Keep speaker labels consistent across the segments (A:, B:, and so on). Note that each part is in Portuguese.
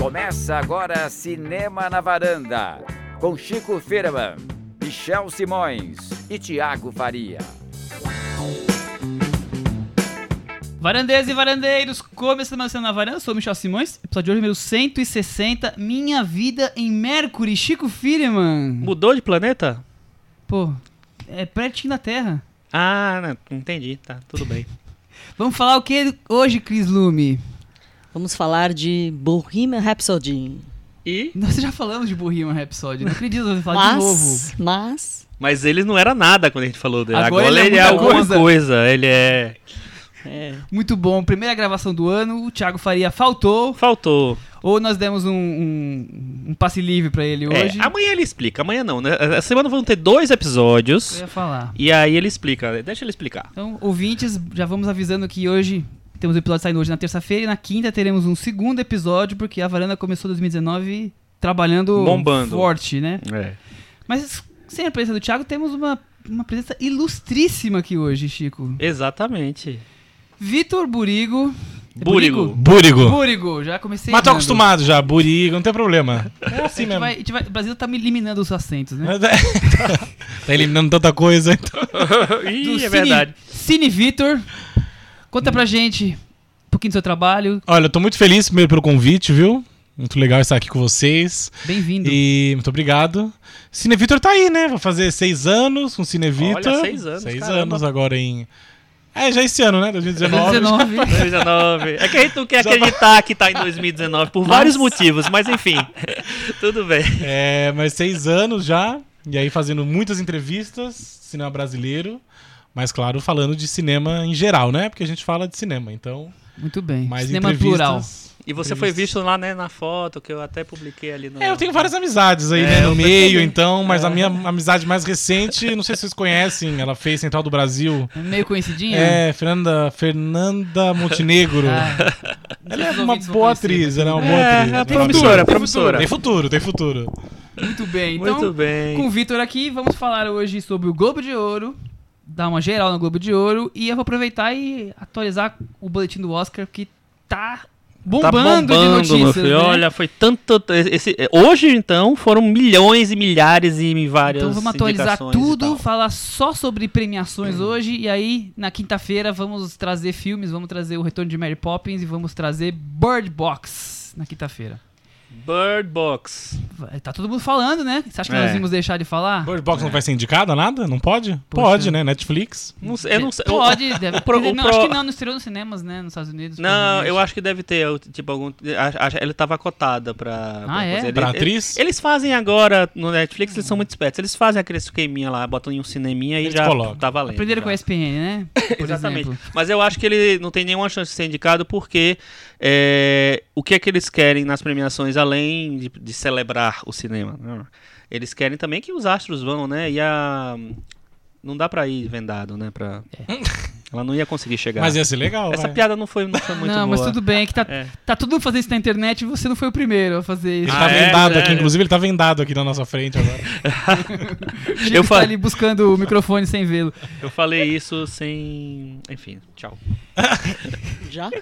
A: Começa agora Cinema na Varanda, com Chico Firman, Michel Simões e Tiago Faria.
B: Varandeiros e varandeiros, começando mais uma na varanda, sou o Michel Simões, episódio de hoje número 160, Minha Vida em Mercury, Chico Firman.
C: Mudou de planeta?
B: Pô, é pertinho da Terra.
C: Ah, não, entendi, tá, tudo bem.
B: Vamos falar o que hoje, Cris Lume?
D: Vamos falar de Bohemian Rhapsody.
C: E,
B: Nós já falamos de Bohemian Rhapsody, não acredito eu vou falar de novo.
D: mas
C: mas ele não era nada quando a gente falou dele.
B: Agora
C: Agora,
B: ele é
C: ele, é
B: muita
C: alguma
B: coisa.
C: coisa. ele é...
D: é,
B: Muito bom, primeira gravação do ano, o Thiago Faria faltou,
C: Faltou.
B: ou nós demos um, um- um passe livre pra ele
C: É,
B: hoje.
C: amanhã ele explica, amanhã não, né? Essa semana vão ter dois
B: Eu
C: episódios,
B: ia falar.
C: e aí ele explica, deixa ele explicar.
B: Então, ouvintes, já vamos avisando que hoje temos o episódio saindo hoje na terça-feira e na quinta teremos um segundo episódio, porque a varanda começou 2019 trabalhando
C: Bombando.
B: forte, né?
C: É.
B: Mas sem a presença do Thiago, temos uma, uma presença ilustríssima aqui hoje, Chico.
C: Exatamente.
B: Vitor Burigo. É Burigo?
E: Búrigo.
B: Burigo, já comecei.
E: Mas tô
B: errando.
E: acostumado já, Burigo, não tem problema. É
B: A
E: assim
B: gente
E: mesmo.
B: vai- a gente vai- o Brasil tá me eliminando os acentos, né?
E: tá eliminando tanta coisa, então.
B: Do
C: Ih,
B: Cine-
C: é verdade.
B: Cine Vitor, conta pra gente um pouquinho do seu trabalho.
E: Olha, eu tô muito feliz primeiro pelo convite, viu? Muito legal estar aqui com vocês.
B: Bem-vindo.
E: E muito obrigado. Cine Vitor tá aí, né? Vou fazer seis anos com Cine Vitor.
C: Olha, seis anos,
E: Seis
C: caramba.
E: anos agora em. É, já esse ano, né? 2019.
B: 19.
C: 2019. É que a gente não quer acreditar que tá em 2019 por vários motivos, mas enfim. Tudo bem.
E: É, mas seis anos já. E aí fazendo muitas entrevistas, cinema brasileiro. Mas, claro, falando de cinema em geral, né? Porque a gente fala de cinema, então.
B: Muito bem.
E: Mais
B: Cinema
E: entrevistas.
B: plural.
C: E você foi visto lá, né, na foto, que eu até publiquei ali no...
E: É, eu tenho várias amizades aí,
C: É,
E: né,
C: eu É.
E: no meio,
C: percebi.
E: então, mas a minha amizade mais recente, não sei se vocês conhecem, ela fez Central do Brasil.
B: Meio conhecidinha?
E: É, Fernanda, Fernanda Montenegro.
C: Ah,
B: Ah.
E: ela é uma boa atriz, ela é uma boa
C: É,
E: atriz.
C: é
E: Ela
C: promissora,
E: uma boa atriz.
C: promissora.
E: Tem futuro, tem futuro.
B: Muito bem. Então,
C: Muito bem.
B: com o Vitor aqui, vamos falar hoje sobre o Globo de Ouro, dar uma geral no Globo de Ouro, e eu vou aproveitar e atualizar o boletim do Oscar, que tá bombando, de notícias.
C: meu filho.
B: né?
C: Olha, foi tanto. esse- hoje, então, foram milhões e milhares e várias.
B: Então vamos atualizar
C: indicações e
B: tudo,
C: tal. Hum.
B: falar só sobre premiações hoje e aí na quinta-feira vamos trazer filmes, vamos trazer o Retorno de Mary Poppins e vamos trazer Bird Box na quinta-feira.
C: Bird Box.
B: Tá todo mundo falando, né? Você acha que
C: É.
B: nós íamos deixar de falar?
E: Bird Box não vai ser indicado a nada? Não pode? Pode, né? Netflix.
C: Não sei- eu não sei.
B: Pode, deve.
C: pro-
B: não,
C: o pro-
B: acho que não, não estreou nos cinemas, né? Nos Estados Unidos.
C: Não, eu
B: provavelmente.
C: acho que deve ter, eu, tipo, algum. a- a- Ela tava cotada pra. pra
B: é?
C: fazer.
E: Pra
C: Ele-
E: atriz?
C: ele- Eles fazem agora no Netflix, eles são muito espertos. Eles fazem aquele esqueminha lá, botam em um cineminha e
E: Eles
C: já
E: colocam.
C: tá valendo.
B: Aprenderam
C: já.
B: com a SPN, né? Por
C: Exatamente.
B: exemplo.
C: Mas eu acho que ele não tem nenhuma chance de ser indicado porque é, o que é que eles querem nas premiações, além de, de celebrar o cinema? né? Eles querem também que os astros vão, né? E a. Não dá pra ir vendado, né? Pra...
B: É.
C: Ela não ia conseguir chegar.
E: Mas ia ser legal.
C: Essa
E: vai.
C: piada não foi, não foi muito
B: não,
C: boa.
B: mas tudo bem, é que tá,
C: É.
B: tá todo mundo fazendo isso na internet e você não foi o primeiro a fazer
E: Ele
B: isso.
C: Ah,
E: tá
C: é?
E: vendado aqui,
C: Sério?
E: inclusive ele tá vendado aqui na nossa frente agora.
B: Chico
C: eu
B: tá
C: fa-
B: ali buscando o microfone sem vê-lo.
C: Eu falei isso sem. Enfim, tchau.
D: já?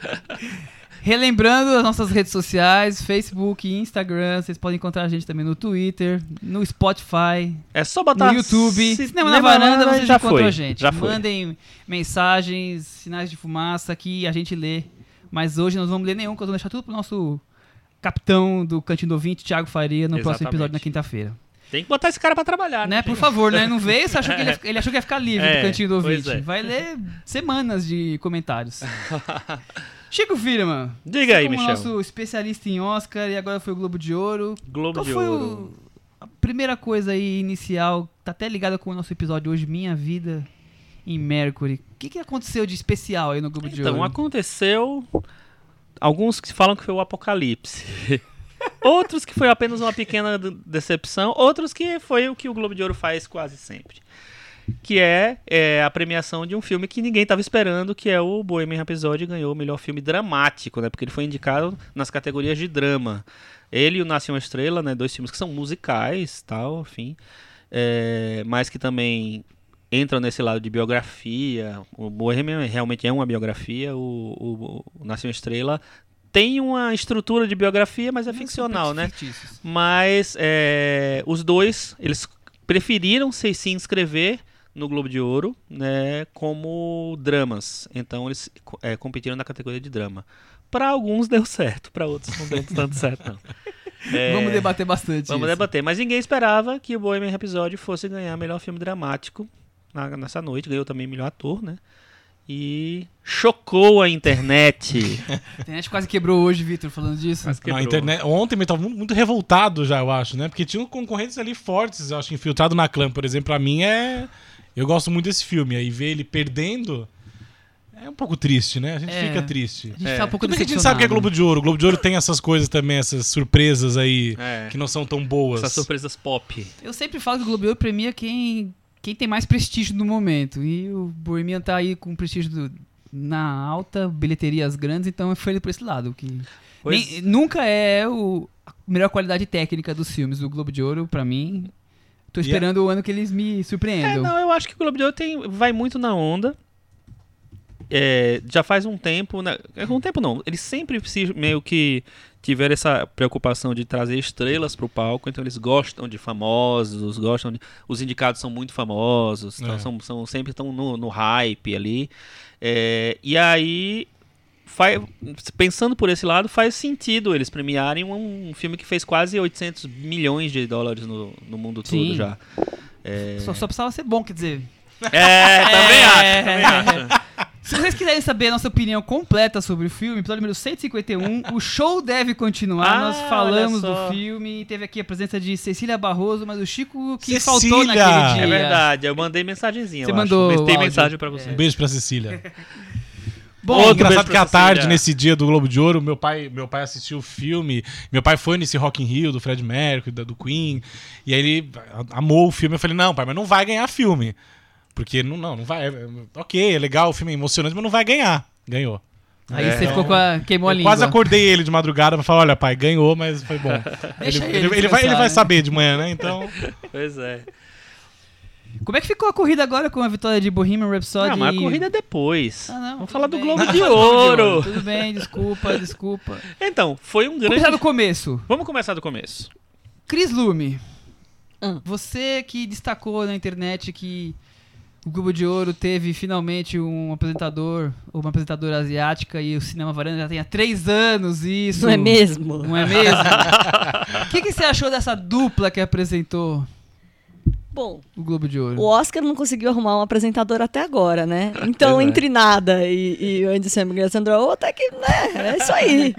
B: Relembrando as nossas redes sociais, Facebook, Instagram, vocês podem encontrar a gente também no Twitter, no Spotify,
C: É só botar.
B: no YouTube.
C: Cinema
B: Cinema na varanda,
C: Varanda
B: vocês
C: já
B: encontram
C: foi,
B: a gente.
C: Já foi.
B: Mandem mensagens, sinais de fumaça que a gente lê. Mas hoje nós não vamos ler nenhum, porque nós vamos deixar tudo pro nosso capitão do Cantinho do Ouvinte, Thiago Faria, no próximo
C: Exatamente.
B: episódio na quinta-feira.
C: Tem que botar esse cara pra trabalhar, né?
B: Né? Por favor, né? Não veio, você achou que ele, ia- ele achou que ia ficar livre do
C: É,
B: Cantinho do
C: pois
B: Ouvinte.
C: é.
B: Vai ler semanas de comentários. Chico Firman,
C: Diga aí,
B: como
C: Michel.
B: nosso especialista em Oscar e agora foi o Globo de Ouro.
C: Globo
B: Qual
C: de
B: foi
C: Ouro.
B: o- a primeira coisa aí inicial, tá até ligada com o nosso episódio hoje, Minha Vida em Mercury. O que, que aconteceu de especial aí no Globo de
C: Então,
B: Ouro?
C: aconteceu. Alguns que falam que foi o apocalipse. outros que foi apenas uma pequena de- decepção. Outros que foi o que o Globo de Ouro faz quase sempre. Que é, é, a premiação de um filme que ninguém estava esperando, que é o Bohemian Rhapsody ganhou o melhor filme dramático, né? Porque ele foi indicado nas categorias de drama. Ele e o Nasce uma Estrela, né? Dois filmes que são musicais, tal, enfim. É, mas que também entram nesse lado de biografia. O Bohemian realmente é uma biografia. O, o, o Nasce uma Estrela tem uma estrutura de biografia, mas é ficcional, né? Mas é, os dois, eles preferiram se, se inscrever no Globo de Ouro, né, como dramas. Então eles co- é, competiram na categoria de drama. Para alguns deu certo, para outros não deu tanto certo não. É,
B: Vamos debater bastante.
C: vamos
B: isso.
C: debater. Mas ninguém esperava que o Bohemian Rhapsody fosse ganhar melhor filme dramático na- nessa noite. Ganhou também melhor ator, né? E chocou a internet.
B: A internet quase quebrou hoje, Vitor, falando disso.
C: Mas
E: Não,
C: quebrou.
E: a internet, ontem eu tava mu- muito revoltado já, eu acho, né? Porque tinham concorrentes ali fortes, eu acho, infiltrado na clã, por exemplo. Pra mim é. Eu gosto muito desse filme. Aí ver ele perdendo é um pouco triste, né? A gente
B: É.
E: fica triste.
B: A gente
C: É.
B: tá um pouco
E: Tudo bem que a gente sabe que é Globo de Ouro. O Globo de Ouro tem essas coisas também, essas surpresas aí
C: É,
E: que não são tão boas.
C: essas surpresas pop.
B: Eu sempre falo que o Globo de Ouro premia quem, quem tem mais prestígio no momento. E o Bohemian tá aí com prestígio do- na alta, bilheterias grandes, então foi ele por esse lado. Que
C: Pois-
B: nem- nunca é o, a melhor qualidade técnica dos filmes do Globo de Ouro, pra mim. Tô
E: E a-
B: esperando o ano que eles me
C: É,
B: surpreendam.
C: não, eu acho que o Globo de Ouro tem, vai muito na onda. É, já faz um tempo, né? É, um tempo não, eles sempre se- meio que tiveram essa preocupação de trazer estrelas pro palco, então eles gostam de famosos, gostam de, os indicados são muito famosos, então
E: É.
C: são, são- sempre estão no, no hype ali. É, e aí, faz- pensando por esse lado, faz sentido eles premiarem um, um filme que fez quase 800 milhões de dólares no, no mundo
B: Sim.
C: todo já.
B: Só, só precisava ser bom, quer dizer.
C: É, também
B: É.
C: acho, também acho.
B: Se vocês quiserem saber a nossa opinião completa sobre o filme, episódio número 151, o show deve continuar.
C: Ah,
B: Nós falamos
C: olha só.
B: do filme, teve aqui a presença de Cecília Barroso, mas o Chico que
E: Cecília!
B: faltou naquele dia.
C: É verdade, eu mandei mensagenzinha.
B: Você
C: eu
B: mandou
C: Acho.
B: o
C: Mandei
B: áudio. É.
C: mensagem pra
E: Um
C: você.
E: beijo pra Cecília.
B: Bom,
C: Outro beijo
E: Engraçado
C: pra
E: que à tarde,
C: Cecília.
E: nesse dia do Globo de Ouro, meu pai, meu pai assistiu o filme. Meu pai foi nesse Rock in Rio do Fred Mercury, da- do Queen. E aí ele a- amou o filme. Eu falei, não, pai, mas não vai ganhar filme. Porque não, não, não vai. é- é- Ok, é legal, o filme é emocionante, mas não vai ganhar. Ganhou.
B: Aí
C: É.
B: você ficou com a. queimou a
E: Eu
B: língua.
E: quase acordei ele de madrugada pra falar: olha, pai, ganhou, mas foi bom.
B: Deixa ele
E: ele, ele vai, ele
B: descansar,
E: vai
B: né?
E: saber de manhã, né? Então.
C: Pois é.
B: Como é que ficou a corrida agora com a vitória de Bohemian Rhapsody?
C: Não, mas a
B: e-
C: corrida é depois.
B: Ah, não,
C: Vamos
B: tudo
C: falar do
B: bem.
C: Globo
B: Vamos
C: de
B: falar do
C: Ouro.
B: Tudo bem, desculpa, desculpa.
C: Então, foi um
B: Vamos
C: grande.
B: começar do começo.
C: Vamos começar do começo.
B: Cris Lume,
D: Hum.
B: você que destacou na internet que o Globo de Ouro teve finalmente um apresentador ou uma apresentadora asiática e o Cinema Varanda já tem há três anos isso.
D: Não é mesmo?
B: Não é mesmo? O que, que você achou dessa dupla que apresentou
D: Bom,
B: o Globo de Ouro?
D: o Oscar não conseguiu arrumar um apresentador até agora, né? Então,
C: Pois é.
D: entre nada e, e o Andy Samberg e a Sandra Oh, até que, né? É isso aí.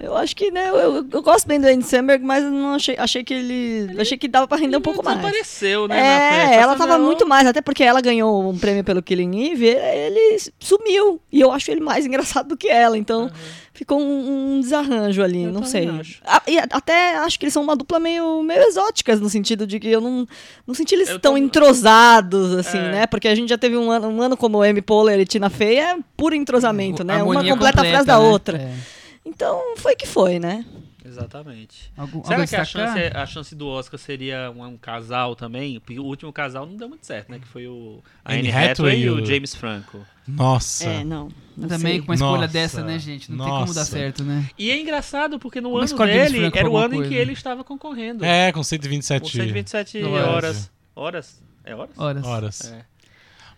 D: Eu acho que, né? Eu, eu- eu gosto bem do Andy Samberg, mas eu não achei, achei que ele. Achei que dava pra render um pouco
B: tá
D: mais.
C: Apareceu, né? na
D: É,
C: festa.
D: ela
C: Essa
D: tava
C: não-
D: muito mais, até porque ela ganhou um prêmio pelo Killing Eve, ele sumiu. E eu acho ele mais engraçado do que ela, então ficou um, um desarranjo ali,
C: Eu
D: não
C: também
D: sei.
C: acho.
D: A- e a- até acho que eles são uma dupla meio, meio exóticas, no sentido de que eu não, não senti eles
C: Eu
D: tão
C: tô-
D: entrosados, assim,
C: É.
D: né? Porque a gente já teve um ano, um ano como Amy Poehler e Tina Fey, é puro entrosamento,
C: Hum,
D: né? Uma
B: Harmonia
D: completa a frase da
B: né?
D: outra.
B: É.
D: Então foi que foi, né?
C: Exatamente.
B: Algum-
C: Será
B: algo
C: que a
B: destacar?
C: chance, a chance do Oscar seria um, um casal também? Porque o último casal não deu muito certo, né? Que foi o a
E: Anne
C: Anne Hathaway
E: Hathaway
C: e
E: e
C: o
E: o-
C: James Franco.
E: Nossa.
D: É, não. não
B: Também
D: sei.
B: com uma escolha
E: Nossa,
B: dessa, né, gente? Não tem como dar
E: nossa.
B: certo, né?
C: E é engraçado porque no
B: Como
C: ano
B: escolhe James
C: dele
B: Franco pra
C: era o
B: alguma
C: ano em que
B: coisa?
C: ele estava concorrendo.
E: É, com
C: Com
E: 127
C: 127
B: Dólares.
C: horas. Horas? É horas?
B: Horas.
E: horas.
C: É.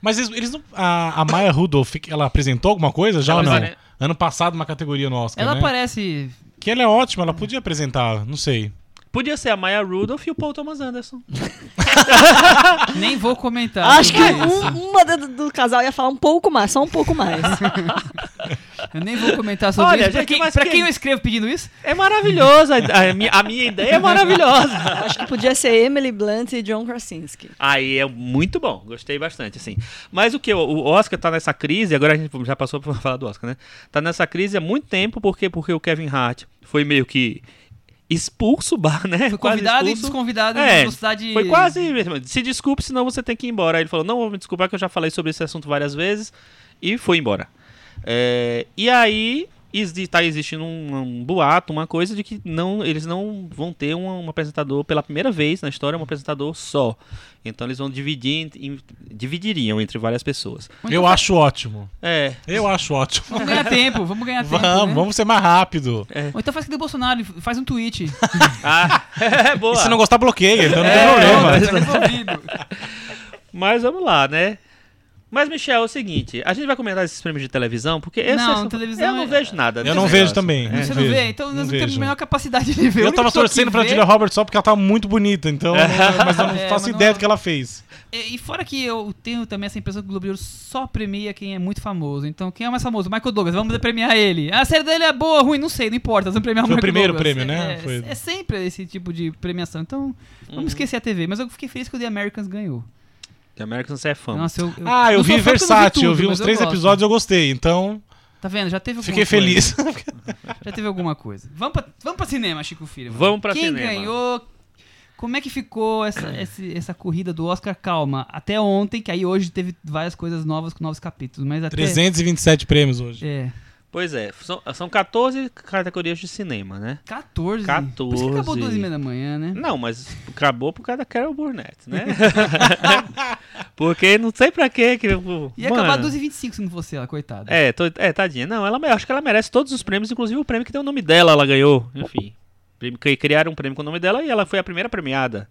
E: Mas eles, eles não. A, a Maya Rudolph, ela apresentou alguma coisa já
C: Ela
E: ou não?
C: apare-
E: Ano passado, uma categoria no Oscar.
B: Ela
E: né?
B: aparece.
E: Que ela é ótima, ela podia apresentar, não sei.
C: Podia ser a Maya Rudolph e o Paul Thomas Anderson.
B: Nem vou comentar.
D: Acho que
B: sobre isso.
D: um- uma do, do casal ia falar um pouco mais, só um pouco mais.
B: Eu nem vou comentar sobre
C: Olha,
B: isso. Pra,
C: gente,
B: quem,
C: mas
B: pra
C: quem-
B: quem eu escrevo pedindo isso?
C: É maravilhoso. A, a minha, a minha ideia é maravilhosa.
D: Acho que podia ser Emily Blunt e John Krasinski.
C: Aí é muito bom, gostei bastante, assim. Mas o que? O- O Oscar tá nessa crise, agora a gente já passou pra falar do Oscar, né? Tá nessa crise há muito tempo, porque, porque o Kevin Hart foi meio que expulso, bar, né?
B: Foi
C: Quase
B: convidado e
C: expulso.
B: desconvidado
C: É,
B: em velocidade.
C: Foi quase. Se desculpe, senão você tem que ir embora. Aí ele falou: Não, vou me desculpar que eu já falei sobre esse assunto várias vezes. E foi embora. É, e aí. está existindo um, um boato, uma coisa de que não, eles não vão ter um, um apresentador pela primeira vez na história, um apresentador só. Então eles vão dividir, em- em- dividiriam entre várias pessoas.
E: Eu acho ótimo.
C: É,
E: Eu acho ótimo.
B: Vamos ganhar tempo, vamos ganhar tempo.
E: Vamos,
B: né?
E: vamos ser mais rápido.
B: Ou então faz que deu Bolsonaro, faz um tweet.
C: ah, boa.
E: E se não gostar, bloqueia, então não tem
C: É,
E: problema.
B: Pronto, tá resolvido.
C: Mas vamos lá, né? Mas, Michel, é o seguinte, a gente vai comentar esses prêmios de televisão, porque essa-
B: Não,
C: essa-
B: televisão
C: eu não
B: é-
C: vejo nada.
E: Eu
C: desse
E: não
C: negócio.
E: vejo também.
B: Você não vê? Então nós não temos a menor capacidade de ver.
E: Eu
B: A única
E: tava
B: pessoa que
E: torcendo pra
B: vê-
E: Julia Roberts só porque ela tava muito bonita, então. eu não- mas eu não
B: É,
E: faço
B: mas não-
E: ideia do que ela fez.
B: É, E e fora que eu tenho também essa impressão que o Globo de Ouro só premia quem é muito famoso. Então, quem é o mais famoso? Michael Douglas, vamos premiar ele. A série dele é boa, ruim, não sei, não importa. Vamos premiar
E: É. Foi o
B: Michael
E: primeiro
B: Douglas.
E: prêmio, né?
B: É,
E: Foi- Uhum.
B: é sempre esse tipo de premiação. Então, vamos esquecer a TV. Mas eu fiquei feliz que o The Americans ganhou.
C: The Americans é fã.
B: Nossa, eu, eu-
E: Ah, eu
B: não sou
E: vi
B: fã porque não
E: Versátil,
B: tudo,
E: eu vi
B: mas
E: uns três
B: gosto.
E: episódios e eu gostei, então
B: Tá vendo? Já teve alguma
E: fiquei
B: coisa.
E: feliz.
B: Já teve alguma coisa. Vamos pra, vamos pra cinema, Chico Filho.
C: Vamos pra
B: Quem
C: cinema.
B: Quem ganhou? Como é que ficou essa, esse- essa corrida do Oscar? Calma, até ontem, que aí hoje teve várias coisas novas com novos capítulos, mas até...
E: 327 prêmios hoje.
B: É,
C: Pois é, são, são 14 categorias de cinema, né?
B: 14. Por isso que acabou
C: 14.
B: duas e meia da manhã, né?
C: Não, mas acabou por causa da Carol Burnett, né? Porque não sei pra quê que... eu-
B: Ia acabar
C: Mano,
B: 12 e é 25 se não fosse ela, coitada.
C: É, tô- é, tadinha. Não, ela, me- acho que ela merece todos os prêmios, inclusive o prêmio que tem o nome dela, ela ganhou. Enfim, prêmio- cri- criaram um prêmio com o nome dela e ela foi a primeira premiada.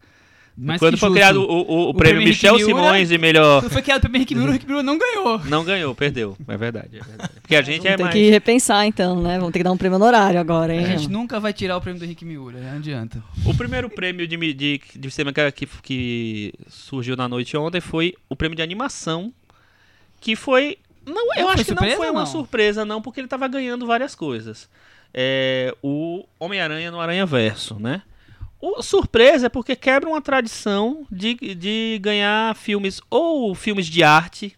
B: Mas
C: Quando
B: que
C: foi
B: justo.
C: criado o, o- o prêmio,
B: prêmio
C: Michel
B: Henrique Miura-
C: Simões de melhor...
B: Quando foi criado pelo Henrique Miura, o Henrique Miura não ganhou.
C: Não ganhou, perdeu. É verdade, é verdade. Porque a gente é
D: Tem
C: mais...
D: que repensar, então, né? Vamos ter que dar um prêmio honorário agora, hein?
C: É.
B: A gente nunca vai tirar o prêmio do Henrique Miura, né? não adianta.
C: O primeiro prêmio de, mi- de, de cinema que, que, que surgiu na noite ontem foi o prêmio de animação, que foi... Não, é, eu
B: Não, foi
C: acho que não
B: surpresa,
C: foi uma
B: não?
C: surpresa, não, porque ele tava ganhando várias coisas. É, o Homem-Aranha no Aranha Verso, né? O, surpresa é porque quebra uma tradição de, de ganhar filmes ou filmes de arte,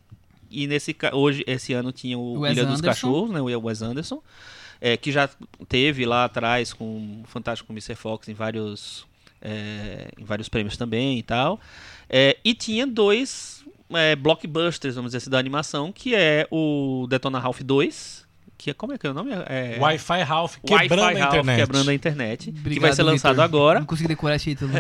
C: e nesse ca- hoje esse ano tinha o
B: Wes
C: Ilha dos
B: Anderson.
C: Cachorros, né, o Wes Anderson, é, que já teve lá atrás com o Fantástico Mr. Fox em vários é, em vários prêmios também e tal. É, e tinha dois é, blockbusters, vamos dizer assim, da animação, que é o Detona Ralph 2, que é, como é que é o nome? É,
E: Wi-Fi Ralph
C: Wi-Fi
E: quebrando a
C: Ralph,
E: internet.
C: quebrando a internet, que
B: Obrigado,
C: vai ser lançado
B: Vitor.
C: agora.
B: Não consegui decorar esse título.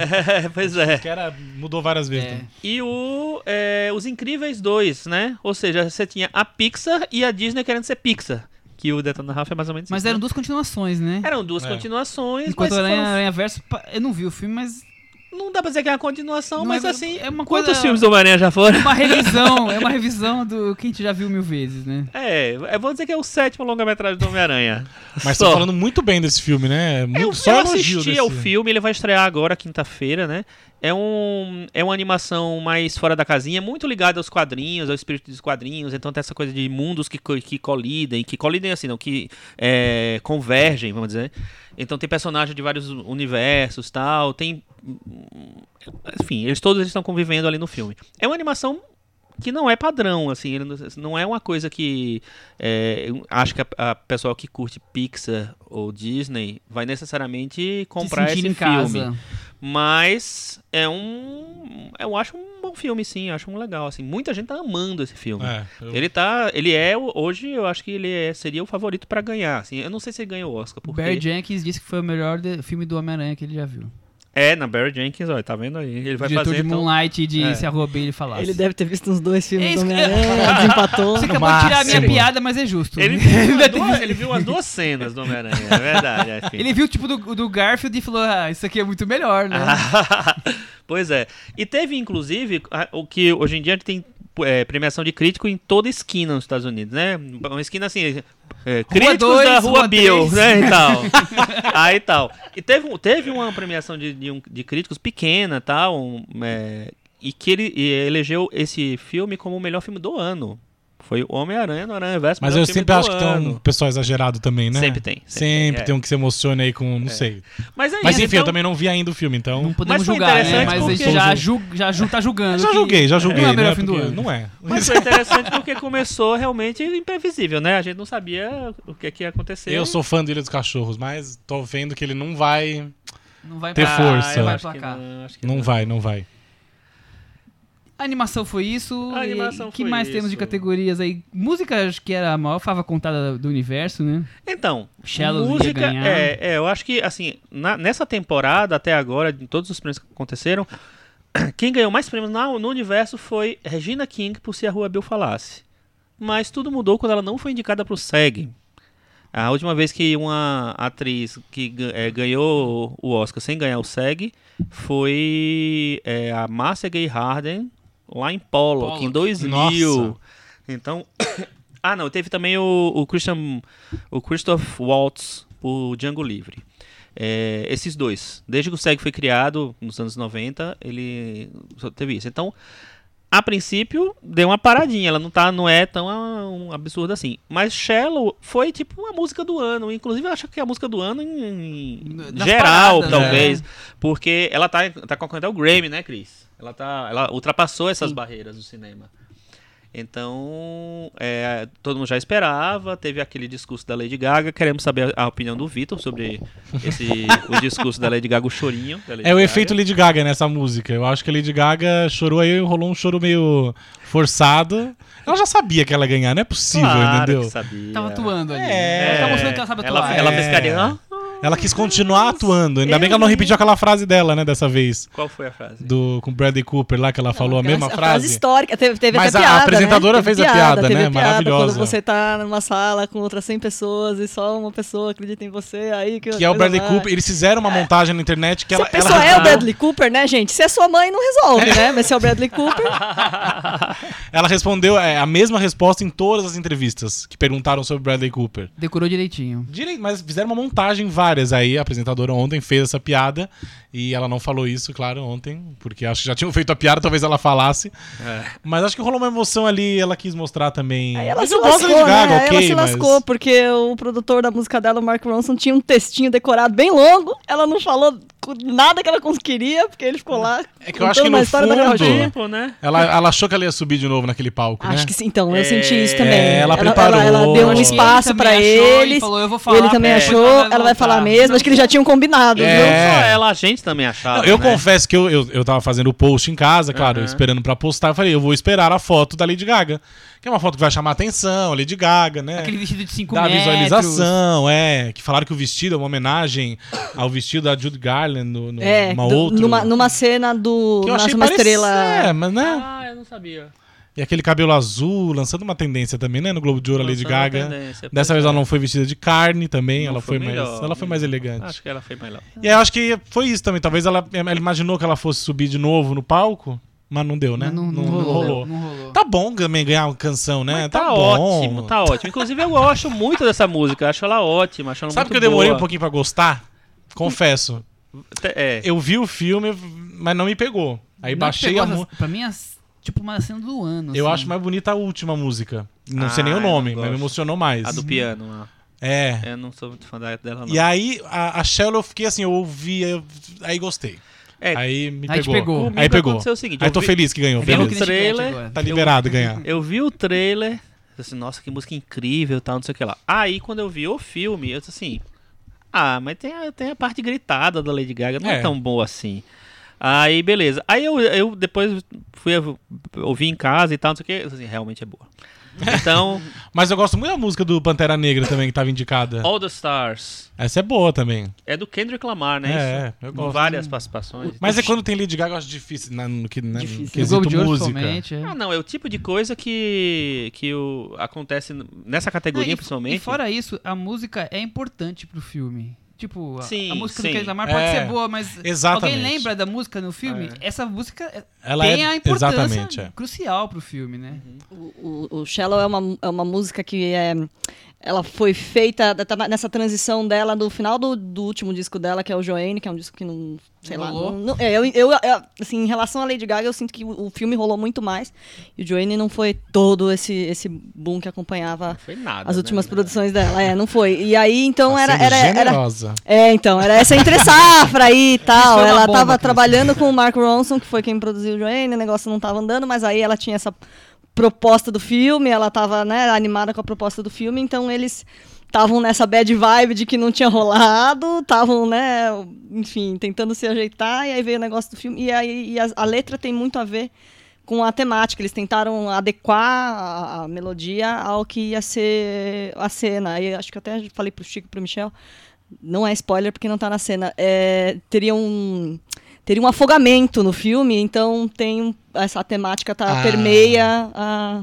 C: pois é.
E: Que era, mudou várias vezes. também.
C: E o é, Os Incríveis 2, né? Ou seja, você tinha a Pixar e a Disney querendo ser Pixar. Que o Detona Ralph é mais ou menos
B: Mas
C: isso,
B: eram
C: né?
B: duas continuações, né?
C: Eram duas
E: É.
C: continuações, mas
B: Enquanto o Aranha,
C: foram-
B: Aranha Verso, pa- eu não vi o filme, mas
C: não dá pra dizer que é uma continuação,
B: Não,
C: mas
B: é-
C: assim,
B: é uma
C: quantos
B: coisa-
C: filmes do Homem-Aranha já
B: é
C: foram?
B: uma revisão, é uma revisão do que a gente já viu mil vezes, né?
C: É, eu vou dizer que é o sétimo longa-metragem do Homem-Aranha.
E: Mas
C: Só.
E: tô falando muito bem desse filme, né? É Muito,
C: Eu,
E: só
C: eu
E: elogio
C: assisti
E: desse.
C: ao filme, ele vai estrear agora, quinta-feira, né? É, um, é uma animação mais fora da casinha, muito ligada aos quadrinhos, ao espírito dos quadrinhos. Então tem essa coisa de mundos que, co- que colidem, que colidem assim, não, que é, convergem, vamos dizer. Então tem personagens de vários universos tal, tem... Enfim, eles todos eles estão convivendo ali no filme. É uma animação que não é padrão, assim, ele não- não é uma coisa que é, eu acho que a, a pessoal que curte Pixar ou Disney vai necessariamente comprar
B: Se
C: esse
B: sentir
C: filme.
B: em casa.
C: Mas é um. Eu acho um bom filme, sim. Eu acho um legal. Assim. Muita gente tá amando esse filme.
E: É, eu-
C: Ele tá. Ele é. o- Hoje eu acho que ele é- seria o favorito pra ganhar. Assim. Eu não sei se ele ganhou o Oscar.
B: O
C: Porque...
B: Barry Jenkins disse que foi o melhor de- filme do Homem-Aranha que ele já viu.
C: É, na Barry Jenkins, olha, tá vendo aí? Ele vai
B: Diretor
C: fazer.
B: de
C: então-
B: Moonlight e de
C: É.
B: Se Arrobei ele falasse.
D: Ele deve ter visto uns dois filmes
B: É
D: do
B: isso que-
D: Homem-Aranha, desempatou.
B: Você
E: No
B: acabou de tirar a minha
E: máximo.
B: piada, mas é justo.
C: Ele viu, umas duas, ele viu as duas cenas do Homem-Aranha, é verdade. é, enfim.
B: Ele viu o tipo do, do Garfield e falou: Ah, isso aqui é muito melhor, né?
C: Ah, pois é. E teve, inclusive, a- o que hoje em dia a gente tem é, premiação de crítico em toda esquina nos Estados Unidos, né? Uma esquina assim. É, críticos
B: dois,
C: da Rua,
B: Rua
C: Bill,
B: três.
C: né? E tal. Aí tal. E teve, um- teve uma premiação de, de, um- de críticos pequena tal. um, é, e que ele e elegeu esse filme como o melhor filme do ano. Foi o Homem-Aranha no Aranha Verso.
E: Mas
C: melhor
E: eu
C: filme
E: sempre
C: do
E: acho que tem um
C: ano.
E: pessoal exagerado também, né?
C: Sempre tem, sempre
E: Sempre,
C: tem, é.
E: tem um que se emociona aí com. Não sei.
C: Mas, é
E: Mas
C: isso,
E: enfim, eu
C: então-
E: também não vi ainda o filme,
B: Não
E: então.
B: podemos
C: Mas foi
B: julgar, né?
C: interessante
B: Mas a gente
E: porque-
B: já, ju- já ju- tá julgando.
E: Já
B: que
E: julguei, já julguei.
B: Não é o
E: né?
B: melhor filme do
E: Porque-
B: ano.
E: Não é.
C: Mas foi interessante porque começou realmente imprevisível, né? A gente não sabia o que, que ia acontecer.
E: Eu sou fã do Ilha dos Cachorros, mas tô vendo que ele não vai.
B: Não vai
E: Ter
B: pra-
E: força. né?
B: Não vai
C: acho Ah, que
B: placar.
C: não, acho que
E: Não vai, não vai.
B: A animação foi isso.
C: A animação
B: e, que
C: foi
B: mais temos de
C: isso.
B: categorias aí? Música, acho que era a maior fava contada do universo, né?
C: Então,
B: Shallows ia
C: música.
B: ganhar.
C: É, é, eu acho que, assim, na- nessa temporada até agora, de todos os prêmios que aconteceram, quem ganhou mais prêmios na- no universo foi Regina King por Se a Rua Bill Falasse. Mas tudo mudou quando ela não foi indicada pro SEG. A última vez que uma atriz que ga- eh, ganhou o Oscar sem ganhar o SEG foi eh, a Márcia Gay Harden lá em Pollock, em
B: Pollock.
C: 2000.
E: Nossa.
C: Então, ah, não, teve também o, o Christian, o Christoph Waltz por Django Livre. É, esses dois, desde que o SEG foi criado nos anos 90, ele só teve isso. Então, a princípio, deu uma paradinha, ela não tá, não é tão ah, um absurdo assim. Mas Shallow foi tipo uma música do ano, inclusive eu acho que é a música do ano em, em
B: Nas
C: geral,
B: paradas, né?
C: talvez, porque ela tá tá concorrendo ao Grammy, né, Cris? Ela tá, ela ultrapassou essas barreiras do cinema. Então, é, todo mundo já esperava, teve aquele discurso da Lady Gaga, queremos saber a, a opinião do Vitor sobre esse, o discurso da Lady Gaga, o chorinho. da Lady
E: É o
C: Gaga.
E: efeito Lady Gaga nessa música. Eu acho que a Lady Gaga chorou aí, rolou um choro meio forçado. Ela já sabia que ela ia ganhar, não é possível,
C: Claro que
E: entendeu?
C: sabia.
B: Tava atuando ali.
E: É.
B: Ela tá mostrando que ela sabe
C: Ela,
B: atuar.
C: ela
E: É.
C: fez carinha. "Ah,
E: Ela quis continuar atuando. Ainda bem que ela não
C: Eu-
E: repetiu aquela frase dela, né, dessa vez.
C: Qual foi a frase?
E: Do, com o Bradley Cooper lá, que ela falou a
D: Aquela- é
E: mesma
D: frase
E: frase.
D: histórica, teve, teve
E: Mas
D: até
E: a
D: piada, né?
E: apresentadora
D: Teve
E: fez a piada,
D: teve
E: né?
D: piada,
E: Maravilhosa.
D: Quando você tá numa sala com outras 100 pessoas e só uma pessoa acredita em você, aí que
E: Que é o Bradley
D: vai.
E: Cooper. Eles fizeram uma montagem na internet que
D: Se
E: ela.
D: a né? É. pessoa
E: ela-
D: é o Bradley Cooper, né, gente? Se é sua mãe, não resolve, né? Mas se é o Bradley Cooper,
E: Ela respondeu é, a mesma resposta em todas as entrevistas que perguntaram sobre o Bradley Cooper.
B: Decorou direitinho.
E: Direito, mas fizeram uma montagem várias. Aí a apresentadora ontem fez essa piada e ela não falou isso, claro, ontem, porque acho que já tinham feito a piada, talvez ela falasse. Mas acho que rolou uma emoção ali ela quis mostrar também.
D: aí ela
E: mas
D: se
E: eu gosto
D: lascou,
E: da Lady Gaga,
D: né? Aí
E: ok,
D: ela se
E: mas-
D: lascou, porque o produtor da música dela, o Mark Ronson, tinha um textinho decorado bem longo. Ela não falou co- nada que ela cons- queria, porque ele ficou lá
E: É que eu acho que
D: contando
E: no
D: uma história da
E: fundo-
D: gravadinha.
C: Tempo, né?
E: Ela, ela achou que ela ia subir de novo naquele palco, né?
D: Acho que sim, então, eu
C: É,
D: senti isso também.
E: ela
D: Ela,
E: preparou.
D: deu um
E: Acho que ele
D: espaço
B: também
D: pra
B: achou e
D: eles.
B: falou, "Eu vou falar,
D: ele também
B: é.
D: achou,
B: Ela vai
D: ela vai falar
B: voltar."
D: mesmo. Acho que eles já tinham combinado,
E: É.
D: viu?
C: Não só ela, a gente também achava.
E: Não, eu
C: né?
E: confesso que eu, eu, eu tava fazendo o post em casa, claro,
C: Aham.
E: esperando pra postar. Eu falei, eu vou esperar a foto da Lady Gaga. Que é uma foto que vai chamar atenção, a Lady Gaga, né?
B: Aquele vestido de 5
E: da
B: metros.
E: visualização, é. Que falaram que o vestido é uma homenagem ao vestido da Jude Garland, no, no,
D: É,
E: uma
D: do-
E: outra.
D: numa, numa cena do.
E: que eu
D: Nasce
E: achei
D: uma
E: parec-
D: estrela.
E: É, mas né?
C: Ah, eu não sabia.
E: E aquele cabelo azul, lançando uma tendência também, né? No Globo de Ouro, a Lady
C: Lançando uma
E: Gaga.
C: tendência,
E: Dessa
C: pois
E: vez
C: é.
E: ela não foi vestida de carne também,
C: Não
E: ela foi,
C: foi
E: mais.
C: melhor, né?
E: Ela foi mais elegante.
C: Acho que ela foi melhor.
E: E aí eu acho que foi isso também. Talvez ela, ela imaginou que ela fosse subir de novo no palco, mas não deu, né?
B: Mas não, não, rolou, Não rolou.
E: Tá bom também ganhar uma canção, né?
C: Mas tá, ótimo, tá ótimo. Inclusive, eu gosto muito dessa música. Acho ela ótima. Acho ela
E: Sabe
C: muito
E: que eu demorei
C: boa.
E: um pouquinho pra gostar? Confesso.
C: Te- É.
E: Eu vi o filme, mas não me pegou. Aí
B: Não
E: baixei
B: pegou
E: a
B: essas-
E: música.
B: Pra mim, as- tipo, uma cena do ano.
E: Eu
B: assim.
E: acho mais bonita a última música. Não sei
C: Ah,
E: nem o
C: eu não
E: nome, mas
C: gosto.
E: me emocionou mais.
C: A do piano. lá.
E: É.
C: Eu não sou muito fã da- dela, não.
E: E aí, a, a Shallow, eu fiquei assim, eu ouvi, aí eu- aí gostei.
C: É,
E: Aí me
B: Aí te
E: pegou.
B: pegou.
C: Comigo
E: Aí pegou.
C: aconteceu o seguinte,
E: aí
C: eu
E: tô
C: vi-
E: feliz que ganhou.
B: É mesmo
C: o
E: Beleza.
B: Criticante
C: trailer,
B: agora.
E: Tá liberado ganhar.
C: Eu vi o trailer, disse, nossa, que música incrível, tal, não sei o que lá. Aí, quando eu vi o filme, eu disse assim, ah, mas tem a, tem a parte gritada da Lady Gaga, não é,
E: É.
C: tão boa assim. Aí, beleza. Aí eu, eu depois fui ouvir em casa e tal, não sei o que, eu disse assim, realmente é boa. Então,
E: Mas eu gosto muito da música do Pantera Negra também, que tava indicada.
C: All the Stars
E: Essa é boa também.
C: é do Kendrick Lamar, né?
E: É,
C: isso?
E: é, eu
C: Com
E: gosto.
C: várias participações.
E: Mas é quando tem Lady Gaga, eu acho difícil. Na, no, que- na, no
B: O
E: quesito
B: Globo de Ouro,
E: música.
B: principalmente. é.
C: Ah, não, é o tipo de coisa que, que o, acontece nessa
B: Ah,
C: categoria,
B: e-
C: principalmente.
B: E fora isso, a música é importante pro filme. Tipo, a,
C: Sim,
B: a música
C: sim.
B: do Kendrick Lamar pode
E: É,
B: ser boa, mas
E: exatamente.
B: alguém lembra da música no filme? Essa música é-
E: Ela
B: tem
E: é-
B: a importância
E: exatamente, é.
B: crucial pro filme, né?
D: O, o- o Shallow é uma, é uma música que é, ela foi feita da- tava nessa transição dela do final do, do último disco dela, que é o Joanne, que é um disco que não. Sei lá.
B: Rolou.
D: Não, não- é, eu, eu- é, assim, em relação à Lady Gaga, eu sinto que o, o filme rolou muito mais. E o Joanne não foi todo esse, esse boom que acompanhava
C: Foi nada.
D: as
C: né,
D: últimas
C: na verdade.
D: produções dela. É, não foi. E aí, então,
E: Tá
D: era.
E: sendo
D: era, era
E: generosa.
D: é, então, era essa entre safra aí e tal.
B: Isso é uma
D: Ela
B: bomba,
D: tava
B: Cris.
D: trabalhando com o Mark Ronson, que foi quem produziu o Joanne, o negócio não tava andando, mas aí ela tinha essa proposta do filme, ela tava, né, animada com a proposta do filme, então eles estavam nessa bad vibe de que não tinha rolado, estavam, né, enfim, tentando se ajeitar, e aí veio o negócio do filme, e aí e a, a letra tem muito a ver com a temática. Eles tentaram adequar a, a melodia ao que ia ser a cena. E acho que eu até falei pro Chico e pro Michel. Não é spoiler porque não tá na cena. É, teria um. Teria um afogamento no filme, então tem um- essa temática tá,
E: Ah.
D: permeia a,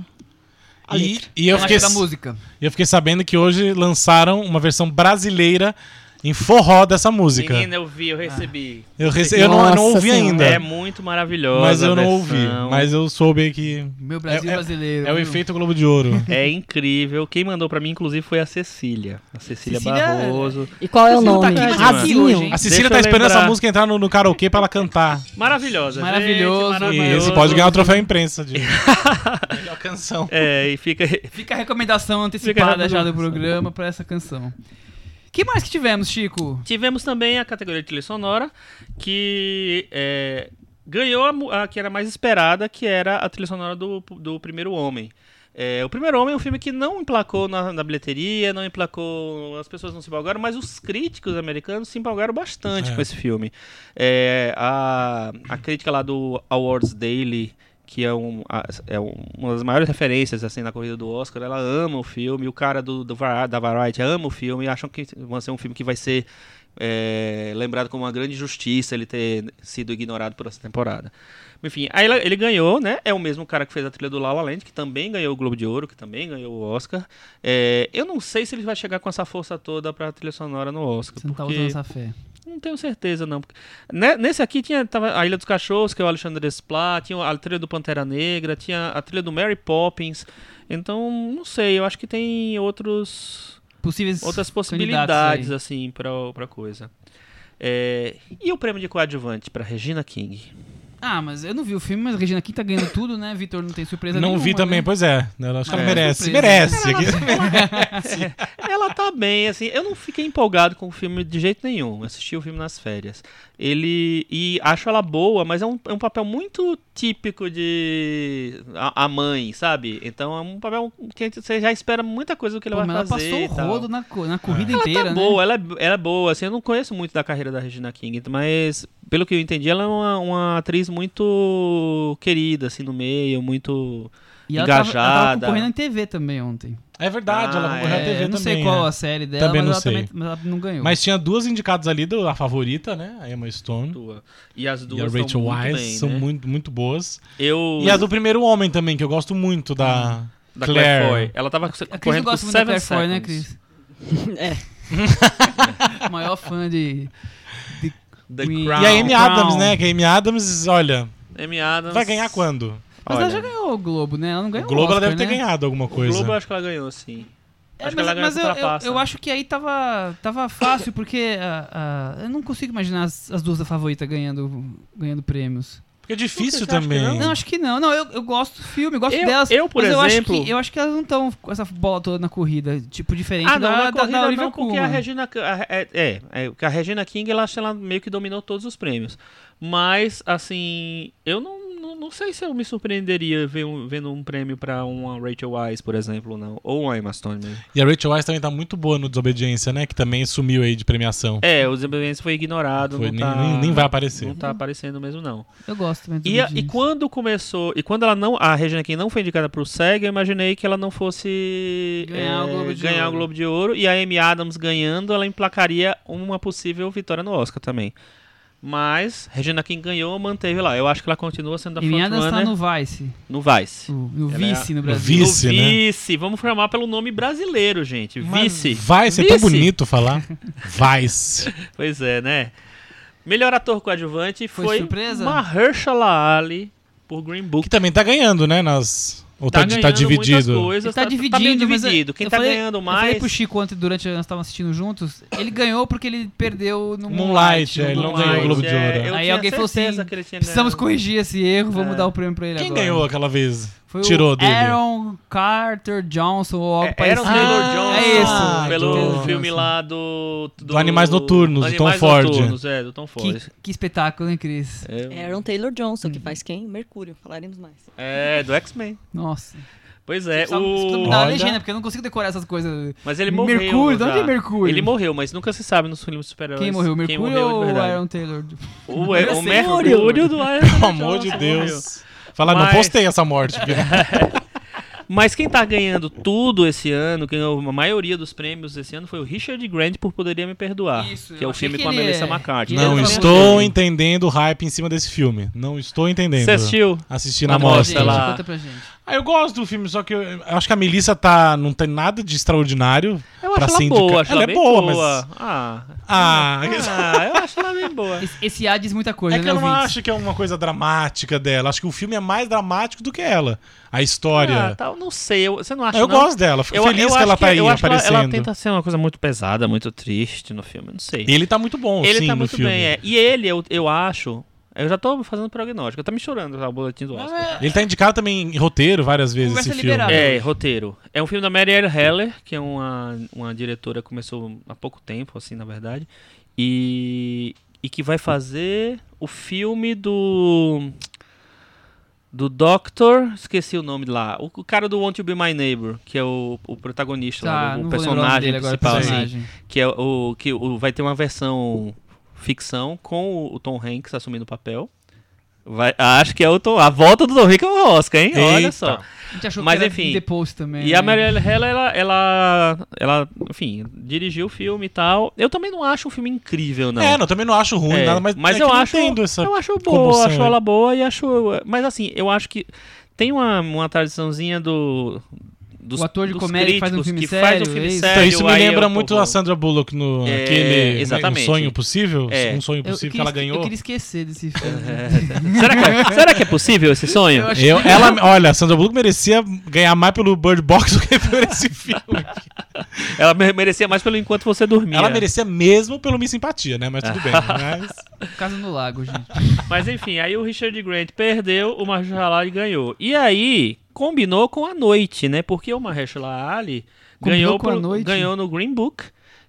D: a
E: E,
D: letra.
E: e eu, fiquei,
B: da música.
E: eu fiquei sabendo que hoje lançaram uma versão brasileira em forró dessa música.
C: Menina, eu vi, eu recebi.
E: Eu, rece- eu não, eu não
D: Nossa
E: ouvi
D: Senhora.
E: ainda,
C: É muito maravilhosa.
E: mas eu
C: a
E: não ouvi.
C: versão.
E: Mas eu soube que
B: Meu Brasil
E: É- é-
B: brasileiro.
E: é o
B: viu?
E: efeito Globo de Ouro.
C: É incrível. Quem mandou pra mim, inclusive, foi a Cecília. A Cecília,
B: Cecília-
C: Barroso.
D: E qual é o
B: Você não tá
D: nome?
B: aqui, mas
C: tá
B: aqui
D: Rasinho.
B: hoje, hein?
E: A Cecília
C: Deixa
E: tá
C: eu
E: esperando essa
C: lembrar.
E: música entrar no, no karaokê pra ela cantar.
C: Maravilhosa.
B: Maravilhoso.
C: gente,
E: E
C: maravilhoso.
E: você pode ganhar o troféu imprensa de melhor canção.
C: É, e fica.
B: Fica a recomendação
C: Fica a
B: antecipada já
C: recomendação.
B: do programa pra essa canção. que mais que tivemos, Chico?
C: Tivemos também a categoria de trilha sonora, que é, ganhou a, mu- a que era mais esperada, que era a trilha sonora do, do Primeiro Homem. É, o Primeiro Homem é um filme que não emplacou na, na bilheteria, não emplacou. As pessoas não se empolgaram, mas os críticos americanos se empolgaram bastante
E: É.
C: com esse filme. É, a, a crítica lá do Awards Daily, que é, um, a- é um- uma das maiores referências assim na corrida do Oscar, ela ama o filme, o cara do, do Var- da Variety ama o filme, e acham que vai ser um filme que vai ser é, lembrado como uma grande justiça ele ter sido ignorado por essa temporada. Enfim, aí ela- ele ganhou, né? É o mesmo cara que fez a trilha do La La Land, que também ganhou o Globo de Ouro, que também ganhou o Oscar. É, eu não sei se ele vai chegar com essa força toda pra trilha sonora no Oscar.
B: Você não tá
C: porque-
B: usando essa fé.
C: não tenho certeza, não. Porque- né, Nesse aqui tinha tava a Ilha dos Cachorros, que é o Alexandre Desplat, tinha a trilha do Pantera Negra, tinha a trilha do Mary Poppins. Então, não sei, eu acho que tem outros
B: Possíveis
C: outras
B: candidatos
C: possibilidades,
B: aí.
C: assim, pra, pra coisa. É, e o prêmio de coadjuvante pra Regina King?
B: Ah, mas eu não vi o filme, mas Regina aqui tá ganhando tudo, né? Vitor não tem surpresa
E: Não
B: nenhuma,
E: vi também,
B: né?
E: pois é. Eu acho que ela
C: É.
E: merece.
B: Surpresa.
E: Merece.
C: Ela tá bem, assim. Eu não fiquei empolgado com o filme de jeito nenhum. Eu Assisti o filme nas férias. Ele. E acho ela boa, mas é um, é um papel muito típico de. A, a mãe, sabe? Então é um papel que você já espera muita coisa do que ele
B: Pô, mas
C: vai
B: ela
C: fazer.
B: passou o
C: e tal.
B: rodo na, co-
E: É.
B: na corrida
E: Ela
B: inteira,
C: Ela tá
B: né?
C: boa, ela, é- ela é boa, assim, eu não conheço muito da carreira da Regina King, mas pelo que eu entendi, ela é uma, uma atriz muito querida, assim, no meio, muito
B: E ela tava, ela tava
C: engajada.
B: concorrendo em TV também ontem.
E: É verdade, ela
C: Ah,
E: concorreu à
B: É,
E: TV
B: eu não
E: também.
B: sei qual
E: é.
B: a série dela,
E: Também
B: mas,
E: não
B: ela
E: sei.
B: também, mas ela não ganhou.
E: Mas tinha duas indicadas ali, do- a favorita, né? A Emma Stone
C: tua. E as
E: e a
C: duas
E: Rachel
C: são muito
E: Weisz.
C: bem,
E: são
C: né?
E: muito, muito boas.
C: Eu...
E: E a do Primeiro Homem também, que eu gosto muito da,
C: Da Claire.
E: Claire.
C: Foy. Ela tava co-
B: a Cris não
C: correndo com
B: gosta muito da
C: Seven
B: Claire Foy, né,
C: Seconds.
B: Cris?
D: É.
B: O maior fã de...
C: The
B: E
C: Crown.
E: E a Amy
B: Crown.
E: Adams, né? Que a Amy Adams, olha,
C: Amy Adams.
E: vai ganhar quando?
B: Mas
C: Olha,
B: ela já ganhou o Globo, né? Ela não ganhou
E: o Globo
B: Oscar,
E: ela deve ter
B: né?
E: ganhado alguma
C: O
E: coisa.
C: Globo eu acho que ela ganhou, sim.
B: É,
C: Acho que
B: mas
C: ela ganhou
B: mas
C: com
B: eu, eu,
C: Trapaça.
B: eu acho que aí tava, tava fácil, porque ah, ah, eu não consigo imaginar as, as duas da favorita ganhando, ganhando prêmios.
E: Porque é difícil
C: Por que você acha
E: também.
C: que não?
B: Não, acho que não. Não, eu, eu gosto do filme, eu gosto
C: Eu-
B: delas.
C: eu, por
B: mas Eu acho,
C: exemplo-
B: que, eu acho que elas não estão com essa bola toda na corrida. Tipo, diferente
C: Ah, não,
B: da,
C: na
B: da,
C: corrida
B: da Olivia
C: não, porque a
B: Colman.
C: Regina... a- é, é, é, porque a Regina King, ela, acho que ela meio que dominou todos os prêmios. Mas, assim, eu não, não, não sei se eu me surpreenderia ver um- vendo um prêmio pra uma Rachel Weisz, por exemplo, não. Ou uma Emma Stone mesmo.
E: E a Rachel Weisz também tá muito boa no Desobediência, né? Que também sumiu aí de premiação.
C: É, o desenvolvimento foi ignorado,
E: Foi,
C: não
E: nem,
C: tá...
E: nem- nem vai aparecer.
C: Não tá aparecendo mesmo, não.
B: Eu gosto também. do
C: E, a- e
B: Virgínia.
C: quando começou, e quando ela não, a Regina King não foi indicada pro SEG, eu imaginei que ela não fosse eh,
B: Ganhar o Globo de
C: ganhar o
B: Ouro.
C: Globo de Ouro, e a Amy Adams ganhando, ela emplacaria uma possível vitória no Oscar também. Mas Regina King ganhou, manteve lá. Eu acho que ela continua sendo a
B: E minha dança tá
C: frontrunner
B: no Vice.
C: no Vice.
B: No, no
C: Ela é a-
B: Vice no
E: no
B: Brasil.
E: Vice.
C: no
E: né?
C: Vice, vamos chamar pelo nome brasileiro, gente. Vice.
E: Vai, ser tão
C: Vice.
E: bonito falar. Vice.
C: Pois é, né? Melhor ator coadjuvante
B: Foi
C: foi,
B: surpresa?
C: Mahershala Ali por Green Book.
E: Que também tá ganhando, né? Nas... Ou tá, di- tá
C: ganhando muitas
E: dividido.
B: Ele
C: Coisas,
B: tá,
C: bem
B: dividindo, mas
C: dividido.
B: eu-
C: Quem
B: eu
C: tá
B: falei-
C: ganhando
B: Eu falei
C: mais.
B: pro Chico ontem, durante nós estávamos assistindo juntos, ele ganhou porque ele perdeu no
E: Moonlight,
B: Moonlight.
E: é,
B: no
E: ele não
B: Moonlight.
E: ganhou o Globo de Ouro,
C: É,
E: né?
C: eu
B: Aí
C: tinha
B: alguém falou
C: certeza
B: assim,
C: que ele tinha
B: Precisamos
C: ganhado.
B: corrigir esse erro, vamos
C: É.
B: dar o prêmio pra ele
E: Quem
B: agora.
E: ganhou aquela vez?
B: Foi
E: Tirou
B: o
E: dele.
B: Aaron Carter Johnson ou algo
C: É, Aaron
B: parecido.
C: Taylor
E: Ah,
C: Johnson,
B: é isso.
C: pelo
B: Taylor
C: filme
B: Johnson.
C: lá do, do,
E: Do Animais Noturnos, do
C: Animais
E: Tom Ford.
C: Noturnos, é, do Tom Ford.
B: Que, que espetáculo, hein, Cris?
C: É,
D: Aaron Taylor Johnson, que faz quem? Mercúrio, falaremos mais.
C: é, do X-Men.
B: Nossa.
C: Pois é,
B: Só- um só me
C: o...
B: dá a
E: Olha.
B: legenda, porque eu não consigo decorar essas coisas.
C: mas ele morreu.
B: Mercúrio, de
C: já.
B: onde é Mercúrio?
C: Ele morreu, mas nunca se sabe nos filmes de super-heróis.
B: Quem morreu, Mercúrio
C: de
B: ou
C: verdade.
B: Aaron Taylor?
C: O, o
B: Mercúrio.
C: Mercúrio do Aaron
E: Pelo amor de
C: Johnson morreu.
E: Deus. Falar, não
C: Mas-
E: postei essa morte. porque-
C: Mas quem tá ganhando tudo esse ano, quem ganhou a maioria dos prêmios esse ano, foi o Richard Grant por Poderia Me Perdoar.
B: Isso,
C: que é
B: eu
C: o
B: achei
C: filme
B: que
C: com a
B: ele
C: Melissa
B: é-
C: McCarthy.
B: que ele
E: Não
B: Eu não
E: estou
B: sei.
E: entendendo o hype em cima desse filme. Não estou entendendo.
C: Você assistiu?
E: Assisti na
C: Na mostra
E: mostra
B: gente,
E: lá.
C: lá.
B: Conta pra gente.
E: Ah, eu gosto do filme, só que eu, eu acho que a Melissa tá, não tem nada de extraordinário.
C: Eu
E: pra
C: acho
E: se
C: ela boa,
E: indicar.
C: acho
E: Ela é
C: bem
E: boa, mas-
C: Ah,
E: Ah,
C: ah, eu acho ela bem boa.
B: Esse, esse A diz muita coisa,
E: é que
B: né,
E: eu não
B: ouvintes?
E: acho que é uma coisa dramática dela. Acho que o filme é mais dramático do que ela. A
C: Ah,
E: história.
C: tá, eu não sei, eu, você não acha
E: eu
C: não?
E: gosto dela. Fico
C: Eu,
E: feliz
C: eu
E: que
C: acho
E: ela tá aí
C: eu acho que ela-
E: aparecendo.
C: Ela, tenta ser uma coisa muito pesada, muito triste no filme, eu não sei.
E: Ele tá muito bom,
C: ele
E: sim,
C: tá
E: no
C: muito
E: filme.
C: bem, é. E ele, eu, eu acho. Eu já tô fazendo prognóstico, tá me chorando tá, o boletim do Oscar.
E: Ele tá indicado também em roteiro várias vezes
B: Conversa
E: esse filme.
B: liberada.
C: É, roteiro. É um filme da Mary Ellen Heller, que é uma, uma diretora que começou há pouco tempo, assim, na verdade. E, e que vai fazer o filme do. Do Doctor. Esqueci o nome lá. O, o cara do Want to Be My Neighbor, que é o, o protagonista lá,
B: Tá,
C: o- o,
B: não vou lembrar o nome
C: personagem
B: dele agora,
C: principal, assim.
B: personagem.
C: Que é o. Que o, vai ter uma versão ficção com o Tom Hanks assumindo o papel. Vai- acho que é o Tom. A volta do Tom Hanks é o Oscar, hein? Olha
E: Eita.
C: só.
B: A gente achou
C: Mas,
B: que era
C: enfim.
B: The Post também.
C: E a
B: né?
C: Marielle Heller, ela, ela, ela, enfim, dirigiu o filme e tal. Eu também não acho um filme incrível, não.
E: É, não, também não acho ruim
C: É,
E: nada, mas, é que
C: eu
E: não
C: acho,
E: entendo essa.
C: eu acho boa,
E: comoção
C: acho
E: aí.
C: ela boa e acho, mas assim, eu acho que tem uma, uma tradiçãozinha do dos,
B: O ator de
C: dos
B: comédia que faz um
C: críticos
B: filme
C: que
B: sério,
C: faz um filme
B: é isso?
C: sério,
E: Então, isso me
C: aí
E: lembra
C: eu-
E: muito
C: pô,
E: a Sandra Bullock no
C: É,
E: aquele
C: exatamente.
E: Um Sonho Possível?
C: É.
E: Um Sonho
B: Eu- eu
E: Possível que
B: queria-
E: ela ganhou.
B: Eu queria esquecer desse filme.
C: Será que, é, será que é possível esse sonho?
B: Eu acho-
E: Eu, ela, olha, a Sandra Bullock merecia ganhar mais pelo Bird Box do que por esse filme.
C: Ela me- merecia mais pelo enquanto você dormia.
E: Ela merecia mesmo pelo Miss Simpatia, né? Mas tudo bem. Mas...
B: Casa no Lago, gente.
C: Mas enfim, aí o Richard Grant perdeu, o Mahershala Ali ganhou. E aí combinou com a noite, né? Porque o Mahershala Ali
B: Combinou
C: ganhou,
B: com a
C: pro-
B: noite?
C: ganhou no Green Book,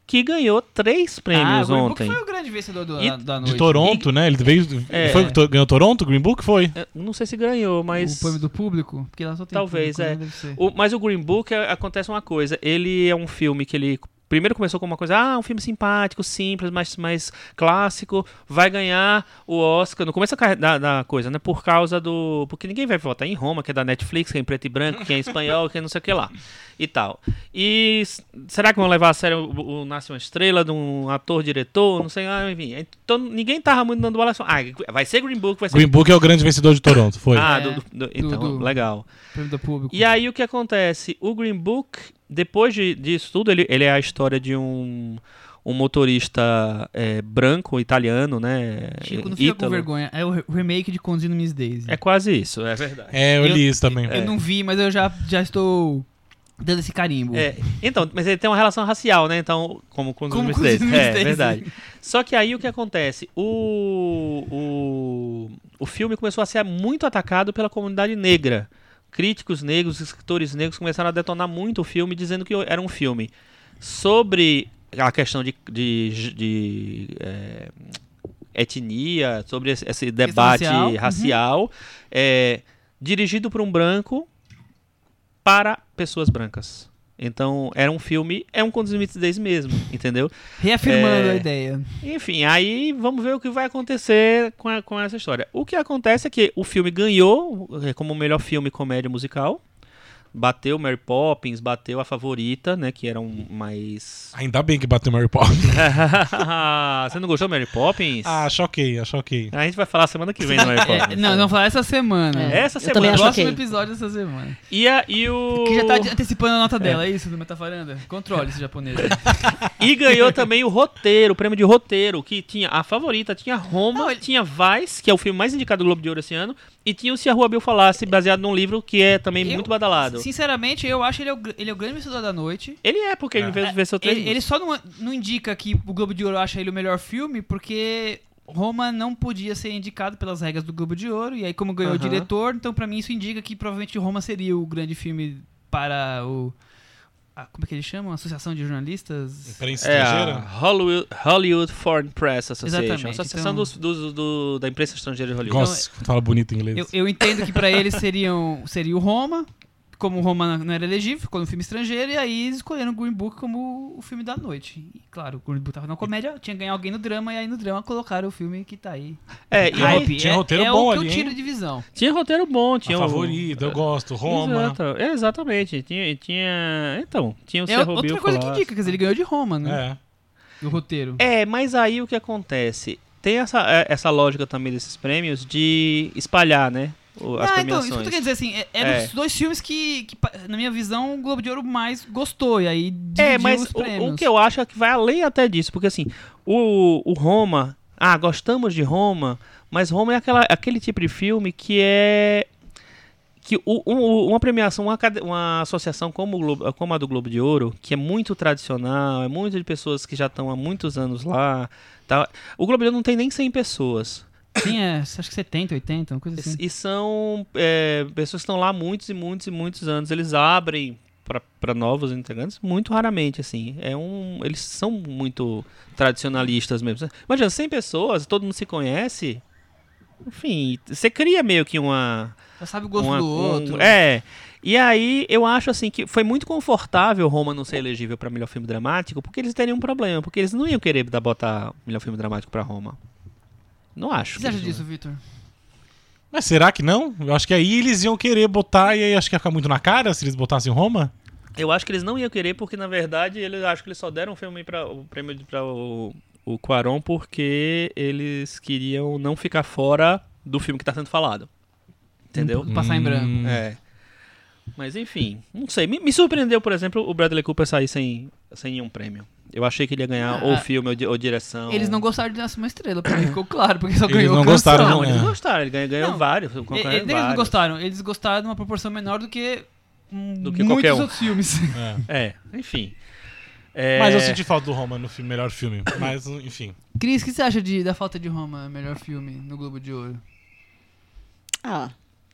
C: que ganhou três prêmios
B: ah, o Green Book
C: ontem.
B: foi o grande vencedor do,
C: E-
B: da noite.
E: De Toronto, né? Ele veio.
C: É.
E: Foi, to- ganhou Toronto? Green Book? Foi.
C: É, Não sei se ganhou, mas
B: O prêmio do público? Porque lá só tem
C: Talvez,
B: público, né?
C: é.
B: Deve ser.
C: O- mas o Green Book é, acontece uma coisa. Ele é um filme que ele primeiro começou com uma coisa, ah, um filme simpático, simples, mas mais clássico, vai ganhar o Oscar no começo da, carre- da- da coisa, né? Por causa do, porque ninguém vai votar em Roma, que é da Netflix, que é em preto e branco, que é em espanhol, que é não sei o que lá e tal. E s- será que vão levar a sério o, o Nasce uma Estrela de um ator, diretor, não sei, ah, enfim. Então ninguém tava muito dando bola. só, Ah, vai ser Green Book, vai ser
E: Green Book é o grande vencedor de Toronto. Foi.
C: Ah,
B: É.
C: do- do- do- então,
B: do-
C: legal.
B: Prêmio do público.
C: E aí o que acontece? O Green Book, depois de, disso tudo, ele, ele é a história de um, um motorista é, branco, italiano, né?
B: Chico, não fica com
C: ítalo.
B: vergonha. É o re- o remake de Conduzindo Miss Daisy.
C: É quase isso, é verdade.
E: É, eu li isso também.
B: Eu não vi, mas eu já, já estou dando esse carimbo.
C: É, então, mas ele tem uma relação racial, né? Então, como com os
B: Como
C: Miss
B: com os
C: Daisy.
B: Miss
C: É,
B: Daisy.
C: verdade. Só que aí o que acontece? O, o, o filme começou a ser muito atacado pela comunidade negra. Críticos negros, escritores negros começaram a detonar muito o filme, dizendo que era um filme sobre a questão de, de, de, é, etnia, sobre esse, esse debate
B: racial, uhum.
C: racial, é, dirigido por um branco para pessoas brancas. Então, era um filme, é um Contos Mitos Days mesmo, entendeu?
B: Reafirmando
C: É.
B: a ideia.
C: Enfim, aí vamos ver o que vai acontecer com, a- com essa história. O que acontece é que o filme ganhou eh, como o melhor filme comédia musical. Bateu Mary Poppins, bateu a favorita, né? Que era um mais.
E: Ainda bem que bateu Mary Poppins.
C: Você não gostou de Mary Poppins?
E: Ah, choquei, choquei.
C: A gente vai falar semana que vem do Mary Poppins.
B: É, não, não vou falar essa semana.
D: É.
C: Essa
D: Eu também
C: semana.
D: acho
B: Próximo
D: ok.
B: episódio dessa semana.
C: E, a, e o.
B: Que já tá de- antecipando a nota dela, é, isso, do Metafaranda? Controle esse japonês.
C: E ganhou também o roteiro, o prêmio de roteiro, que tinha a favorita, tinha Roma, tinha Vice, que é o filme mais indicado do Globo de Ouro esse ano, e tinha o Se a Rua Bill Falasse, baseado num livro que é também
B: Eu-
C: muito badalado.
B: Sinceramente, eu acho ele é o, gr- ele é o grande vencedor da noite.
C: Ele é, porque ele fez, fez seu três
B: Ele, ele só não, não indica que o Globo de Ouro acha ele o melhor filme, porque Roma não podia ser indicado pelas regras do Globo de Ouro, e aí como ganhou o
C: Aham.
B: diretor, então pra mim isso indica que provavelmente Roma seria o grande filme para o... a- como é que eles chamam? Associação de Jornalistas?
E: Imprensa
C: É a
E: estrangeira?
C: Hollywood, Hollywood Foreign Press Association.
B: Exatamente,
C: Associação
B: então-
C: dos- dos- do- da então imprensa estrangeira de Hollywood.
E: Nossa, fala bonito em inglês.
B: Eu, eu entendo que pra eles seriam, seria o Roma, como Roma não era elegível, ficou no filme estrangeiro, e aí eles escolheram Green Book como o filme da noite. E claro, o Green Book tava na comédia, tinha que ganhar alguém no drama, e aí no drama colocaram o filme que tá aí.
C: É, e
E: Tinha
C: aí-
E: ro- tinha
B: é,
E: roteiro
B: é
E: bom
B: o que
E: ali,
B: eu
E: hein?
B: tiro de visão.
C: tinha roteiro bom, tinha
E: Tinha
B: um-
C: o-
E: favorito,
B: É.
E: eu gosto, Roma.
C: Exato, é, exatamente. Tinha, tinha. Então, tinha o
B: É
C: Cerro
B: outra
C: Bilco
B: coisa que
C: lá.
B: indica, quer dizer, ele ganhou de Roma, né?
E: É.
B: No roteiro.
C: É, mas aí o que acontece? Tem essa, é, essa lógica também desses prêmios de espalhar, né? o- As
B: ah, então,
C: premiações.
B: isso que eu tô querendo dizer, assim, é- eram
C: É.
B: os dois filmes que, que pa- na minha visão, o Globo de Ouro mais gostou, e aí
C: É,
B: dividiu
C: mas
B: os
C: o-
B: prêmios.
C: o, que eu acho é que vai além até disso, porque assim, o, o Roma, ah, gostamos de Roma, mas Roma é aquela, aquele tipo de filme que é que o- um- o- uma premiação, uma, cade- uma associação como, o Globo- como a do Globo de Ouro, que é muito tradicional, é muito de pessoas que já estão há muitos anos lá, tá? O Globo de Ouro não tem nem 100 pessoas.
B: Sim, é, acho que 70, 80, uma coisa assim.
C: E são é, pessoas que estão lá há muitos e muitos e muitos anos. Eles abrem para novos integrantes muito raramente, assim. É um, eles são muito tradicionalistas mesmo. Imagina, 100 pessoas, todo mundo se conhece. Enfim, você cria meio que uma
B: Já sabe o gosto
C: uma-
B: do
C: um-
B: outro.
C: é. E aí eu acho assim que foi muito confortável Roma não ser elegível pra melhor filme dramático, porque eles teriam um problema, porque eles não iam querer dar botar melhor filme dramático pra Roma. Não acho.
B: O que
C: que
B: você acha
C: eles-
B: disso, Vitor?
E: Mas será que não? Eu acho que aí eles iam querer botar, e aí acho que ia ficar muito na cara se eles botassem Roma.
C: Eu acho que eles não iam querer, porque na verdade eles acho que eles só deram o filme para o prêmio para o, o Quaron porque eles queriam não ficar fora do filme que tá sendo falado. Entendeu?
B: Não Passar em branco.
E: Hum.
C: É. Mas enfim, não sei. Me, me surpreendeu, por exemplo, o Bradley Cooper sair sem, sem nenhum prêmio. Eu achei que ele ia ganhar
B: Ah,
C: ou
B: ah.
C: filme ou, di- ou direção.
B: Eles não gostaram de Nasce uma Estrela, pra mim ficou claro, porque só
E: Eles
B: ganhou
E: não
B: canção.
E: gostaram,
C: Não, eles
E: É.
C: gostaram. Ele ganhou, ganhou
B: Não,
C: vários.
B: E- e-
C: concorreu em
B: eles não
C: vários.
B: gostaram, eles gostaram de uma proporção menor do que, hum,
C: Do que qualquer
B: muitos
C: um.
B: outros filmes.
E: É.
C: É, enfim. É,
E: Mas eu senti falta do Roma no filme, melhor filme. Mas, enfim.
B: Cris, o que você acha de, da falta de Roma, melhor filme no Globo de Ouro?
D: Ah,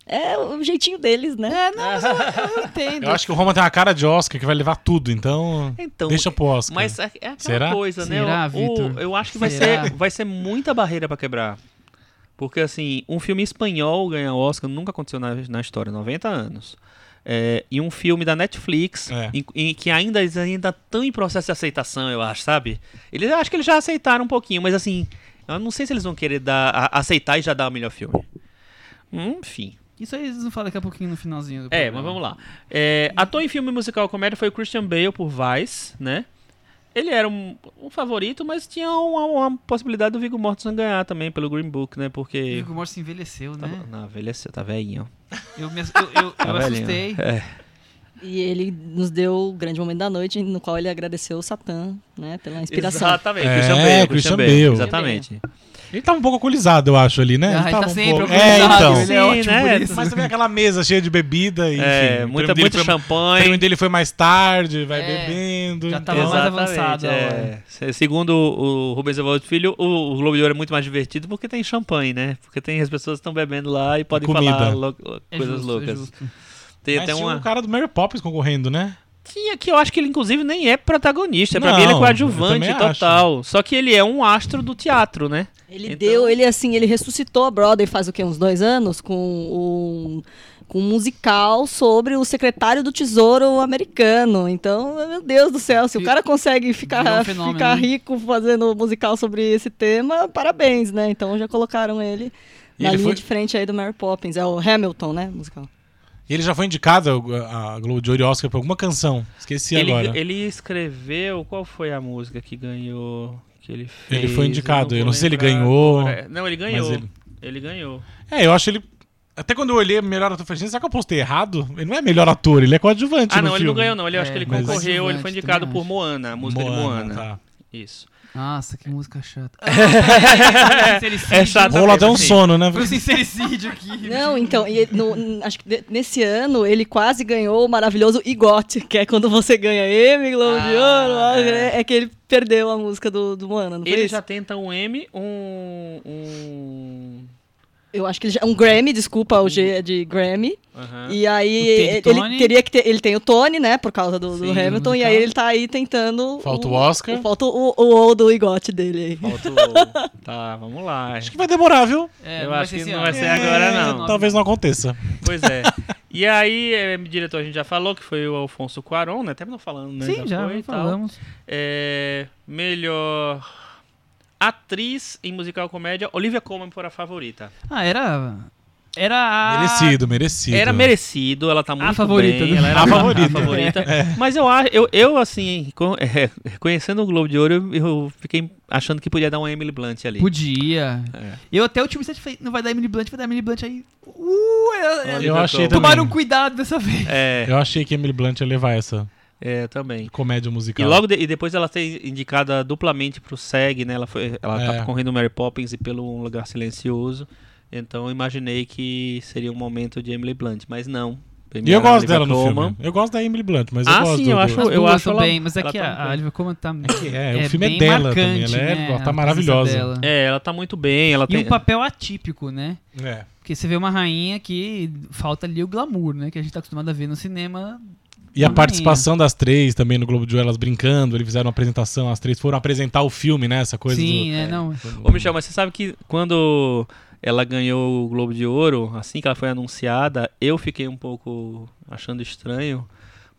D: é o jeitinho deles, né?
B: É, não, mas eu, eu entendo.
E: Eu acho que o Roma tem uma cara de Oscar que vai levar tudo, então.
C: Então,
E: deixa pro Oscar.
C: Mas é, é aquela
E: Será?
C: coisa, né?
B: Será,
C: O-
B: Vitor?
C: o- eu acho que vai
B: Será?
C: ser, vai ser muita barreira pra quebrar. Porque, assim, um filme espanhol ganhar Oscar nunca aconteceu na, na história, 90 anos. É, e um filme da Netflix,
E: É.
C: em- em que ainda eles ainda estão em processo de aceitação, eu acho, sabe? Eles eu acho que eles já aceitaram um pouquinho, mas assim, eu não sei se eles vão querer dar, a- aceitar e já dar o melhor filme. Hum, Enfim.
B: Isso aí eles não falam daqui a pouquinho no finalzinho do
C: É,
B: programa.
C: mas vamos lá. É, ator em filme musical comédia foi o Christian Bale por Vice, né? Ele era um, um favorito, mas tinha uma, uma possibilidade do Viggo Mortensen ganhar também pelo Green Book, né?
B: O
C: Porque...
B: Viggo Mortensen envelheceu,
C: Tá,
B: né?
C: Não, envelheceu, tá velhinho.
B: Eu, me, ass- eu, eu,
C: Tá
B: eu
C: velhinho.
B: assustei.
C: É.
D: E ele nos deu o grande momento da noite, no qual ele agradeceu o Satã, né, pela inspiração.
C: Exatamente,
E: É,
C: Christian Bale.
E: Christian
C: Christian
E: Bale.
C: Bale, exatamente.
E: Ele tava um pouco alcoolizado, eu acho, ali, né?
B: Ah, ele tá
E: um
B: sempre
E: pouco- É,
B: alcoolizado,
E: então.
B: ele é ótimo
C: Sim, né?
B: por isso.
E: Mas também aquela mesa cheia de bebida, enfim.
C: É,
E: o
C: muita,
E: prêmio dele
C: muito
E: foi- O
C: champanhe.
E: prêmio dele foi mais tarde, vai
B: É,
E: bebendo.
B: já
E: então-
B: tava mais
C: Exatamente,
B: avançado a
C: é. Se- Segundo o Rubens Evaldo Filho, o, o Globo de Ouro é muito mais divertido porque tem champanhe, né? Porque tem as pessoas estão bebendo lá e podem
E: comida.
C: falar lou- coisas
B: É justo, é
C: loucas.
B: justo. um
C: Tem
E: Mas
C: até
E: tinha
C: uma.
E: o cara do Mary Poppins concorrendo, né?
C: Tinha que eu acho que ele, inclusive, nem é protagonista. Pra
E: Não,
C: mim, ele é
E: eu
C: coadjuvante
E: também
C: total. Só que ele é um astro do teatro, né?
D: Ele
C: Então-
D: deu, ele assim, ele ressuscitou a Broadway faz o quê? Uns dois anos com um, com um musical sobre o secretário do Tesouro americano. Então, meu Deus do céu, se o
B: Vi-
D: cara consegue ficar,
B: virou um fenômeno,
D: ficar
B: né?
D: rico fazendo musical sobre esse tema, parabéns, né? Então já colocaram ele
E: E
D: na
E: ele
D: linha
E: foi-
D: de frente aí do Mary Poppins. É o Hamilton, né? Musical.
E: E ele já foi indicado a Globo de Ouro e Oscar por alguma canção. Esqueci
C: Ele,
E: agora. Ele,
C: ele escreveu. Qual foi a música que ganhou? Que ele fez?
E: foi indicado. Eu não,
C: vou
E: sei se ele
C: lembrar
E: ganhou.
C: agora. Não, ele ganhou.
E: ele-
C: Ele... ganhou.
E: É, eu acho ele. Até quando eu olhei melhor ator, eu falei, gente, será que eu postei errado? Ele não é melhor ator, ele é coadjuvante.
C: Ah,
E: no
C: não, ele não
E: filme.
C: ganhou, não. Ele eu acho
B: É,
C: que ele
E: mas-
C: concorreu, ele foi
B: Coadjuvante,
C: indicado
B: também
C: por
B: acho.
C: Moana, a música de Moana.
E: tá.
C: Isso.
B: Nossa, que música chata. Ah, é sincericídio.
C: É chato.
E: Rolou até um
C: Assim.
E: sono, né?
B: Foi um sincericídio aqui.
D: Não, então, e ele- no- n- acho que de- nesse ano ele quase ganhou o maravilhoso Igot, que é quando você ganha M, Globo de
C: Ah,
D: Ouro, lá,
C: é.
D: né? é. que ele perdeu a música do, do Moana, não foi
C: Ele
D: isso?
C: já tenta um M, um. um...
D: Eu acho que ele já, um Grammy, desculpa, o G é de Grammy.
C: aham.
D: E aí
B: Ah. O T de
D: ele,
B: Tony.
D: teria que ter, ele tem o Tony, né, por causa do, do
B: Sim, do
D: Hamilton, e
B: musical.
D: aí ele tá aí tentando...
E: Falta o Oscar.
D: Falta o, o, o do Igot dele aí.
C: Falta o- tá, vamos lá.
E: Acho que vai demorar, viu?
B: É,
C: Eu
B: não vai
C: acho
B: ser
C: que
B: esse
C: não
E: É,
B: ano.
C: vai ser é agora, não.
E: Talvez não aconteça.
C: Pois é. E aí, é, diretor, a gente já falou que foi o Alfonso Cuaron, né? Terminou falando, né?
B: Sim, já,
C: foi e tal.
B: falamos.
C: É, melhor atriz em musical comédia, Olivia Colman foi a favorita.
B: Ah, era. Era a.
E: Merecido, merecido.
C: Ah, Era merecido, ela tá muito
B: favorita, É.
C: bem,
B: né?
C: ela era
E: A favorita.
C: favorita. Mas eu acho, eu, eu assim, co- é, conhecendo o Globo de Ouro, eu, eu fiquei achando que podia dar uma Emily Blunt ali.
B: Podia.
C: É.
B: Eu até o time set falei, não vai dar Emily Blunt, vai dar Emily Blunt aí. Uh, ela-
C: Olha,
E: Eu achei também.
B: tomaram
C: um
B: cuidado dessa vez.
C: É,
E: Eu achei que Emily Blunt ia levar essa
C: é, também.
E: comédia
C: E
E: musical.
C: logo de- e depois ela ser indicada duplamente pro SEG, né? Ela, foi, ela
E: É.
C: tá correndo Mary Poppins e pelo Um Lugar Silencioso. Então eu imaginei que seria um momento de Emily Blunt, mas não.
E: E eu
C: Primeiro,
E: gosto
C: Olivia
E: dela no
C: Colman.
E: filme. Eu gosto da Emily Blunt, mas eu
C: Ah,
E: gosto
C: sim,
E: do-
C: eu
E: do-
C: acho-
B: As duas
C: ela-
B: também, mas é
C: ela
B: que
C: tá
B: a, a
C: bem.
B: Olivia Colman tá.
E: É, que é, o filme
B: bem
E: é dela também.
B: marcante,
E: Ela
B: né,
E: é, ela
B: a
E: tá
B: presença
E: maravilhosa.
B: dela.
C: É, ela tá muito bem. Ela
B: E
C: tem...
B: um papel atípico, né?
E: É.
B: Porque você vê uma rainha que falta ali o glamour, né? Que a gente tá acostumado a ver no cinema.
E: E a
B: Uma
E: participação das três também no Globo de Ouro, elas brincando, eles fizeram uma apresentação, as três foram apresentar o filme, né? Essa coisa
B: Sim,
E: do...
B: é, não.
C: Ô, Michel, mas você sabe que quando ela ganhou o Globo de Ouro, assim que ela foi anunciada, eu fiquei um pouco achando estranho,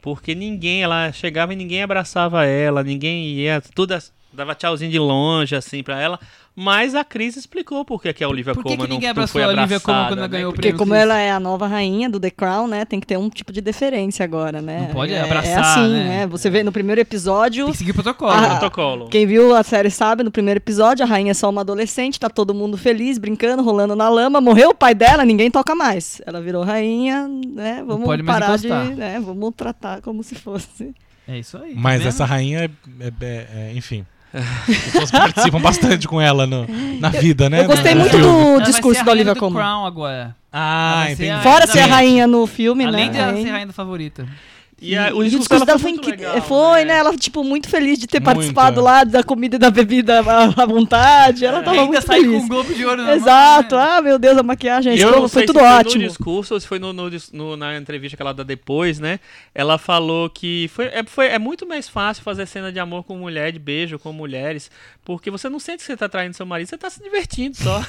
C: porque ninguém, ela chegava e ninguém abraçava ela, ninguém ia, tudo as- dava tchauzinho de longe, assim, pra ela. Mas a Cris explicou por que que a Olivia
B: Por que que
C: Colman não,
B: ninguém
C: não
B: abraçou
C: foi
B: a Olivia Colman
C: abraçada,
B: quando ela
C: né?
B: ganhou o
C: Porque-
D: Porque
B: prêmio
D: como
B: Cris.
D: ela é a nova rainha do The Crown, né? Tem que ter um tipo de deferência agora, né?
B: Não pode
D: é, É
B: abraçar,
D: assim,
B: né?
D: né? Você vê no primeiro episódio...
B: Tem que seguir o protocolo.
D: Ah,
C: um Protocolo.
D: Quem viu a série sabe, no primeiro episódio, a rainha é só uma adolescente, tá todo mundo feliz, brincando, rolando na lama. Morreu o pai dela, ninguém toca mais. Ela virou rainha, né? Vamos
B: pode mais
D: parar
B: encostar.
D: de. Né? Vamos tratar como se fosse.
B: É isso aí. tá
E: Mas
B: vendo?
E: essa rainha, é, é- é- é- enfim. As pessoas participam bastante com ela no- na vida, né?
D: Eu gostei
E: no
D: muito
E: filme.
B: Ela
D: do
B: vai ser
D: discurso
B: a
D: da
B: rainha
D: Olivia
B: do
D: Colman.
B: Crown agora. Ela
E: Ah,
B: vai ser
E: entendi.
B: a-
D: Fora ser a
B: Exatamente.
D: rainha no filme,
B: Além
D: né?
B: de ela
D: Rainha.
B: ser a rainha da favorita.
C: E a-
D: E o discurso
C: dela
D: dela
C: foi
D: foi,
C: muito
D: inque-
C: legal,
D: foi,
C: né?
D: né? Ela, tipo, muito feliz de ter
E: Muito,
D: participado
E: é.
D: lá da comida e da bebida à à vontade. Ela tava
B: ainda
D: muito
B: sai com
D: feliz.
B: um globo de ouro na mão,
D: Exato.
B: né?
D: Ah, meu Deus, a maquiagem, a
C: Eu
D: escova,
C: não
D: foi
C: sei
D: tudo
C: se foi
D: ótimo.
C: no discurso ou se foi no, no dis- no- na entrevista que ela dá depois, né? Ela falou que foi é, foi- é muito mais fácil fazer cena de amor com mulher, de beijo com mulheres, porque você não sente que você tá traindo seu marido, você tá se divertindo só.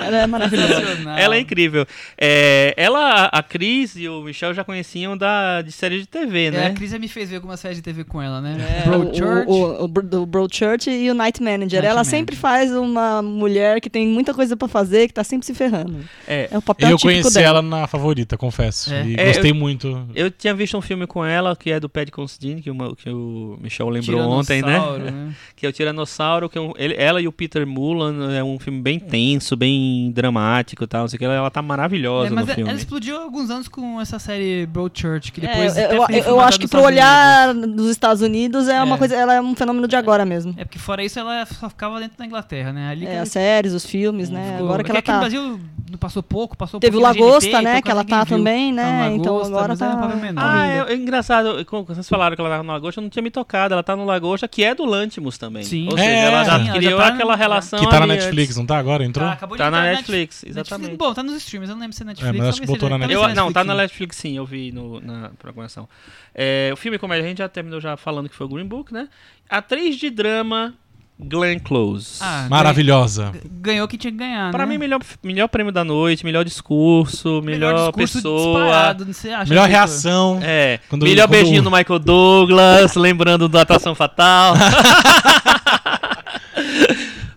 D: Ela é maravilhosa.
B: Sensacional.
C: Ela é incrível. É, ela, a- a Cris e o Michel já conheciam da, de série de TV,
B: É,
C: né?
B: a Cris já me fez ver algumas séries de TV com ela, né?
D: É,
B: Broad
D: o-
B: Church.
D: O, o, o Bro- do Broadchurch e o Night Manager.
B: Night
D: ela
B: Manager.
D: sempre faz uma mulher que tem muita coisa pra fazer, que tá sempre se ferrando.
C: É.
D: É o papel
E: Eu
D: típico
E: conheci
D: dela.
E: ela na favorita, confesso.
B: É.
E: E
C: É,
E: gostei muito.
C: Eu tinha visto um filme com ela, que é do Pad Considine, que, uma- que o Michel lembrou ontem, né?
B: Tiranossauro, né?
C: que é o Tiranossauro, que é um- ele- ela e o Peter Mullan é um filme bem tenso, bem dramático e tal, não sei o que, ela, ela tá maravilhosa
B: É, mas
C: no
B: ela
C: filme.
B: explodiu há alguns anos com essa série Broadchurch, que
D: É,
B: depois. até
D: eu, eu-
B: foi
D: eu
B: reformatada
D: acho que
B: nos
D: pro
B: Estados Unidos.
D: olhar dos Estados Unidos é,
B: É.
D: uma coisa, ela é um fenômeno de agora mesmo.
B: É porque fora isso ela só ficava dentro da Inglaterra, né? Ali que
D: É,
B: ela
D: as séries, os filmes, né?
B: ficou-
D: Agora que ela
B: aqui no
D: tá.
B: Brasil não passou pouco, passou
D: Teve o
B: pouquinho na
D: Lagosta,
B: GNT,
D: né?
B: então
D: Que ela
B: quase ninguém
D: tá
B: viu.
D: também,
B: Tá no
D: né? Então
B: Lagosta,
D: agora
B: mas era um
D: tá.
B: papel menor.
C: Ah,
D: ainda.
C: é, é engraçado, como vocês falaram que ela tava no Lagosta, eu não tinha me tocado, ela tá no Lagosta, que é do Lantimos também.
B: Sim.
C: Ou seja,
E: É,
C: ela já
E: sim,
B: ela
C: criou
B: já tá-
C: aquela relação
E: Que tá na
C: ali
E: Netflix, não tá? Agora entrou?
B: Tá, acabou de
C: Tá na
B: entrar
C: Netflix, exatamente.
B: Bom, tá nos streams, eu não lembro se é Netflix.
E: mas acho que
B: talvez
E: botou
B: seja-
E: na
C: antes.
B: talvez
C: Eu,
B: seja
C: não, tá
B: Netflix,
C: na
B: né?
C: Netflix sim, eu vi no- na programação. É, o filme comédia, a gente já terminou já falando que foi o Green Book, né? Atriz de drama, Glenn Close.
B: Ah, ganha-
E: Maravilhosa.
B: Ganhou o que tinha que ganhar,
C: Ah, Pra
B: né?
C: mim, melhor, melhor prêmio da noite, melhor discurso, melhor,
B: discurso
C: pessoa.
B: disparado, não sei, acha,
E: Melhor
B: Vitor?
E: reação.
C: É,
E: Quando-
C: melhor
E: quando-
C: beijinho do Michael Douglas, lembrando da Atração Fatal.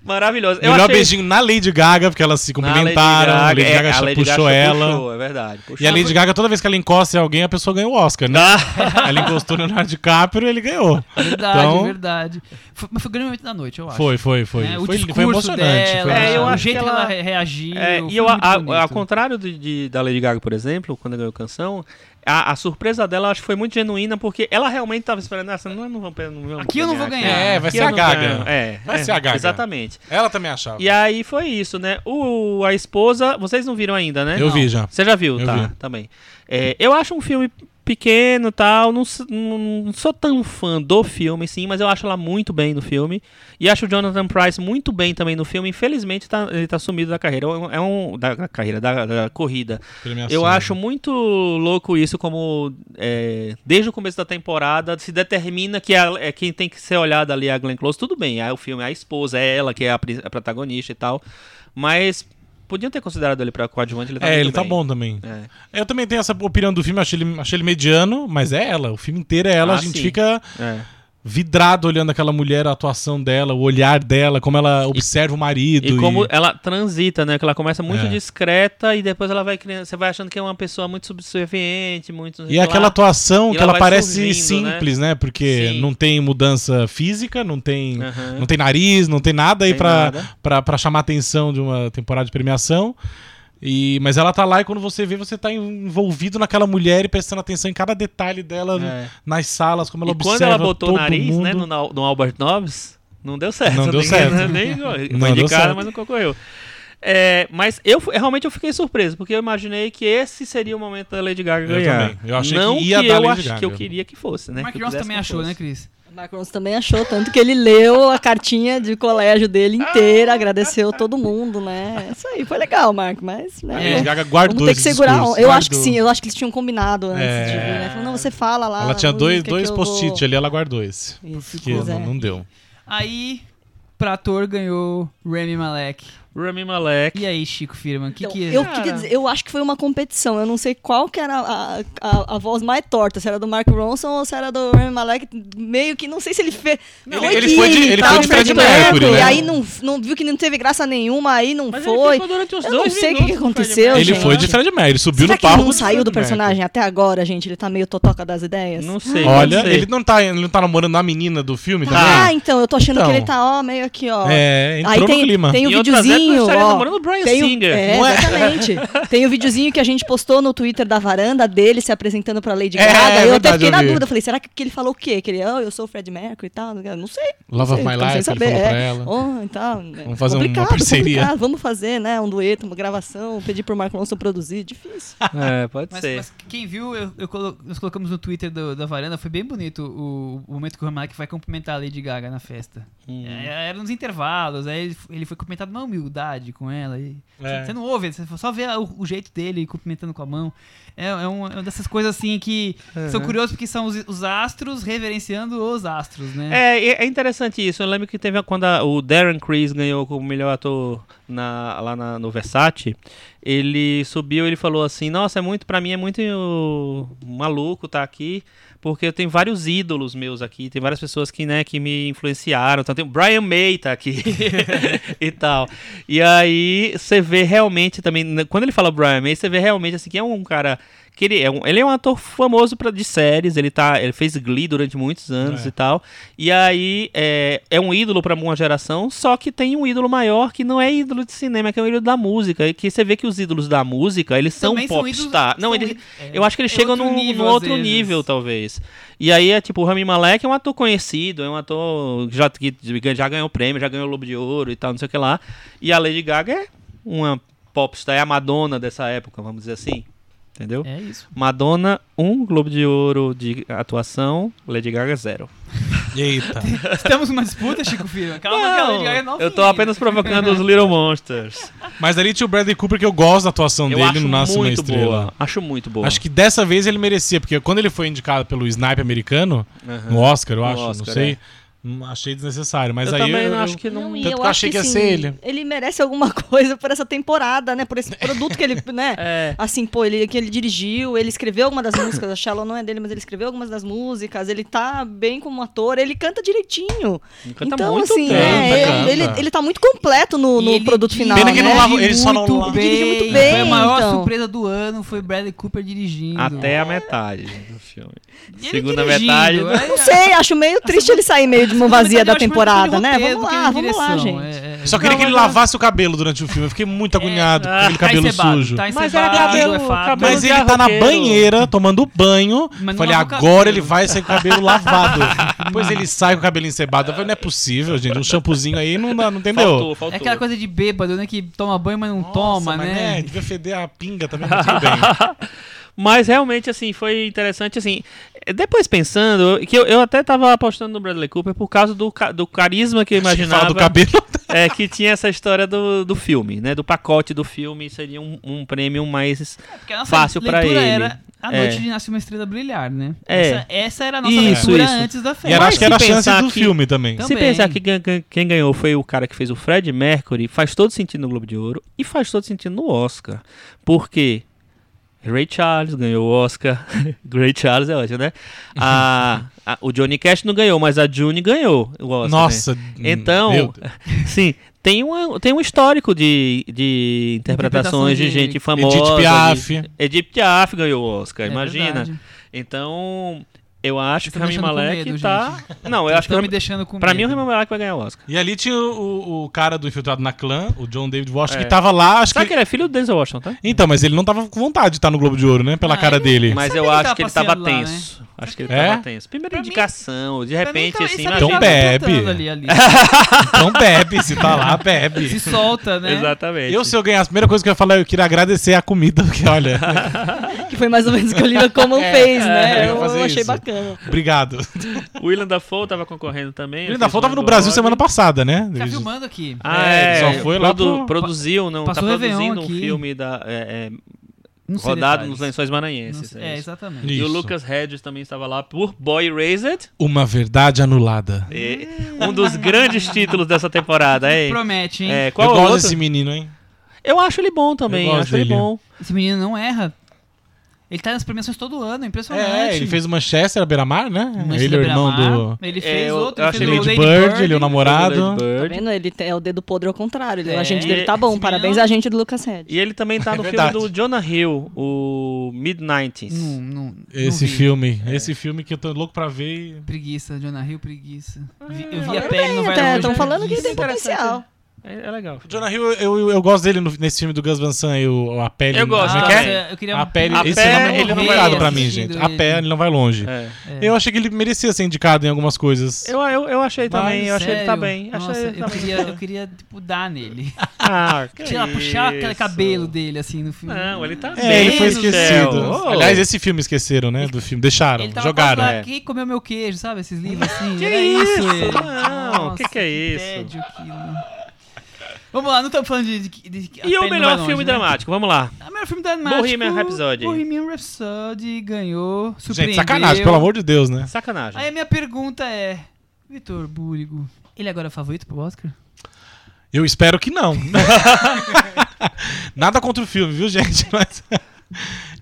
C: Maravilhoso. Eu
E: Melhor
C: achei-
E: beijinho na Lady Gaga, porque elas se
C: Na Lady
E: cumprimentaram. A Lady
C: é,
E: Gaga,
C: a Lady
E: puxou
C: Gaga
E: ela.
C: puxou, é verdade. puxou.
E: E a Lady Gaga, toda vez que ela encosta em alguém, a pessoa ganha o Oscar, né?
C: Ah.
E: Ela encostou no Leonardo DiCaprio e ele ganhou.
B: Verdade,
E: Então-
B: verdade. Foi, mas foi o grande momento da noite, eu acho.
E: Foi, foi, foi.
B: Né, o
E: foi,
B: discurso
E: foi emocionante.
B: Dela,
E: foi
C: É, eu
B: o
E: emocionante.
C: acho
B: jeito
C: que
B: que ela
C: ela-
B: re- reagiu.
C: É,
E: um
B: foi
C: e eu, a,
B: muito
C: a-
B: bonito.
C: ao contrário de, de- da Lady Gaga, por exemplo, quando ganhou canção, a, a surpresa dela acho que foi muito genuína, porque ela realmente tava esperando, ah, não, não vão, não vão
B: Aqui eu não vou ganhar.
E: É, vai
C: Aqui
E: ser
C: eu
E: a
C: não
E: Gaga.
C: ganho. É,
E: Vai
C: é,
E: ser a Gaga.
C: Exatamente.
E: Ela também achava.
C: E aí foi isso, né? O, a esposa, vocês não viram ainda, né?
E: Eu
C: Não.
E: vi já.
C: Você já viu,
E: Eu
C: tá?
E: vi.
C: Também. É, eu acho um filme pequeno e tal. Não, s- não- não sou tão fã do filme, sim, mas eu acho ela muito bem no filme. E acho o Jonathan Price muito bem também no filme. Infelizmente, tá- ele tá sumido da carreira. É um- É um, da, da carreira, da, da corrida.
E: Premiação.
C: Eu acho muito louco isso, como é, desde o começo da temporada se determina que a- é quem tem que ser olhada ali é a Glenn Close. Tudo bem, é o filme, é a esposa, é ela que é a, pri- a protagonista e tal. Mas Podiam ter considerado ele pra coadjuvante, ele tá
E: é,
C: muito
E: ele tá
C: bem.
E: bom também.
C: É.
E: Eu também tenho essa opinião do filme, achei ele, achei ele mediano, mas é ela. O filme inteiro é ela,
C: Ah,
E: a gente
C: sim.
E: fica
C: É.
E: vidrado olhando aquela mulher, a atuação dela, o olhar dela, como ela observa o marido.
C: E como ela transita, né? Que ela começa muito
E: É.
C: discreta e depois ela vai criando. Você vai achando que é uma pessoa muito subserviente, muito. não sei
E: E
C: o que
E: aquela
C: lá.
E: atuação
C: E
E: que
C: ela
E: ela,
C: vai
E: parece
C: surgindo, né?
E: simples, né? Porque
C: Sim.
E: não tem mudança física, não tem,
C: Aham.
E: não tem nariz, não tem nada aí
C: Tem
E: pra,
C: nada.
E: pra, pra chamar atenção de uma temporada de premiação. E, mas ela tá lá e quando você vê, você tá envolvido naquela mulher e prestando atenção em cada detalhe dela
C: É.
E: nas salas, como ela
C: E
E: observa
C: quando ela botou o
E: todo
C: nariz,
E: mundo.
C: né, no, Nau- no Albert Nobbs, não deu certo.
E: Não deu
C: Ninguém-
E: certo.
C: Nem, foi
E: deu
C: indicada,
E: certo.
C: mas não concorreu. É, mas eu fu- realmente eu fiquei surpreso, porque eu imaginei que esse seria o momento da Lady Gaga
E: Eu
C: ganhar.
E: também. Eu achei
C: não
E: que ia dar
C: eu
E: Lady
C: acho
E: Gaga.
C: que eu queria que fosse, né?
B: O Mark
C: que eu
B: Jones
C: quisesse
B: também
C: que
B: achou,
C: fosse.
B: né, Cris?
D: O Mark Ronson também achou, tanto que ele leu a cartinha de colégio dele inteira, agradeceu todo mundo, né? Isso aí, foi legal, Marco, mas.
E: A
B: É.
D: Né,
E: Lady Gaga guardou
D: Vamos ter que
E: esse
D: segurar. um.
E: discurso,
D: eu acho que
E: guardou.
D: sim, eu acho que eles tinham combinado antes
E: É.
D: de vir, né? Falou, não, você fala lá.
E: um. Ela tinha
D: na
E: dois,
D: música que
E: dois
D: eu
E: post-it
D: vou...
E: ali, ela guardou esse.
D: Isso,
E: Porque
D: pois
E: não,
D: é.
E: né? não deu.
B: Aí, pra ator ganhou Remy Malek.
C: Rami Malek.
B: E aí, Chico Firman, o que
D: Então,
B: que... é.
D: eu, que quer dizer, eu acho que foi uma competição. Eu não sei qual que era a, a, a voz mais torta, se era do Mark Ronson ou se era do Rami Malek. Meio que não sei se ele fez.
E: Ele- ele foi de- ele
D: tal, Tipo,
E: foi de Fred Mercury,
D: E
E: né?
D: aí não, não viu que não teve graça nenhuma, aí não
C: Mas ele
D: foi.
C: ficou durante uns
D: Eu
C: dois
D: não sei o que
C: minutos com o
D: que
C: Fred
D: aconteceu,
C: Mercury.
E: ele
D: gente.
E: foi de Fred Mercury, ele subiu
D: Será
E: no
D: que ele
E: palco.
D: não
E: de
D: saiu do
E: Fred Mercury.
D: personagem até agora, gente? Ele tá meio totoca das ideias.
C: Não sei.
E: Olha,
C: não sei.
E: ele não tá, ele não tá namorando a menina do filme
D: Ah,
E: também?
D: então, eu tô achando
E: Então.
D: que ele tá, ó, meio aqui, ó.
C: então.
E: É, entrou
D: Aí
E: no
D: tem,
E: clima.
D: tem o
C: E outras épocas eu
D: videozinho,
C: estaria
D: ó.
C: namorando o Bryan
D: tem o-
C: Singer.
D: É,
E: Não é?
D: exatamente. tem o videozinho que a gente postou no Twitter da varanda dele se apresentando pra Lady
E: É,
D: Gaga. eu
E: é
D: até
E: verdade,
D: fiquei
E: eu
D: na
E: vi.
D: dúvida. Falei, será que que ele falou o quê? Que ele, oh, eu sou o Fred Mercury e tal. Não sei.
E: Love of My
D: então, sem
E: Life, ele
D: saber,
E: falou pra
D: é.
E: ela.
D: Oh, então,
E: Vamos fazer uma
D: complicado,
E: parceria.
D: complicado. Vamos fazer, né? Um dueto, uma gravação, pedir pro Mark Ronson produzir. Difícil.
C: É, pode
B: Mas,
C: ser.
B: mas quem viu, eu- eu colo- nós colocamos no Twitter do- da varanda, foi bem bonito o, o momento que o Rami Malek vai cumprimentar a Lady Gaga na festa.
C: Uhum.
B: É, era nos intervalos, aí ele, f- ele foi cumprimentado na humildade com ela. e-
E: É.
B: Você não ouve, você só vê o, o jeito dele cumprimentando com a mão. É, é um- é uma dessas coisas assim que
C: Uhum.
B: são curiosas porque são os, os astros reverenciando os astros, né?
C: É, e- é interessante isso. Eu lembro que teve a- quando a- o Darren Criss ganhou como melhor ator na- lá na- no Versace. Ele subiu e ele falou assim: Nossa, é muito, pra mim é muito uh, maluco estar aqui, porque eu tenho vários ídolos meus aqui, tem várias pessoas que, né, que me influenciaram. Então, tem o Brian May tá aqui e tal. E aí você vê realmente também, né, quando ele fala Brian May, você vê realmente assim que é um cara que ele é um, ele é um ator famoso pra, de séries, ele tá, ele fez Glee durante muitos anos
E: É.
C: e tal. E aí é, é um ídolo pra uma geração, só que tem um ídolo maior que não é ídolo de cinema, que é um ídolo da música. E que você vê que os ídolos da música, eles são
B: Também são ídolos-
C: popstar. não,
B: são
C: eles,
B: ídolos- é.
C: eu acho que eles
B: É
C: chegam
B: outro
C: num num
B: nível, às
C: outro
B: vezes.
C: nível, talvez. E aí é tipo, o Rami Malek é um ator conhecido, é um ator que já, que já ganhou prêmio, já ganhou o Lobo de Ouro e tal, não sei o que lá. E a Lady Gaga é uma popstar, é a Madonna dessa época, vamos dizer assim. Entendeu?
B: É, isso.
C: Madonna, um Globo de Ouro de atuação, Lady Gaga, zero.
E: Eita.
B: Estamos numa disputa, Chico Filho. Calma, que a Lady Gaga é
C: Não,
B: novinha.
C: eu tô apenas provocando os Little Monsters.
E: Mas ali tinha o Bradley Cooper que eu gosto da atuação
C: Eu
E: dele
C: acho
E: no Nasce uma
C: muito
E: Estrela.
C: boa. Acho muito boa.
E: Acho que dessa vez ele merecia, porque quando ele foi indicado pelo Snipe americano,
C: Aham.
E: no Oscar,
C: É.
E: eu
C: No
E: acho, não
C: Oscar,
E: sei,
C: é.
E: hum, achei desnecessário. Mas
C: eu
E: aí
C: também
E: eu,
C: não acho
E: eu-
C: que assim, não.
E: Tanto que eu achei que ia ser ele.
D: ele merece alguma coisa por essa temporada, né? Por esse produto que ele, né?
C: É.
D: Assim, pô, ele, que ele dirigiu, ele escreveu alguma das músicas, a Shallow não é dele, mas ele escreveu algumas das músicas, ele tá bem como ator, ele canta direitinho.
C: Canta
D: então,
C: tá muito
D: assim,
C: bem.
D: é,
E: Canta,
D: ele-
E: canta.
D: Ele, ele tá muito completo no,
B: E
D: no
B: ele
D: produto
B: dirige
D: final.
E: Pena que não
D: né?
E: lavou- ele só não
B: muito
E: lavou.
B: bem.
D: Dirige muito bem,
B: Foi a maior
D: então.
B: surpresa do ano, foi Bradley Cooper dirigindo.
C: Até a metade do filme.
B: E ele
C: Segunda
B: dirigindo,
C: metade.
B: é.
D: Não sei, acho meio triste ele sair meio de mão vazia da
B: Eu acho mais um filme
D: temporada,
B: de
D: né?
B: roteiro
D: Vamos
B: do que
D: lá,
B: de
D: vamos lá,
B: direção,
D: gente.
B: é, é.
E: Só queria que ele lavasse o cabelo durante o filme. Eu fiquei muito agoniado
D: É.
E: com aquele
B: Tá
E: cabelo
B: encebado,
E: sujo.
B: Tá
C: Mas
B: encebado,
C: era cabelo-
B: é fato.
C: cabelo-
E: Mas
C: de
E: ele tá na
C: arroqueiro.
E: banheira, tomando banho.
B: Mas não
E: falei,
B: lava o
E: agora
B: cabelo."
E: ele vai sair com o cabelo lavado. Depois ele sai com o cabelo encebado. Eu falei, não é possível, gente. Um shampoozinho aí não, dá, não entendeu.
C: Faltou, faltou.
B: É aquela coisa de bêbado, né? Que toma banho, mas não
E: Nossa,
B: toma,
E: mas, é
B: né?
E: Devia feder a pinga também, mas tudo bem.
C: Mas realmente, assim, foi interessante, assim. Depois pensando, que eu, eu até tava apostando no Bradley Cooper por causa do, ca- do carisma que eu
E: Fala
C: imaginava.
E: do cabelo.
C: É, que tinha essa história do, do filme, né? Do pacote do filme, seria um, um prêmio mais
B: É Porque a nossa
C: fácil pra
B: leitura
C: ele.
B: Era, A
C: É.
B: noite de Nasce uma Estrela Brilhar, né?
C: É.
B: Essa, essa era a nossa
C: Isso,
B: leitura
C: isso.
B: antes da
E: E
B: festa.
E: era, acho
C: Mas
E: que era a
C: se
E: chance
C: pensar
E: do
C: que-
E: filme também.
B: Então-
C: Se
B: Também.
C: pensar que gan- gan- quem ganhou foi o cara que fez o Fred Mercury, faz todo sentido no Globo de Ouro e faz todo sentido no Oscar. Porque Ray Charles ganhou o Oscar. Ray Charles é ótimo, né? A- a- o Johnny Cash não ganhou, mas a June ganhou o Oscar. né?
E: Nossa.
C: Então,
E: meu Deus.
C: sim, tem, uma, tem um histórico de, de interpretações de,
B: de
C: gente famosa.
E: Edith
C: de-
E: Piaf.
C: Edith Piaf ganhou o Oscar,
B: É
C: imagina.
B: verdade.
C: Então, eu acho
B: Vocês
C: que
B: tão
C: Rami
B: deixando com
C: Malek
B: medo,
C: tá. Não, eu acho que
B: Estão me
C: Rami-
B: deixando com
C: pra mim o
B: medo.
C: Rami Malek vai ganhar o Oscar.
E: E ali tinha o, o cara do Infiltrado na Clã, o John David Washington,
C: É.
E: que tava lá, acho
C: Sabe que
E: que...
C: ele é filho do Denzel Washington, tá?
E: Então, mas ele não tava com vontade de estar no Globo de Ouro, né? Pela
B: Ah,
E: cara
B: ele-
E: dele.
C: Mas
B: Sabe
C: eu
B: que ele
C: acho
B: tava
C: que ele tava
B: passeando lá, né?
C: tenso. Acho que ele
E: É?
C: tava tenso. Primeira
B: Pra mim-
C: indicação, de
B: Pra mim,
C: repente,
B: tá-
C: assim,
B: sabe,
E: Então
B: já
C: imagina.
B: tá
E: bebe.
B: cantando ali, ali.
E: Então bebe, se tá lá, bebe.
B: Se solta, né?
C: Exatamente.
E: Eu, se eu ganhar, a primeira coisa que eu ia falar, eu queria agradecer a comida, porque olha,
B: é.
D: Que foi mais ou menos o que o Olivia Colman fez,
E: é, eu
D: né?
E: ia
D: Eu,
E: fazer
D: achei
E: isso.
D: bacana.
E: obrigado.
C: O Willem Dafoe tava concorrendo também.
E: Ele
C: fez
E: ainda falou, tava
C: um
E: no
C: blog.
E: Brasil semana passada, né?
B: Tá filmando aqui.
C: Ah,
E: É,
C: é.
E: só foi lá pro-
C: Produziu, não. Tá
B: Passou o Réveillon
C: produzindo um
B: aqui.
C: filme da, é, é,
B: Não sei
C: rodado
B: detalhes.
C: nos lençóis
B: Não
C: maranhenses.
B: sei-
C: é
B: É,
C: isso.
B: exatamente.
E: Isso.
C: E o Lucas Hedges também estava lá por Boy Raised.
E: Uma verdade anulada.
C: E- um dos grandes títulos dessa temporada, hein?
B: Promete, hein?
C: É,
E: eu
C: qual o
E: gosto
C: outro?
E: desse menino, hein?
C: Eu acho ele bom também.
E: Eu gosto
C: acho ele
E: dele.
C: bom.
B: Esse menino não erra. Ele tá nas premiações todo ano, é impressionante.
E: É, ele fez o Manchester, a Beira-Mar, né?
B: Manchester
E: ele é o irmão do...
B: Beira-Mar, Ele
C: É,
B: fez
C: eu-
B: outro,
C: eu
B: ele fez
C: achei
B: o
E: Lady
B: Lady
E: Bird,
B: Bird.
E: ele é o namorado.
C: Lady
D: Tá
C: Bird.
D: vendo? Ele tem- é o dedo podre ao contrário. Ele,
B: É,
D: a gente dele tá
B: esse
D: bom.
B: menino-
D: Parabéns a gente do Lucas Hedges.
C: E ele também tá no filme
E: É verdade.
C: do Jonah Hill, o Mid-90s.
B: Não, não, não
E: Esse
B: vi.
E: filme, esse filme que eu tô louco pra ver. e-
B: Preguiça, Jonah Hill, preguiça. Vi- eu vi a pele, não vai longe.
D: Até
B: né?
D: estão tá, falando que ele tem
B: preguiça.
D: potencial.
C: É, é legal.
E: O Jonah Hill, eu, eu, eu gosto dele no- nesse filme do Gus Van Sant, e o- a pele.
C: Eu gosto
E: Como é
B: Ah,
E: que
C: também.
E: é?
B: eu queria
E: A pele,
C: A
E: esse
C: pé,
E: não é- ele não é
C: morrer
E: indicado pra mim,
B: assistindo
E: gente. A
B: ele.
E: pé, ele não vai longe.
C: É.
B: É.
E: Eu achei que ele merecia ser indicado em algumas coisas.
C: Eu, eu, eu achei também,
B: Mas,
C: eu achei ele tá
B: sério,
C: bem. Achei
B: Nossa,
C: ele tá
B: eu
C: bem.
B: queria, eu queria, tipo, dar nele.
C: Ah, que
B: Sei lá, puxar aquele
C: isso.
B: cabelo dele, assim, no filme.
C: Não, ele tá bem.
E: É, ele foi
C: no
E: esquecido.
C: céu.
E: Aliás, esse filme esqueceram, né? Do filme. Deixaram.
B: Ele tava
E: jogaram.
B: quase lá,
C: é.
B: Quem comeu meu queijo, sabe? Esses livros assim.
C: Que
B: era isso,
C: isso?
B: ele.
C: Não,
B: Nossa,
C: que que é isso?
B: tédio aquilo. Vamos lá, não estamos falando de. de, de- a
C: E
B: pele
C: o
B: não vai
C: melhor
B: longe,
C: filme
B: né?
C: dramático, vamos lá.
B: O melhor filme dramático.
C: Bohemian Rhapsody.
B: Bohemian Rhapsody ganhou. Surpreendeu.
E: Gente, sacanagem, pelo amor de Deus, né?
C: Sacanagem.
B: Aí a minha pergunta é: Vitor Búrigo, ele agora é favorito pro Oscar?
E: Eu espero que não. Nada contra o filme, viu, gente? Mas.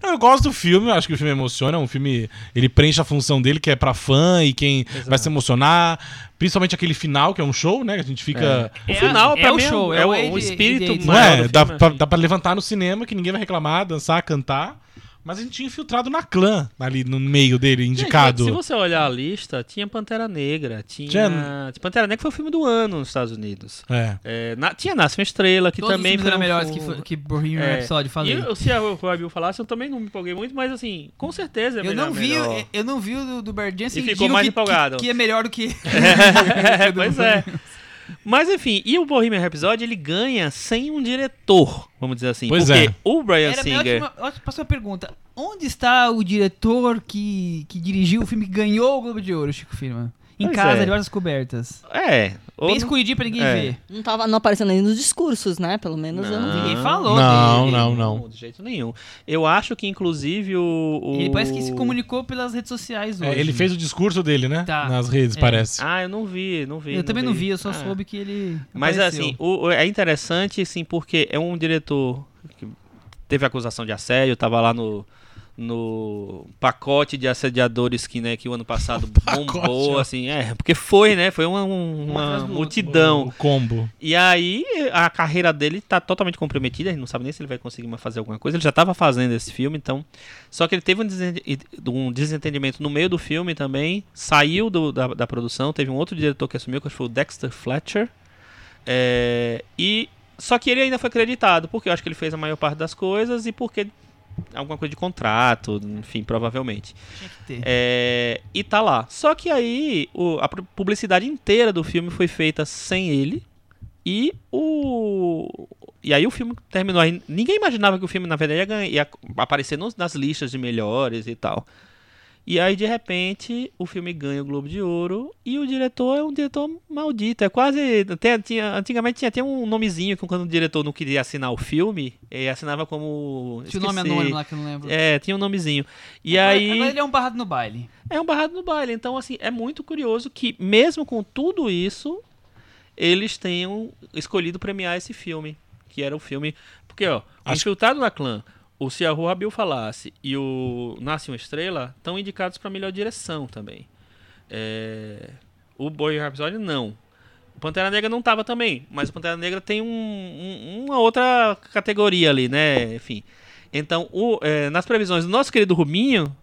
E: Eu gosto do filme, eu acho que o filme emociona, é um filme. Ele preenche a função dele, que é pra fã e quem vai se emocionar. Principalmente aquele final, que é um show, né? Que a gente fica.
C: O
B: É a-
C: final,
B: é
C: pra
B: o
C: mim,
B: show,
C: é,
B: é o
C: o,
B: Age-
C: o espírito
B: Age-
E: Não
C: maior
E: é?
C: do
E: Dá,
C: filme,
E: pra,
C: assim.
E: dá pra levantar no cinema, que ninguém vai reclamar, dançar, cantar. Mas a gente tinha infiltrado na clã, ali no meio dele, indicado.
C: Se você olhar a lista, tinha Pantera Negra, tinha...
E: Tinha-
C: Pantera Negra foi o filme do ano nos Estados Unidos.
E: É.
C: É, na- Tinha Nasce uma Estrela, que
B: Todos
C: também
B: os filmes
C: foi
B: eram
C: um
B: melhores que,
C: filme-
B: fo- que Bohemian
C: É.
B: Rhapsody, falei.
C: E eu, se a Rabil falasse, eu também não me empolguei muito, mas assim, com certeza é
B: Eu
C: melhor.
B: não vi,
C: melhor.
B: eu, eu não vi o do, do Bird Jensen
C: E ficou mais
B: que,
C: empolgado.
B: Que, que é melhor do que.
C: É, pois é. Mas enfim, e o Bohemian Rhapsody, ele ganha sem um diretor, vamos dizer assim.
E: Pois
C: porque
E: é.
C: o Brian
B: Era a minha
C: Singer...
B: ótima, ótima- próxima pergunta. Onde está o diretor que, que dirigiu o filme que ganhou o Globo de Ouro, Chico Firma? Em
C: Pois
B: casa,
C: é.
B: de várias cobertas.
C: É. ou
B: Bem
C: não-
B: escondidinho pra ninguém
C: É.
B: ver.
D: Não, tava, não aparecendo nem nos discursos, né? Pelo menos eu não vi.
C: Ah.
B: Ninguém falou
E: Não,
B: dele.
E: não, não.
C: De jeito nenhum. Eu acho que, inclusive, o... o-
B: Ele parece que se comunicou pelas redes sociais hoje.
E: É, ele fez o discurso dele, né?
B: Tá.
E: Nas redes, parece.
C: Ah, eu não vi, não vi.
B: Eu também não vi, eu só
C: Ah.
B: soube que ele.
C: Mas
B: apareceu.
C: assim, o- o- é interessante, assim, porque é um diretor que teve acusação de assédio, tava lá no, no pacote de assediadores que, né, que o ano passado
E: pacote,
C: bombou,
E: ó.
C: assim, é, porque foi, né? Foi uma, um-
B: Um atrás
C: uma
B: do outro.
E: O
C: multidão.
E: combo.
C: E aí a carreira dele tá totalmente comprometida, a gente não sabe nem se ele vai conseguir mais fazer alguma coisa. Ele já tava fazendo esse filme, então. Só que ele teve um, desen- um desentendimento no meio do filme também, saiu do- da, da produção, teve um outro diretor que assumiu, que acho que foi o Dexter Fletcher. É, e só que ele ainda foi acreditado, porque eu acho que ele fez a maior parte das coisas e porque alguma coisa de contrato, enfim, provavelmente.
B: Tinha que ter.
C: É, e tá lá. Só que aí o- a pu- publicidade inteira do filme foi feita sem ele. E o. E aí o filme terminou. Aí ninguém imaginava que o filme, na verdade, ia, ganhar- ia aparecer nos- nas listas de melhores e tal. E aí, de repente, o filme ganha o Globo de Ouro e o diretor é um diretor maldito. É quase. até tinha, antigamente tinha até um nomezinho que quando o diretor não queria assinar o filme, ele assinava como.
B: Tinha o nome
C: esqueci.
B: anônimo lá que eu não lembro.
C: É, tinha um nomezinho. E
B: Agora-
C: aí.
B: Agora ele é um barrado no baile.
C: É um barrado no baile. Então, assim, é muito curioso que, mesmo com tudo isso, eles tenham escolhido premiar esse filme. Que era um filme. Porque, ó, o
E: Acho-
C: Infiltrado na Clã, o Se a Rua Rabil Falasse e o Nasce uma Estrela estão indicados para melhor direção também. É, O Boi Rhapsody, não. O Pantera Negra não tava também, mas o Pantera Negra tem um- um- uma outra categoria ali, né? Enfim. Então, o- é, nas previsões do nosso querido Rubinho,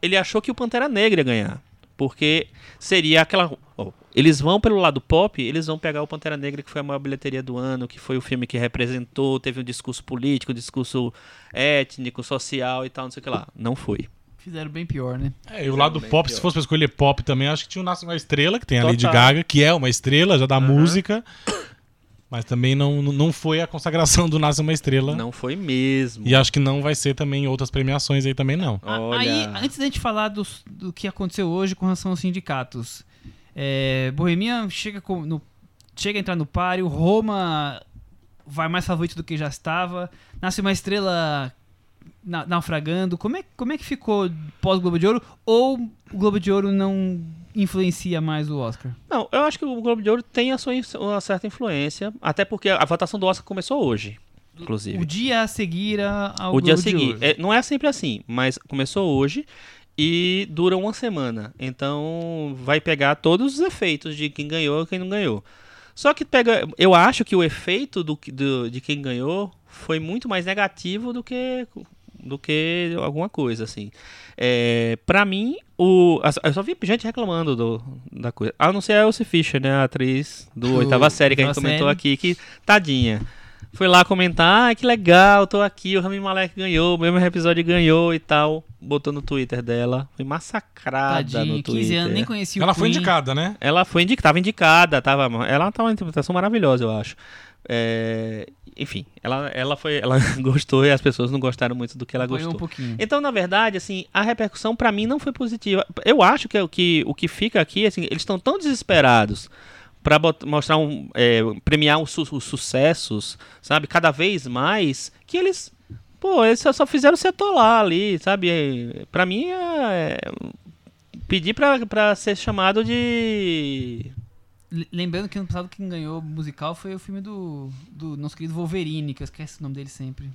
C: ele achou que o Pantera Negra ia ganhar. Porque seria aquela. ó, eles vão pelo lado pop, eles vão pegar o Pantera Negra, que foi a maior bilheteria do ano, que foi o filme que representou, teve um discurso político, um discurso étnico, social e tal, não sei o que lá. Não foi.
B: Fizeram bem pior, né?
E: É, e o lado
C: Bem
E: pop,
C: pior.
E: se fosse pra escolher pop também, acho que tinha o Nasce uma Estrela, que tem a
C: Total.
E: Lady Gaga, que é uma estrela já da música, mas também não, não foi a consagração do Nasce uma Estrela.
C: Não foi mesmo.
E: E acho que não vai ser também em outras premiações aí também, não.
B: A-
C: Olha.
B: Aí, antes da gente falar dos- do que aconteceu hoje com relação aos sindicatos, é, Bohemian chega, com- no- chega a entrar no páreo, Roma vai mais favorito do que já estava, nasce uma estrela na- naufragando. Como é, como é que ficou pós-Globo de Ouro? Ou o Globo de Ouro não influencia mais o Oscar?
C: Não, eu acho que o Globo de Ouro tem a sua in- uma certa influência. Até porque a votação do Oscar começou hoje, inclusive.
B: O dia a seguir a- ao
C: o dia a
B: Globo de
C: seguir.
B: Ouro.
C: É, não é sempre assim, mas começou hoje e dura uma semana. Então vai pegar todos os efeitos de quem ganhou e quem não ganhou. Só que pega, eu acho que o efeito do, que- do- de quem ganhou foi muito mais negativo do que do que alguma coisa assim. É, para mim, o as- eu só vi gente reclamando do- da coisa. A não ser a Elsie Fisher, né, a atriz do
B: Do-
C: oitava série que a gente
B: oitava
C: comentou
B: série.
C: aqui, que tadinha. Foi lá comentar, ah, que legal, tô aqui, o Rami Malek ganhou, o mesmo episódio ganhou e tal. Botou no Twitter dela, foi massacrada no
B: Tadinho, 15
C: Twitter.
B: anos, nem conheci o
E: Ela foi
B: Queen.
E: indicada, né?
C: Ela foi indicada, tava indicada, tava, ela tá uma interpretação maravilhosa, eu acho. É, enfim, ela, ela foi, ela gostou e as pessoas não gostaram muito do que ela
B: Apanhou um
C: gostou.
B: pouquinho.
C: Então, na verdade, assim, a repercussão pra mim não foi positiva. Eu acho que é o que, o que fica aqui, assim, eles estão tão desesperados pra bot- mostrar um, é, premiar os, su- os sucessos, sabe, cada vez mais, que eles, pô, eles só, só fizeram se atolar ali, sabe? É, Pra mim, é, pedir pra, pra ser chamado de
B: L- Lembrando que ano passado quem ganhou musical foi o filme do, do nosso querido Wolverine, que eu esqueço o nome dele sempre.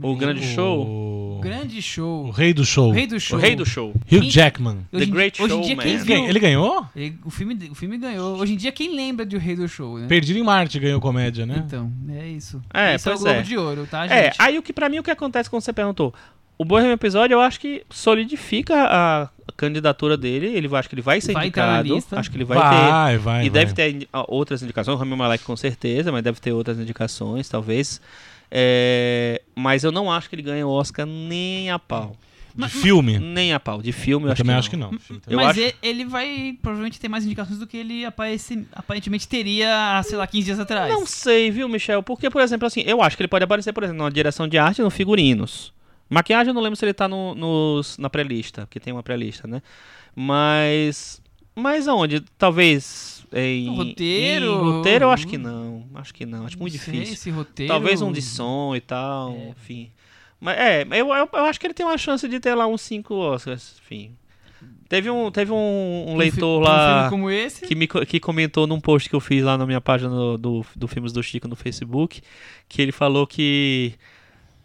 C: o grande show,
E: O...
B: O Grande
E: o
B: show.
E: rei do show.
B: O rei do
C: o
B: show.
C: rei do show.
E: Hugh Jackman.
B: Hoje
C: The
B: em-
C: Great
B: hoje em
C: Show,
B: dia,
C: man.
B: quem
E: Ele,
B: viu-
E: ganhou- ele ganhou?
B: Ele- o, filme, o filme ganhou. Hoje em dia, quem lembra de O Rei do Show, né?
E: Perdido em Marte ganhou comédia, né?
B: Então, é isso.
C: É,
B: Esse é o
C: pois
B: Globo
C: é.
B: de Ouro, tá,
C: É,
B: gente?
C: aí o que pra mim o que acontece quando você perguntou? O Bohemian Episódio, eu acho que solidifica a candidatura dele. Ele vai- acho que ele vai ser
B: Vai entrar na
C: indicado.
B: lista.
C: Acho que ele vai,
E: Vai,
C: ter.
E: vai,
C: e
E: vai.
C: deve ter indi- ah, outras indicações. O Rami Malek com certeza, mas deve ter outras indicações, talvez. É, mas eu não acho que ele ganha o Oscar nem a pau.
E: De filme?
C: Nem a pau. De filme, eu,
E: Eu
C: Hum, acho,
E: também
C: que
E: acho que não.
C: Eu
B: Hum, Mas
C: acho-
B: e- ele vai provavelmente ter mais indicações do que ele aparece- aparentemente teria, sei lá, 15 dias atrás.
C: Não sei, viu, Michel? Porque, por exemplo, assim, eu acho que ele pode aparecer, por exemplo, na direção de arte e no figurinos. Maquiagem eu não lembro se ele tá no, nos, na pré-lista, porque tem uma pré-lista, né? Mas. Mas aonde? Talvez. Em,
B: No roteiro?
C: em roteiro eu acho que não. Acho que não. Acho
B: Não
C: muito
B: sei,
C: difícil.
B: Esse roteiro...
C: Talvez um de som e tal,
B: É.
C: enfim. Mas é, eu, eu, eu acho que ele tem uma chance de ter lá uns cinco Oscars, enfim. Teve um, teve um, um
B: Pra fi-
C: leitor
B: pra Um
C: lá
B: filme como esse?
C: que, me, co- que comentou num post que eu fiz lá na minha página do, do, do Filmes do Chico no Facebook, que ele falou que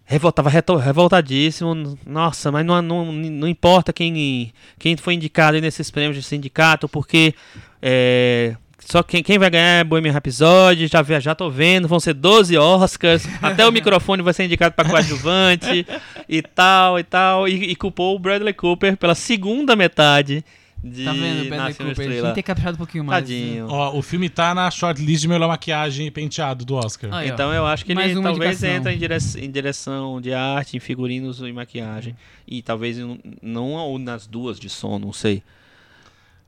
C: revol- tava reto- revoltadíssimo. n- Nossa, mas não, não, não importa quem, quem foi indicado aí nesses prêmios de sindicato, porque é, só quem, quem vai ganhar é Bohemian Rhapsody, já, vi- já tô vendo, vão ser 12 Oscars, até o microfone vai ser indicado pra coadjuvante e tal, e tal. E, e culpou o Bradley Cooper pela segunda metade de
B: Tá vendo, o Bradley
C: Nasce uma
B: Cooper? Ele
C: Estrela.
B: Tinha que ter caprichado um pouquinho mais.
C: Tadinho.
E: Ó, o filme tá na shortlist de melhor maquiagem e penteado do Oscar.
B: Aí, ó.
C: Então eu acho que
B: Mais
C: ele
B: uma
C: talvez
B: indicação.
C: entra em direção, em direção de arte, em figurinos e maquiagem. E talvez em- um, não ou nas duas de som, não sei.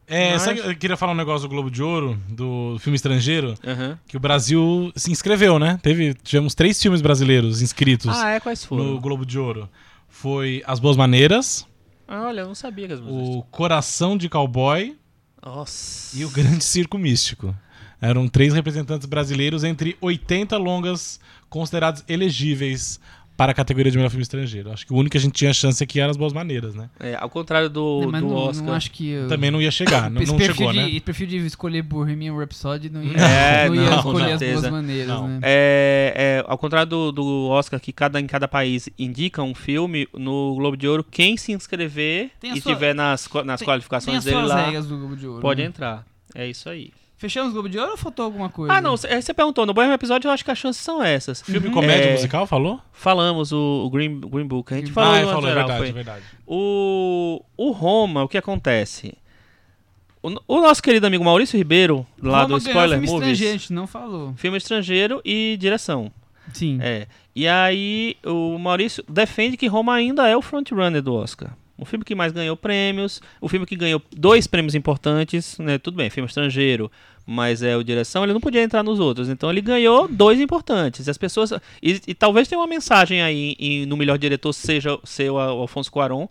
E: É,
C: Mas-
E: sabe, eu queria falar um negócio do Globo de Ouro, do filme estrangeiro,
C: Aham.
E: que o Brasil se inscreveu, né? Teve, tivemos três filmes brasileiros inscritos
C: Ah, é? Quais
E: no
C: foram?
E: Globo de Ouro. Foi As Boas Maneiras,
C: Ah, olha, eu não sabia que as músicas
E: O Coração de Cowboy
C: Nossa.
E: e o Grande Circo Místico. Eram três representantes brasileiros entre 80 longas considerados elegíveis para a categoria de melhor filme estrangeiro. Acho que o único que a gente tinha chance aqui era as boas maneiras, né?
C: É, ao contrário do,
B: Mas
C: do
B: não,
C: Oscar.
B: não acho que. Eu...
E: Também não ia chegar, não,
B: Esse
E: não
B: perfil
E: chegou,
B: de,
E: né?
B: perfil de escolher Bohemian Rhapsody não ia,
C: É,
B: não ia
C: não,
B: escolher
C: com
B: as
C: certeza.
B: boas maneiras,
E: Não.
B: né?
C: É, é, ao contrário do, do Oscar, que cada, em cada país indica um filme, no Globo de Ouro, quem se inscrever
B: Tem a
C: e
B: sua-
C: tiver nas, qua- nas
B: tem- Tem
C: qualificações
B: as
C: dele
B: suas
C: lá,
B: regras do Globo de Ouro.
C: pode
B: né?
C: entrar. É isso aí.
B: Fechamos o Globo de Ouro ou faltou alguma coisa?
C: Ah, não, cê- é, você perguntou, no Bohemian Episódio eu acho que as chances são essas.
E: Filme comédia
C: É,
E: musical, falou?
C: Falamos o, o Green, Green Book, a gente
B: Ah,
C: falou,
E: ah,
C: no
E: é, falou, é
C: geral,
E: verdade,
C: foi.
E: é verdade.
C: O, o Roma, o que acontece? O, no- o nosso querido amigo Maurício Ribeiro, lá
B: Roma
C: do
B: ganhou
C: Spoiler
B: filme
C: Movies,
B: estrangeiro, a gente não falou.
C: filme estrangeiro e direção.
B: Sim.
C: É. E aí o Maurício defende que Roma ainda é o frontrunner do Oscar. O filme que mais ganhou prêmios, o filme que ganhou dois prêmios importantes, né? Tudo bem, filme estrangeiro, mas é o direção, ele não podia entrar nos outros. Então ele ganhou dois importantes. As pessoas e, e talvez tenha uma mensagem aí em- no melhor diretor seja seu Alfonso Cuarón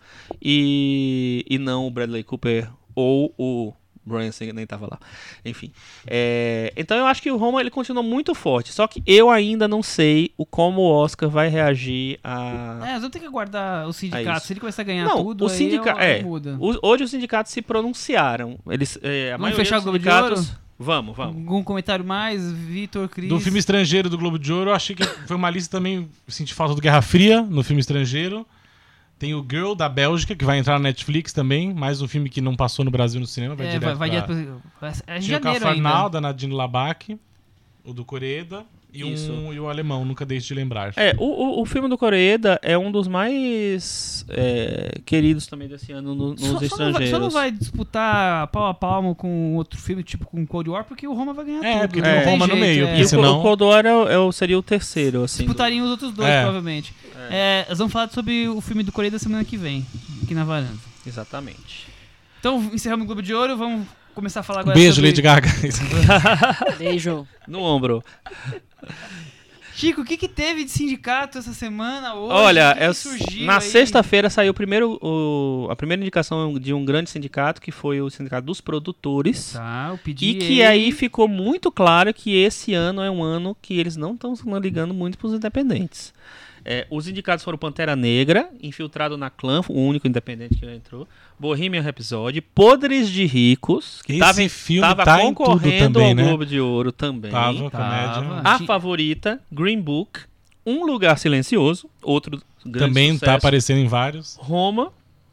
C: e e não o Bradley Cooper ou o Bryan Singer nem tava lá. Enfim. É, então eu acho que o Roma ele continua muito forte. Só que eu ainda não sei o como o Oscar vai reagir a.
B: É, nós vamos ter que aguardar o sindicato.
C: É isso.
B: se ele começar a ganhar
C: Não,
B: tudo,
C: o
B: aí
C: sindica-
B: aí
C: é.
B: muda.
C: Os- hoje os sindicatos se pronunciaram. Eles, é, a
B: Vamos
C: maioria
B: fechar o
C: dos
B: Globo de
C: sindicatos- Vamos, vamos.
B: Algum comentário mais, Vitor, Cris?
E: Do filme estrangeiro do Globo de Ouro, eu achei que foi uma lista também. Senti falta do Guerra Fria no filme estrangeiro. Tem o Girl da Bélgica, que vai entrar na Netflix também. Mais um filme que não passou no Brasil no cinema. Vai
B: É,
E: direto
B: vai, vai
E: pra...
B: direto pra... É em
E: Tinha o
B: janeiro
E: Cafarnal,
B: ainda.
E: da Nadine Labac, o do Coreda e,
C: Isso.
E: um, e o alemão, nunca deixe de lembrar. Um
C: É, o, o, o filme do Coreeda é um dos mais é, queridos também desse ano no- nos
B: Só- só, não vai,
C: estrangeiros.
B: só não vai disputar pau a palmo com outro filme, tipo com Cold War, porque o Roma vai ganhar
E: É,
B: tudo.
E: porque
B: não
E: tem o
B: tem
E: Roma no
B: jeito,
E: meio,
B: é.
C: E o,
E: Esse
C: Co-
E: não.
C: o Cold War é, o- é o- seria o terceiro, assim. do-
B: Disputariam os outros dois,
E: É.
B: provavelmente. É, nós vamos falar sobre o filme do Coreia da semana que vem, aqui na varanda.
C: Exatamente.
B: Então, encerramos o Globo de Ouro, vamos começar a falar agora
E: Beijo,
B: sobre...
E: Lady Gaga.
D: Beijo.
C: No ombro.
B: Chico, o que, que teve de sindicato essa semana? Hoje?
C: Olha,
B: O que que
C: é o-
B: surgiu
C: na
B: aí?
C: sexta-feira saiu o primeiro, o- a primeira indicação de um grande sindicato, que foi o Sindicato dos Produtores.
B: Tá, eu pedi.
C: E que aí ficou muito claro que esse ano é um ano que eles não estão ligando muito para os independentes. É, os indicados foram Pantera Negra, Infiltrado na Clã, o único independente que entrou, Bohemian Rhapsody, Podres de Ricos, que
E: Esse
C: tava, em-
E: filme
C: tava
E: tá em tudo
C: concorrendo
E: também,
C: ao
E: né?
C: Globo de Ouro também.
E: Tava,
B: Tava.
E: comédia.
C: A
B: Ti-
C: favorita, Green Book, Um Lugar Silencioso, outro grande
E: Também
C: sucesso.
E: tá aparecendo em vários.
C: Roma,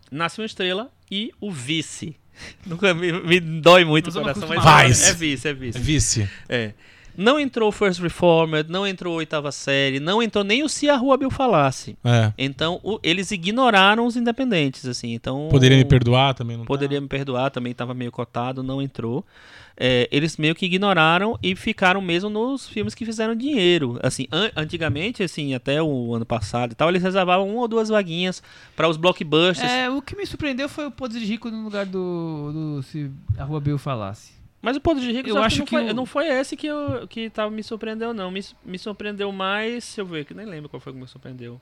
C: Nasce uma Estrela e O Vice. Nunca me, me dói muito
B: Nós
C: o
B: vamos
C: coração, mas
E: acostumar.
C: é
E: Vice.
C: vice, é vice.
E: Vice.
C: É. Não entrou First Reformed, não entrou Oitava Série, não entrou nem o Se a Rua Bill Falasse.
E: É.
C: Então, o- eles ignoraram os independentes, assim. Então,
E: Poderia me perdoar também, não tá?
C: Poderia me perdoar, também estava meio cotado, não entrou. É, eles meio que ignoraram e ficaram mesmo nos filmes que fizeram dinheiro. Assim, an- antigamente, assim, até o ano passado e tal, eles reservavam uma ou duas vaguinhas para os blockbusters.
B: É, o que me surpreendeu foi o Podre de Rico no lugar do, do se a Rua Bill falasse.
C: Mas o Podre de Ricos,
B: Eu
C: eu
B: acho
C: acho, que, não,
B: que
C: foi,
B: o-
C: não foi esse que, eu, que tava, me surpreendeu, não. Me, me surpreendeu mais. Deixa eu ver, que nem lembro qual foi que me surpreendeu.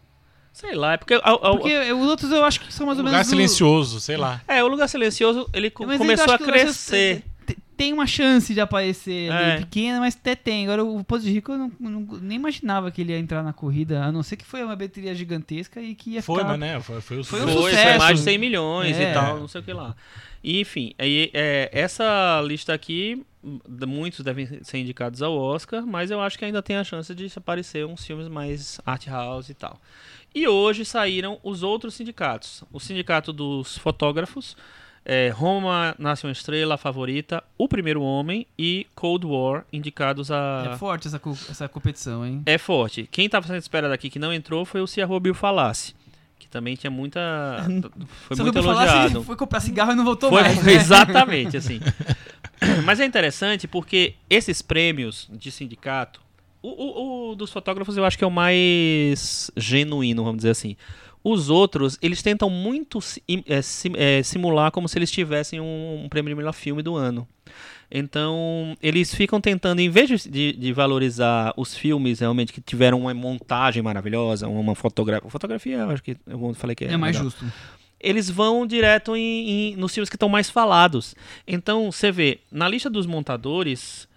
C: Sei lá, é porque. a- a-
B: Porque eh, os outros eu acho que são mais ou
E: Um Lugar
B: menos. do-
E: silencioso, sei lá.
C: É, o Lugar Silencioso, ele co-
B: Mas ainda
C: começou
B: acho
C: a
B: que o Lugar
C: crescer.
B: Silencioso te- Tem uma chance de aparecer ali,
C: É.
B: pequena, mas até tem. Agora o Podre de Rico eu não, não- nem imaginava que ele ia entrar na corrida, a não ser que foi uma bateria gigantesca e que ia
E: Foi,
B: ficar.
E: mas né? Foi, foi o
B: Foi
C: Foi,
B: um
E: sucesso.
C: foi
B: sucesso.
C: mais de 100 milhões
B: É.
C: e tal, não sei o que lá. E, enfim, aí, é, essa lista aqui, m- muitos devem ser indicados ao Oscar, mas eu acho que ainda tem a chance de aparecer uns filmes mais art house e tal. E hoje saíram os outros sindicatos. O sindicato dos fotógrafos, é, Roma Nasce uma Estrela, a favorita, O Primeiro Homem e Cold War, indicados a...
B: É forte essa, co- essa competição, hein?
C: É forte. Quem tava sendo esperado aqui que não entrou foi o Se a Rua Bill Falasse. Que também tinha muita. Foi
B: Só
C: muito
B: que eu vou falar, se ele
C: elogiado.
B: Foi comprar cigarro e não voltou
C: Foi-
B: mais.
C: foi
B: né?
C: exatamente assim. Mas é interessante porque esses prêmios de sindicato, o, o- o dos fotógrafos eu acho que é o mais genuíno, vamos dizer assim. Os outros, eles tentam muito si- im- eh, sim- eh, simular como se eles tivessem um, um prêmio de melhor filme do ano. Então, eles ficam tentando, em vez de- de, de valorizar os filmes realmente que tiveram uma montagem maravilhosa, uma fotografia. Fotografia, eu acho que eu falei que é.
B: É mais
C: legal.
B: justo.
C: eles vão direto em, em- nos filmes que estão mais falados. Então, você vê, na lista dos montadores,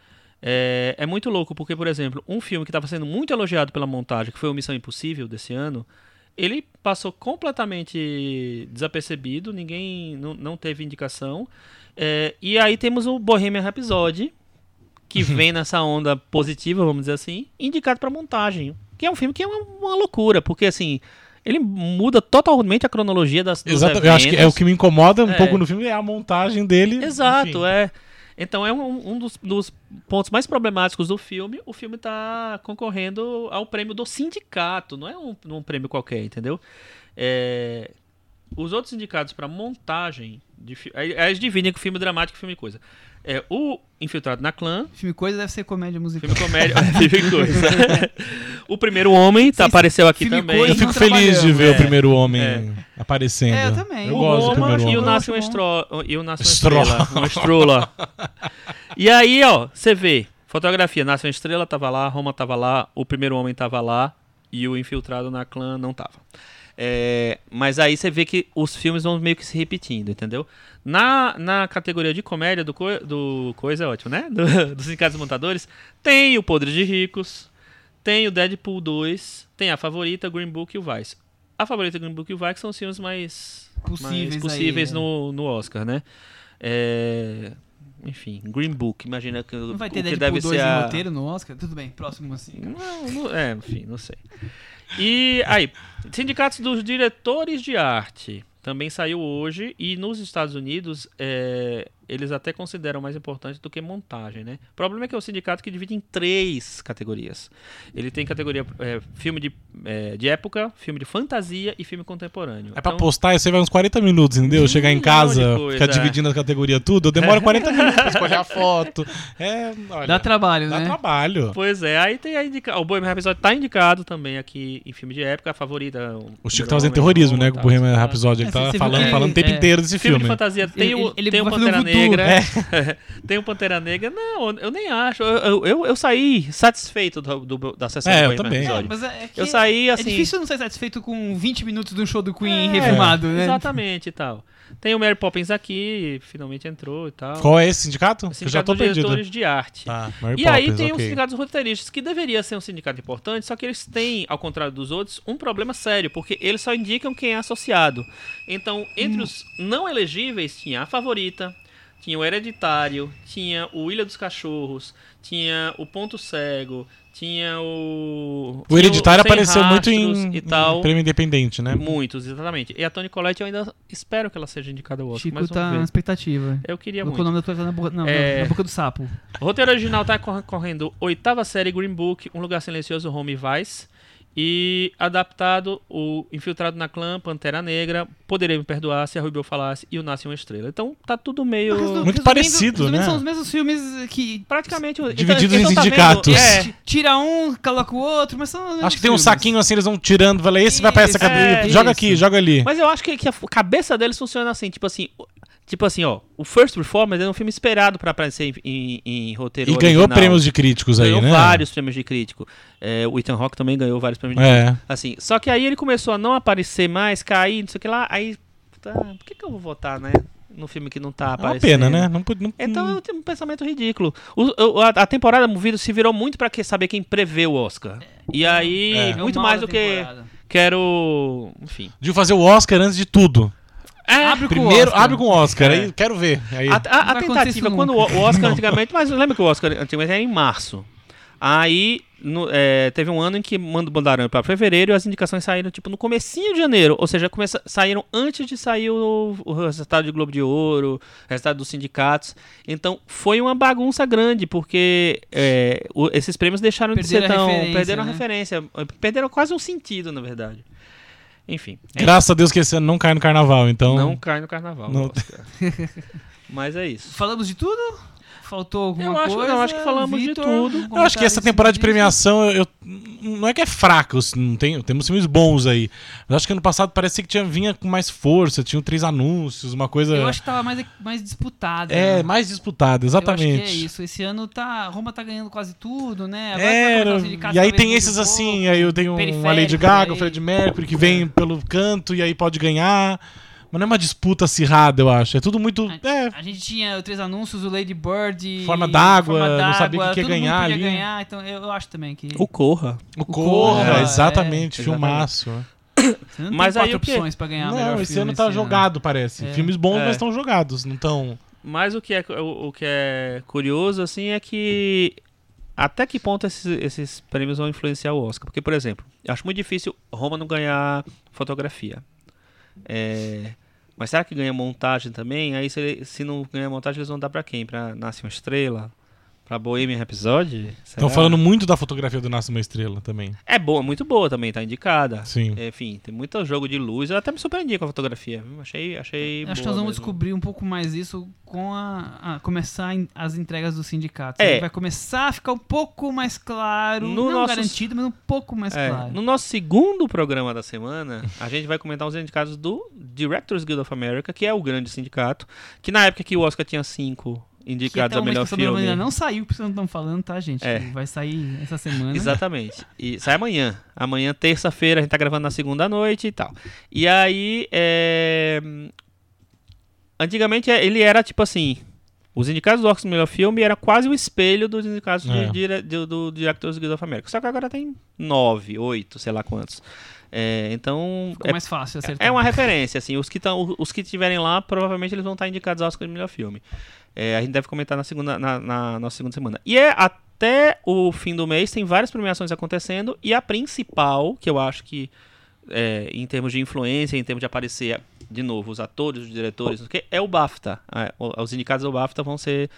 C: é, é muito louco, porque, por exemplo, um filme que estava sendo muito elogiado pela montagem, que foi o Missão Impossível desse ano, ele passou completamente desapercebido, ninguém não, não teve indicação. É, e aí temos o Bohemian Rhapsody, que vem nessa onda positiva, vamos dizer assim, indicado pra montagem. Que é um filme que é uma, uma loucura, porque assim, ele muda totalmente a cronologia das dos
E: Exato, eu acho que é o
C: eventos.
E: que me incomoda um
C: É.
E: pouco no filme é a montagem dele.
C: Exato,
E: enfim.
C: é. Então é um, um dos, dos pontos mais problemáticos do filme. O filme tá concorrendo ao prêmio do sindicato, não é um, um prêmio qualquer, entendeu? É, os outros indicados para montagem. De, fi- aí aí eles dividem com filme dramático e filme coisa. É, o Infiltrado na Clã,
B: Filme coisa deve ser comédia musical.
C: filme comédia. filme coisa. o Primeiro Homem tá,
B: Vocês-
C: apareceu aqui
B: filme
C: também.
B: coisa-
E: Eu fico
B: Nós
E: feliz de
B: trabalhamos,
E: ver
C: é.
E: o primeiro homem
C: É.
E: aparecendo.
B: É, eu também.
E: Eu
C: o
E: gosto do
C: Roma
E: primeiro
C: e o
E: homem.
C: Nasce uma
B: Eu acho
C: Estro... e o Nasce uma
E: Estrola.
C: Estrela. Uma Estrela. E aí, ó, você vê. Fotografia, Nasce uma Estrela tava lá, Roma tava lá, o Primeiro Homem tava lá e o Infiltrado na Clã não tava. É, mas aí você vê que os filmes vão meio que se repetindo, entendeu? Na, na categoria de comédia do, co- do Coisa é ótimo, né? Do, dos Sindicatos dos Montadores, tem o Podre de Ricos, tem o Deadpool 2, tem a favorita, Green Book e o Vice. A favorita Green Book e o Vice são os filmes mais
B: Possíveis
C: mais
B: aí,
C: possíveis
B: é.
C: no, no Oscar, né? É, Enfim, Green Book, imagina que,
B: Não vai
C: o
B: ter
C: que
B: Deadpool
C: deve
B: 2 em
C: ser a...
B: roteiro no Oscar? Tudo bem, próximo assim.
C: Não, não- é, enfim, não sei. E aí, sindicatos dos diretores de arte também saiu hoje e nos Estados Unidos é, eles até consideram mais importante do que montagem, né? O problema é que é um sindicato que divide em três categorias. Ele tem categoria é, filme de, é, de época, filme de fantasia e filme contemporâneo.
E: É pra
C: Então,
E: postar e você vai uns 40 minutos, entendeu? Chegar em
C: milhão um de
E: casa,
C: coisa,
E: ficar
C: é.
E: dividindo a categoria tudo, eu demoro 40 minutos pra escolher a foto. É, olha,
B: Dá trabalho,
E: dá
B: né?
E: trabalho.
C: Pois é, aí tem a indica... o Bohemian Rhapsody tá indicado também aqui em filme de época, a favorita.
E: O Chico
C: primeiro
E: tá fazendo
C: homem,
E: terrorismo,
C: Roma,
E: né? Com o
C: tal,
E: Bohemian
C: tal, tal.
E: Rhapsody. Ele
B: É,
E: tá
B: você viu
E: falando,
B: que-
E: falando o tempo
B: é.
E: inteiro desse
C: Filme, de
E: filme.
C: fantasia. Tem o,
B: Ele- ele
C: tem o
B: vai fazer um
C: Pantera
B: voodoo.
C: Negra.
B: É.
C: tem o Pantera Negra. Não, eu nem acho. Eu, eu, eu- eu saí satisfeito do, do- da sessão
E: É,
C: do
E: eu
C: Bohemian
E: também.
C: Rhapsody.
B: Mas é que
C: Eu saí assim.
B: É difícil não ser satisfeito com 20 minutos do show do Queen
C: É,
B: refilmado, né?
C: Exatamente e tal. Tem o Mary Poppins aqui, finalmente entrou e tal.
E: Qual é esse sindicato?
C: Sindicato
E: Eu já tô
C: dos
E: perdido. né?
C: Diretores de Arte.
E: Tá, Mary
C: e aí
E: Poppins,
C: tem um os
E: ok.
C: sindicatos roteiristas, que deveria ser um sindicato importante, só que eles têm, ao contrário dos outros, um problema sério, porque eles só indicam quem é associado. Então, entre os não elegíveis, tinha a favorita, tinha o hereditário, tinha o Ilha dos Cachorros, tinha o Ponto Cego, tinha o.
E: O
C: tinha
E: Hereditário
C: Sem
E: apareceu muito
C: Rastros
E: em,
C: E tal.
E: em prêmio independente, né?
C: Muitos, exatamente. E a Tony Collette eu ainda espero que ela seja indicada ao Oscar,
B: Chico
C: mas vamos
B: tá na
C: ver.
B: expectativa.
C: Eu queria
B: Colocou
C: muito.
B: o nome da tua tá na boca, não,
C: É.
B: na boca do sapo.
C: O roteiro original tá corre- correndo oitava série Green Book, Um Lugar Silencioso, Home e Vice. E adaptado o Infiltrado na Clã, Pantera Negra, Poderei Me Perdoar, Se a Rubio Falasse e O Nasce Uma Estrela. Então tá tudo meio...
B: Mas, resumindo-
E: Muito
B: resumindo-
E: parecido,
B: resumindo,
E: né?
B: São os mesmos filmes que
C: Praticamente... então-
E: Divididos em
C: então tá
E: sindicatos.
C: vendo- é,
B: tira um, coloca o outro, mas são os mesmos
E: Acho que tem um
B: filmes.
E: saquinho assim, eles vão tirando, fala, esse vai pra essa
B: Isso,
E: cadeia,
C: é,
E: joga
B: isso.
E: aqui, joga ali.
C: mas eu acho que, que a f- cabeça deles funciona assim, tipo assim... o- Tipo assim, ó, o First Reformers é um filme esperado pra aparecer em, em- em roteiro
E: E ganhou
C: original.
E: prêmios de críticos aí,
C: ganhou
E: né?
C: vários prêmios de crítico. É, o Ethan Hawke também ganhou vários prêmios de
E: É.
C: Assim, só que aí ele começou a não aparecer mais, cair, não sei o que lá. Aí, tá, por que, que eu vou votar, né? No filme que não tá
E: É uma
C: aparecendo.
E: pena, né? Não, pude- não,
C: Então eu tenho um pensamento ridículo. O- o- a, a temporada Movido se virou muito pra que- saber quem prevê o Oscar. E aí,
E: É.
B: É o
C: muito
B: mal
C: mais
B: da
C: do que
B: temporada.
C: quero. Enfim.
E: de fazer o Oscar antes de tudo. Ah,
B: Abre com o
E: Primeiro,
B: Oscar.
E: abre com o Oscar,
C: É.
E: aí quero ver. Aí,
C: A, a- a
B: Não vai acontecer
C: tentativa,
B: isso
C: quando o o Oscar antigamente, mas lembra que o Oscar antigamente era em março. Aí no- é, teve um ano em que mand- mandaram para fevereiro e as indicações saíram tipo no comecinho de janeiro, ou seja, começa- saíram antes de sair o, o resultado de Globo de Ouro, o resultado dos sindicatos. Então foi uma bagunça grande porque é, o- esses prêmios deixaram
B: Perderam
C: de
B: a
C: ser tão
B: referência,
C: perderam a
B: né?
C: referência, perderam quase um sentido na verdade. Enfim, é
E: graças a Deus que esse ano não cai no carnaval, então.
C: não cai no carnaval.
E: Não-
C: o Oscar. Mas é isso.
B: Falamos de tudo? Faltou alguma
C: Eu acho-
B: coisa?
C: não, acho que falamos de
B: Vitor,
C: tudo.
B: um
E: Eu acho que essa
B: comentário
E: temporada de
B: sobre isso?
E: premiação, eu, eu- não é que é fraca, eu- não tem, temos filmes bons aí. Mas acho que ano passado parecia que tinha, vinha com mais força, tinham três anúncios, uma coisa.
B: Eu acho que tava mais, mais disputada.
E: É, mais disputada,
B: Eu
E: exatamente.
B: acho que é isso. Esse ano tá. Roma tá ganhando quase tudo, né? Agora
E: É,
B: vai começar os sindicatos,
E: e aí
B: talvez
E: tem
B: mude um
E: esses
B: pouco.
E: assim, aí eu tenho uma
B: periféricos
E: Lady Gaga, o
B: aí.
E: Fred Mercury que vem pelo canto e aí pode ganhar. Mas não é uma disputa acirrada, eu acho. É tudo muito.
B: A,
E: É,
B: a gente tinha três anúncios, o Lady Bird. e-
E: Forma d'água,
B: Forma
E: não sabia
B: d'água,
E: o que que ia
B: todo mundo
E: ganhar
B: podia
E: ali.
B: ganhar, então eu, eu acho também que.
C: O Corra.
E: o
B: Corra,
E: Corra,
B: é.
E: exatamente, filmaço.
B: Você não
C: Mas
B: tem
C: aí
B: quatro
C: o quê?
B: opções pra ganhar o melhor
E: Não, esse
B: filme
E: ano tá jogado, parece.
B: É.
E: Filmes bons,
C: É.
E: mas estão jogados. Não tão.
C: Mas o que é, o, o que é curioso, assim, é que até que ponto esses, esses prêmios vão influenciar o Oscar? Porque, por exemplo, eu acho muito difícil Roma não ganhar fotografia. É, mas será que ganha montagem também? Aí se, ele- se não ganhar montagem, eles vão dar pra quem? Pra Nasce uma Estrela? Pra Bohemian Rhapsody?
D: Tá
C: Será?
E: Estão falando muito da fotografia do Nasce uma Estrela também.
C: É boa, muito boa também, tá
D: É.
C: indicada.
E: Sim.
C: Enfim, tem muito jogo de luz. Eu até me surpreendi com a fotografia. viu? Achei, achei
B: Acho que
C: boa
B: nós vamos
C: mesmo.
B: descobrir um pouco mais isso com a, a- começar em- as entregas do sindicato.
C: É.
B: Vai começar a ficar um pouco mais claro,
C: No
B: não
C: nosso-
B: garantido, mas um pouco mais
C: É,
B: claro.
C: No nosso segundo programa da semana, a gente vai comentar os indicados do Directors Guild of America, que é o grande sindicato, que na época que o Oscar tinha cinco
B: Que até
C: indicados
B: o
C: a
B: momento
C: é melhor
B: que o Sobrevivente ainda
C: filme.
B: não saiu, porque vocês não estão falando, tá, gente?
C: É.
B: Vai sair essa semana.
C: Exatamente. E sai amanhã. Amanhã, terça-feira, a gente tá gravando na segunda à noite e tal. E aí, é... antigamente é, ele era tipo assim: os indicados do Oscar do melhor filme era quase o espelho dos indicados de-
E: É.
C: dire- do, do Directors Guild of America. Só que agora tem nove, oito, sei lá quantos. É, então,
B: Ficou
C: é
B: mais fácil acertar. um
C: é uma referência, assim. Os que, tão, os que tiverem lá, provavelmente eles vão estar indicados ao Oscar de melhor filme. É, a gente deve comentar na, segunda, na, na nossa segunda semana. E é até o fim do mês, tem várias premiações acontecendo. E a principal, que eu acho que, é, em termos de influência, em termos de aparecer, de novo, os atores, os diretores, não sei o quê, é o BAFTA. Ah, o- Os indicados ao BAFTA vão ser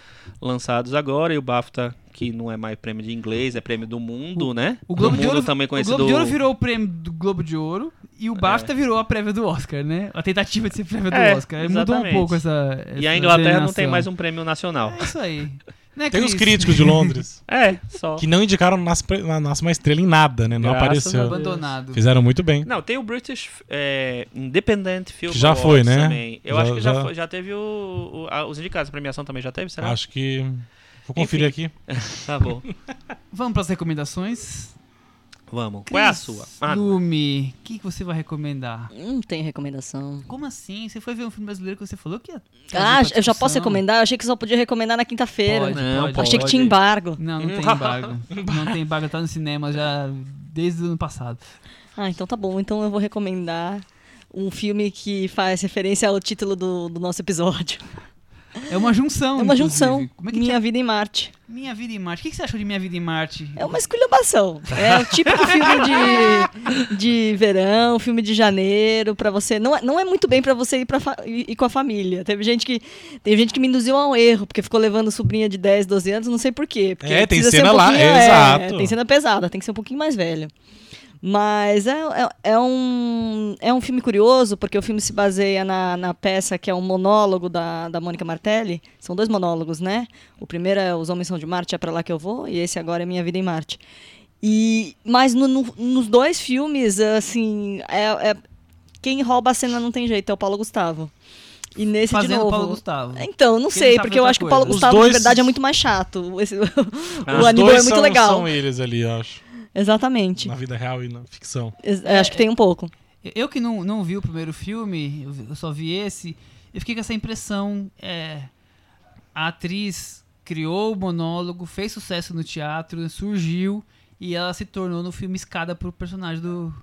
C: lançados agora. E o BAFTA, que não é mais prêmio de inglês, é prêmio do mundo, né?
B: O Globo,
C: do
B: de
C: mundo
B: Ouro,
C: também
B: o
C: conhecido...
B: Globo de Ouro virou o prêmio do Globo de Ouro e o BAFTA virou a prévia do Oscar, né? A tentativa de ser prévia do
C: É,
B: Oscar. Ele Mudou um
C: exatamente.
B: pouco essa.
C: E
B: essa
C: a Inglaterra não tem
B: denominação.
C: mais um prêmio nacional.
B: É isso aí. Né,
E: Tem os
B: Cris?
E: críticos de Londres
C: É, só.
E: que não indicaram Nasce, na- Nasce uma Estrela em nada, né? Não
C: Graças a
E: apareceu.
C: Deus.
B: Tá Abandonado.
E: Fizeram muito bem.
C: Não, tem o British é, Independent Film
E: Que já
C: Awards
E: foi, né?
C: Também. Eu
E: Já-
C: acho que já,
E: já-
C: foi- já teve o, o- a- os indicados. A premiação também já teve,
D: tá.
C: será?
E: Acho que. Vou conferir aqui.
C: Tá bom.
B: Vamos para as recomendações.
C: Vamos. Qual é a
B: Cris
C: sua? Ah,
B: Lume, o que, que você vai recomendar?
D: Não tem recomendação.
B: Como assim? Você foi ver um filme brasileiro que você falou que ia. trazer
D: Ah,
B: pra
D: eu já posso
B: discussão?
D: recomendar? Eu achei que só podia recomendar na
B: Tá Pode, né?
D: quinta-feira.
C: não,
B: pode.
D: Achei que tinha embargo.
B: Não, não tem embargo. não tem embargo, tá no cinema já desde o ano passado.
D: Ah, então tá bom. Então eu vou recomendar um filme que faz referência ao título do, do nosso episódio.
B: É uma junção.
D: é uma
B: inclusive.
D: junção.
B: Como é que
D: Minha Vida em
B: tinha-
D: Marte.
B: Minha Vida em Marte. O que que você achou de Minha Vida em Marte?
D: É uma esculhambação. É o típico filme de, de verão, filme de janeiro, para você. Não é, não é muito bem pra você ir, pra fa- ir- ir com a família. Teve gente que teve gente que me induziu ao erro, porque ficou levando sobrinha de 10, 12 anos, não sei por quê. Porque
E: É, tem
D: precisa ser um
E: cena lá,
D: pouquinho- é,
E: exato.
D: tem cena pesada, tem que ser um pouquinho mais velho. Mas é, é, é um, é um filme curioso, porque o filme se baseia na, na peça que é um monólogo da, da Mônica Martelli. São dois monólogos, né? O primeiro é Os Homens São de Marte, é pra lá que eu vou, e esse agora é Minha Vida em Marte. E, mas no- no- nos dois filmes, assim, é, é- quem rouba a cena não tem jeito, é o Paulo Gustavo. E nesse de
B: Fazendo
D: novo.
B: Paulo Gustavo.
D: Então, não
B: Porque ele
D: sei,
B: tá
D: porque eu
B: outra
D: acho que o Paulo
B: coisa.
E: Os
D: Gustavo,
E: dois-
D: na verdade, é muito mais chato. Esse- o
E: Ah, Os
D: Aníbal
E: dois
D: é muito
E: são,
D: legal.
E: são Ah. eles ali, eu acho.
D: Exatamente.
E: Na vida real e na ficção.
D: Ex- é, acho que tem um pouco.
B: Eu que não, não vi o primeiro filme, eu vi- eu só vi esse, eu fiquei com essa impressão. é, a atriz criou o monólogo, fez sucesso no teatro, surgiu e ela se tornou no filme escada pro personagem do.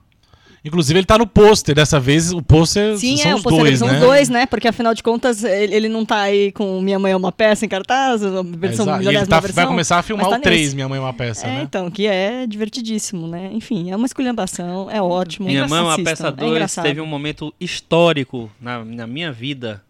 E: Inclusive, ele tá no pôster. Dessa vez, o pôster
D: Sim,
E: são
D: é,
E: os
D: o pôster
E: dois,
D: são
E: né?
D: os dois, né? Porque afinal de contas, ele, ele não tá aí com Minha Mãe é uma peça em cartaz, a
E: É,
D: versão
E: exato. E ele
D: milionésima
E: tá-
D: versão.
E: vai começar a filmar
D: mas tá
E: o 3,
D: nesse.
E: Minha Mãe é uma peça,
D: é,
E: né?
D: então, que é divertidíssimo, né? Enfim, é uma esculhambação, é ótimo.
C: Minha mãe é uma
D: assistam,
C: peça
D: é
C: 2.
D: engraçado.
C: teve um momento histórico na, na minha vida,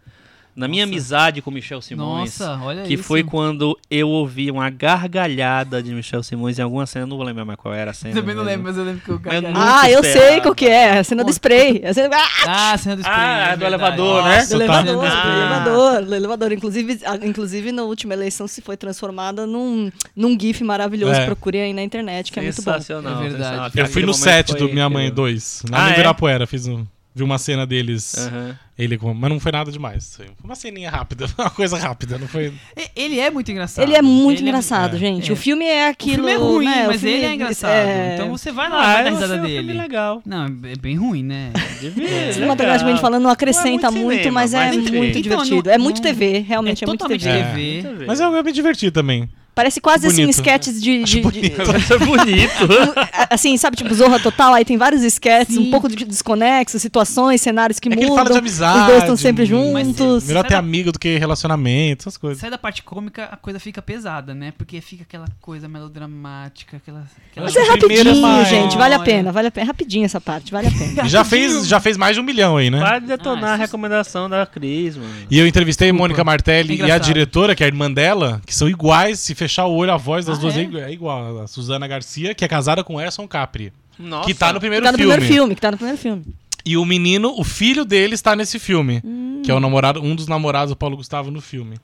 C: na minha amizade com Michel Simões.
B: Nossa,
D: é
B: olha
C: Que
B: isso.
C: foi quando eu ouvi uma gargalhada de Michel Simões em alguma cena, não vou lembrar mais qual era a cena.
B: Também não
C: mesmo.
B: lembro, mas eu lembro que o
C: Mas eu
B: cara.
C: não-
D: Ah, eu
C: esperava.
D: sei qual que é, a cena do spray. A cena... Ah!
B: Ah, a cena do spray,
C: Ah,
B: é
C: do
B: verdade.
C: elevador, né?
D: Do
E: Nossa, tá-
D: elevador,
C: Ah.
D: do elevador, do elevador. Inclusive, a- inclusive, na última eleição se foi transformada num, num GIF maravilhoso.
E: É.
D: Procurem aí na internet, que é muito bom.
C: Sensacional.
B: É verdade.
C: sensacional.
E: Eu
C: Aquele
E: fui no
C: momento
E: set
C: foi
E: do Minha Mãe
C: incrível.
E: 2,
C: Ah,
E: lá
C: é?
D: É.
E: no Ibirapuera. Fiz um, vi uma cena deles
C: Aham.
E: Ele, com- mas não foi nada demais. assim. Foi uma ceninha rápida, uma coisa rápida, não foi.
B: E- Ele é muito engraçado.
D: Ele é muito
B: Ele
D: engraçado, gente.
B: é.
D: O filme é
B: O
D: aquilo.
B: filme é ruim,
D: né, o
B: mas
D: filme
B: ele é engraçado.
D: é,
B: Então você vai lá,
C: Ah,
B: vai dar
C: eu achei
B: risada
C: um filme
B: dele.
C: legal.
B: Não, é bem ruim, né?
C: Devia,
D: Cinematograficamente falando, não acrescenta
C: é Não é muito
D: muito,
C: cinema,
D: mas é
C: mas
D: muito
C: entrei. Então,
D: divertido.
B: não-
D: é muito
B: não-
D: TV, realmente é, muito
B: totalmente
D: TV.
B: TV.
C: Muito bem.
E: Mas eu, eu me diverti também.
D: Parece quase assim,
E: Bonito.
D: esquetes de. de- de-
C: Isso é bonito.
D: assim, sabe, tipo Zorra Total, aí tem vários esquetes,
B: Sim.
D: um pouco de desconexo, situações, cenários que
E: é que ele
D: mudam.
E: fala de amizade.
D: os dois estão sempre juntos.
E: Melhor ter
B: Será-
E: amigo do que relacionamento, essas coisas.
B: Sai da parte cômica, a coisa fica pesada, né? Porque fica aquela coisa melodramática, aquela. aquela...
D: Mas é
E: Acho que primeiro
D: rapidinho,
E: é mais-
D: gente. Vale a
B: Olha.
D: pena, vale a pena. É rapidinho essa parte, vale a pena.
E: E já fez, já fez mais de um milhão aí, né?
C: Para de detonar
B: Ah,
C: a
B: isso-
C: recomendação da Cris, mano.
E: E eu entrevistei
B: Desculpa.
E: Mônica Martelli e a
B: Engraçado.
E: diretora, que é a irmã dela, que são iguais. Se fechar o olho, a voz das
B: Ah,
E: duas
B: é?
E: é igu- é igual. A Suzana Garcia, que é casada com Erson Capri,
C: Nossa.
E: que tá no primeiro
D: tá no
E: filme.
D: primeiro filme, que tá no primeiro filme.
E: E o menino, o filho dele, está nesse filme, que é o namorado, um dos namorados do Paulo Gustavo no filme.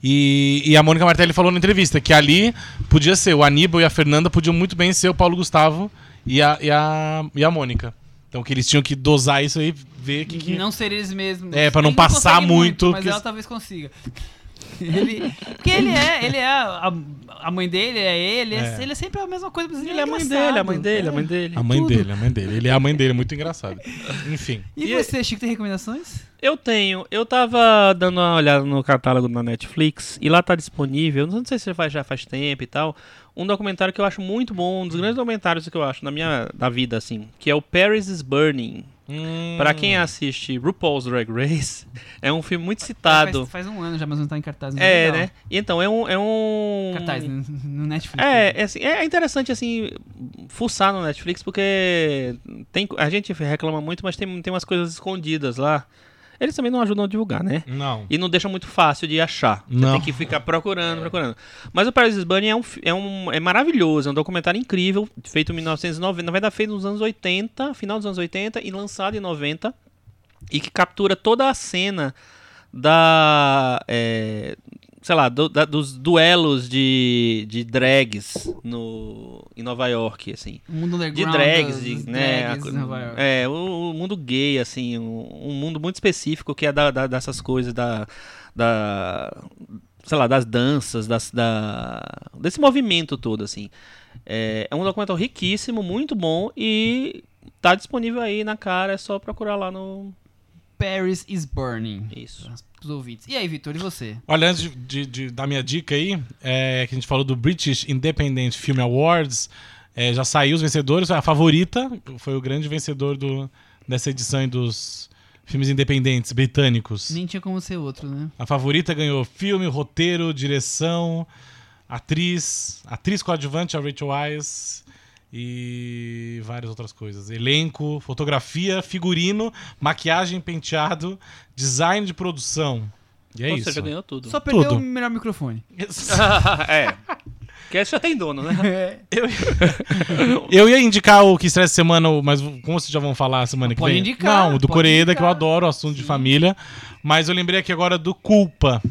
E: E, e a Mônica Martelli falou na entrevista que ali podia ser o Aníbal e a Fernanda podiam muito bem ser o Paulo Gustavo e a, e a, e a Mônica. Então que eles tinham que dosar isso aí, ver que, que
B: Não ser eles mesmos.
E: É, pra não
B: Ele
E: passar
B: consegue
E: muito,
B: Mas
E: que-
B: ela talvez consiga. Ele, porque ele é, ele é a, a mãe dele, é ele, é-
E: É.
B: ele é sempre a mesma coisa, mas ele,
C: Ele é a mãe
B: engraçado.
C: dele, a mãe dele, a mãe dele.
E: A mãe
B: Tudo.
E: dele, a mãe dele. Ele é a mãe dele, muito engraçado. Enfim.
B: E,
C: E-
B: você, Chico, tem recomendações?
C: Eu tenho. Eu tava dando uma olhada no catálogo da Netflix e lá tá disponível, não sei se faz, já faz tempo e tal, um documentário que eu acho muito bom, um dos grandes documentários que eu acho na minha da vida, assim, que é o Paris is Burning.
E: Hum,
C: Pra quem assiste RuPaul's Drag Race, é um filme muito
E: Tá,
C: citado.
B: Faz, faz um ano já, mas não tá em cartaz. mas
C: É,
B: legal.
C: né? Então, é um... É um...
B: Cartaz né? no, no Netflix.
C: É, é, assim, é interessante, assim, fuçar no Netflix, porque tem, a gente reclama muito, mas tem, tem umas coisas escondidas lá. Eles também não ajudam a divulgar, né?
E: Não.
C: E não deixa muito fácil de achar. Você
E: Não.
C: tem que ficar procurando, procurando. Mas o Paris is Burning é, um, fi- é, um, é maravilhoso, é um documentário incrível, feito em 1990, na verdade feito nos anos 80, final dos anos 80 e lançado em 90, e que captura toda a cena da... é, sei lá, do- da- dos duelos de, de drags no, em Nova York, assim
B: O mundo
C: de
B: underground.
C: drags,
B: dos-
C: de,
B: dos
C: né?
B: drags
C: a-
B: em Nova York.
C: é, o, o mundo gay, assim, um, um mundo muito específico que é da, da- dessas coisas, da, da. sei lá, das danças, das, da, desse movimento todo, assim. É, é um documentário riquíssimo, muito bom e tá disponível aí na cara, é só procurar lá no.
B: Paris is Burning.
C: Isso.
B: Os ouvintes. E aí, Vitor, e você?
E: Olha, antes de, de- de dar minha dica aí, é, que a gente falou do British Independent Film Awards, é, já saiu os vencedores, a favorita foi o grande vencedor do- dessa edição aí dos filmes independentes britânicos.
B: Nem tinha como ser outro, né?
E: A favorita ganhou filme, roteiro, direção, atriz, atriz coadjuvante, a Rachel Weisz e várias outras coisas. Elenco, fotografia, figurino, maquiagem, penteado, design de produção. E é
C: Ou
E: isso.
C: seja, ganhou tudo.
B: Só perdeu
E: Tudo.
B: o melhor microfone.
C: é. Porque esse já tem dono, né?
B: É.
E: Eu ia indicar o que estresse essa semana, mas como vocês já vão falar a semana que
B: Ah, Pode
E: vem?
B: indicar,
E: Não, o do
B: pode
E: Coreeda, que eu
B: indicar.
E: adoro, o assunto de família. Mas eu lembrei aqui agora do Culpa,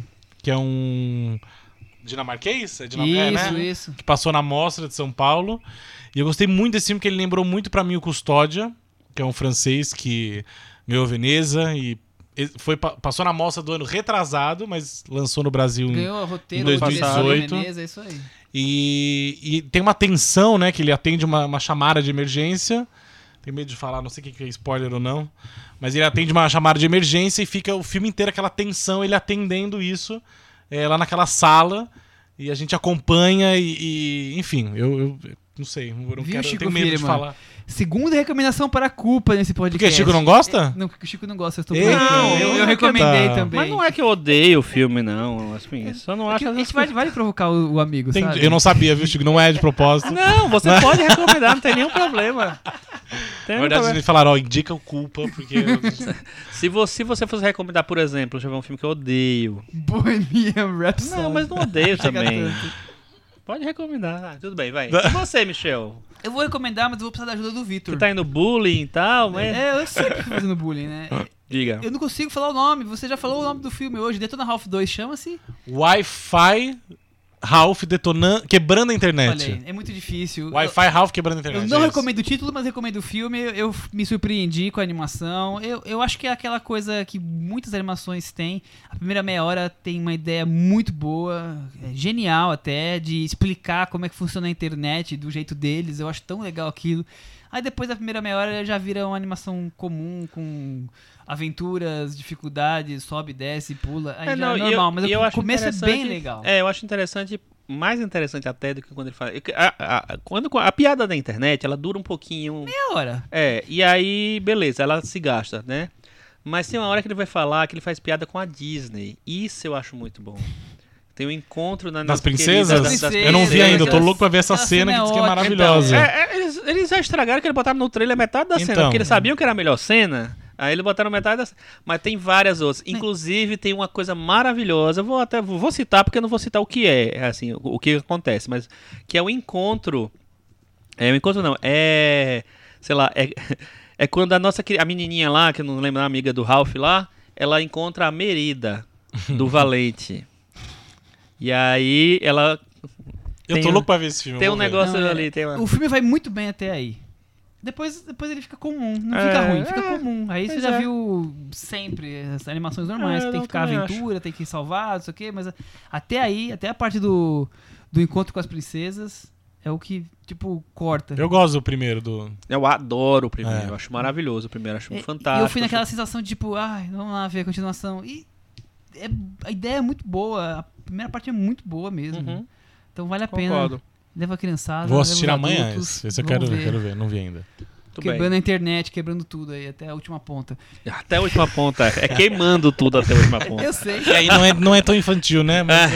E: que é um. Dinamarquês? É dinamarquês,
B: isso,
E: né?
B: isso.
E: que passou na Mostra de São Paulo. E eu gostei muito desse filme, que ele lembrou muito pra mim o Custódia, que é um francês que ganhou Veneza e e- foi, pa- passou na Mostra do ano retrasado, mas lançou no Brasil. em-
B: Ganhou o roteiro,
E: Em
B: direção,
E: 2018.
B: Menezes, é isso aí.
E: E, e tem uma tensão, né, que ele atende uma, uma chamada de emergência. Tenho medo de falar, não sei o que que é spoiler ou não. Mas ele atende uma chamada de emergência e fica o filme inteiro aquela tensão, ele atendendo isso é, lá naquela sala. E a gente acompanha e. e, enfim, eu, eu não sei, eu não
B: Viu,
E: quero, eu
B: Chico
E: tenho medo de
B: Firman? é
E: falar.
B: Segunda recomendação para a culpa nesse
E: Porque
B: podcast.
E: Chico não gosta?
B: Não, porque o Chico não gosta, eu estou
E: Ei,
B: provocando. Eu,
E: eu
B: eu
E: não
B: recomendei
E: quero.
B: também.
C: Mas não é que eu odeio o filme, não. Assim, só não
B: É
C: acho.
B: que a
C: essas
B: gente vai, vai provocar o, o amigo,
E: Tem-
B: É, sabe?
E: eu não sabia, viu, Chico? Não é de propósito.
C: Não, você pode recomendar, não tem nenhum problema. Tem nenhum
E: Na verdade,
B: é.
C: problema.
E: eles falaram, ó, indica o culpa, porque.
C: Se você, se você fosse recomendar, por exemplo, deixa eu ver um filme que eu odeio.
B: Bohemian Rhapsody.
C: Não, mas não odeio
B: Chega
C: também.
B: tanto.
C: Pode recomendar. Ah, tudo bem, vai. E você, Michel?
B: Eu vou recomendar, mas eu vou precisar da ajuda do Vitor.
C: Que tá indo bullying e tal, mas.
B: É, eu sempre fico fazendo bullying, né?
C: Diga.
B: Eu não consigo falar o nome, você já falou o nome do filme hoje. Detona Ralph 2 chama-se
E: Wi-Fi Ralph detonando, quebrando a
B: Olha
E: internet.
B: aí, é muito difícil. Eu-
E: Wi-Fi Ralph quebrando a internet.
B: Eu não
E: é isso.
B: recomendo o título, mas recomendo o filme. Eu, eu me surpreendi com a animação. Eu, eu acho que é aquela coisa que muitas animações têm. A primeira meia hora tem uma ideia muito boa, é, genial até, de explicar como é que funciona a internet do jeito deles. Eu acho tão legal aquilo. Aí depois da primeira meia hora já vira uma animação comum, com aventuras, dificuldades, sobe, desce, pula. Aí já
C: É, não,
B: é
C: e
B: normal,
C: eu-
B: mas
C: e eu
B: o
C: acho
B: começo é bem
C: interessante-
B: legal.
C: É, eu acho interessante, mais interessante até do que quando ele fala. eu que- a- a- a- quando, a piada da internet, ela dura um pouquinho.
B: Meia hora.
C: É, e aí, beleza, ela se gasta, né? Mas tem uma hora que ele vai falar que ele faz piada com a Disney. Isso eu acho muito bom. Tem um encontro na
E: Das
C: nossa querida-
E: princesas?
C: das- das
E: Eu não vi ainda, eu tô
B: Aquela-
E: louco pra ver essa
B: aquela cena
E: cena que
B: é
E: diz que é
B: ótima.
E: maravilhosa.
C: É, é, eles, eles já estragaram que eles botaram no trailer metade da cena,
E: Então.
C: porque eles sabiam que era a melhor cena. Aí eles botaram metade da cena. Mas tem várias outras. Inclusive, tem uma coisa maravilhosa. eu Vou até vou vou citar, porque eu não vou citar o que é, assim, o, o que acontece, mas que é o encontro. É o encontro não, é. Sei lá, é, é quando a nossa querida- a menininha lá, que eu não lembro, a amiga do Ralph lá, ela encontra a Merida do Valente. E aí ela
E: eu tô
C: tem-
E: louco pra ver esse filme.
C: tem
E: eu
C: um
E: vou ver.
C: negócio
B: Não, é-
C: ali, tem uma...
B: O filme vai muito bem até aí. Depois, depois ele fica comum. Não
C: É,
B: fica ruim, fica
C: é,
B: comum. Aí você
C: pois
B: já
C: é.
B: viu sempre as animações normais.
C: É,
B: que tem
C: eu
B: que ficar
C: também
B: aventura, tem que ir salvar, não sei o quê. Mas até aí, até a parte do, do encontro com as princesas, é o que, tipo, corta.
E: Eu gosto do primeiro do.
C: Eu adoro o primeiro,
E: É.
C: eu acho maravilhoso o primeiro, acho
B: É, E-
C: fantástico.
B: E eu fui naquela
C: acho-
B: sensação de tipo, ai, vamos lá ver a continuação. E é- a ideia é muito boa. A primeira parte é muito boa mesmo.
C: Uhum,
B: Então vale a pena.
C: concordo.
B: Leva a criançada.
E: Vou
B: leva
E: assistir
B: os
E: amanhã.
B: Ah, adultos,
E: Esse, esse eu
B: vamos
E: quero ver, quero ver, não vi ainda.
C: Muito bem.
B: Quebrando a internet, quebrando tudo aí, até a última ponta.
C: Até a última ponta. É queimando tudo até a última ponta.
B: Eu sei.
E: E aí não é, não é tão infantil, né? Mas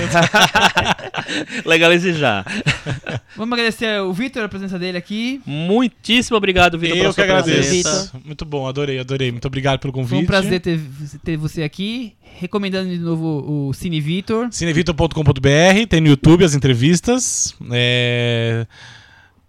C: Legalize já.
B: Vamos agradecer ao Vitor a presença dele aqui.
C: Muitíssimo obrigado, Vitor, pela
E: eu que
C: sua presença.
E: agradeço. Muito bom, adorei, adorei. Muito obrigado pelo convite.
B: Foi um prazer ter, ter você aqui. Recomendando de novo o Cine Vitor.
E: Cinevitor.com.br, tem no YouTube as entrevistas. é,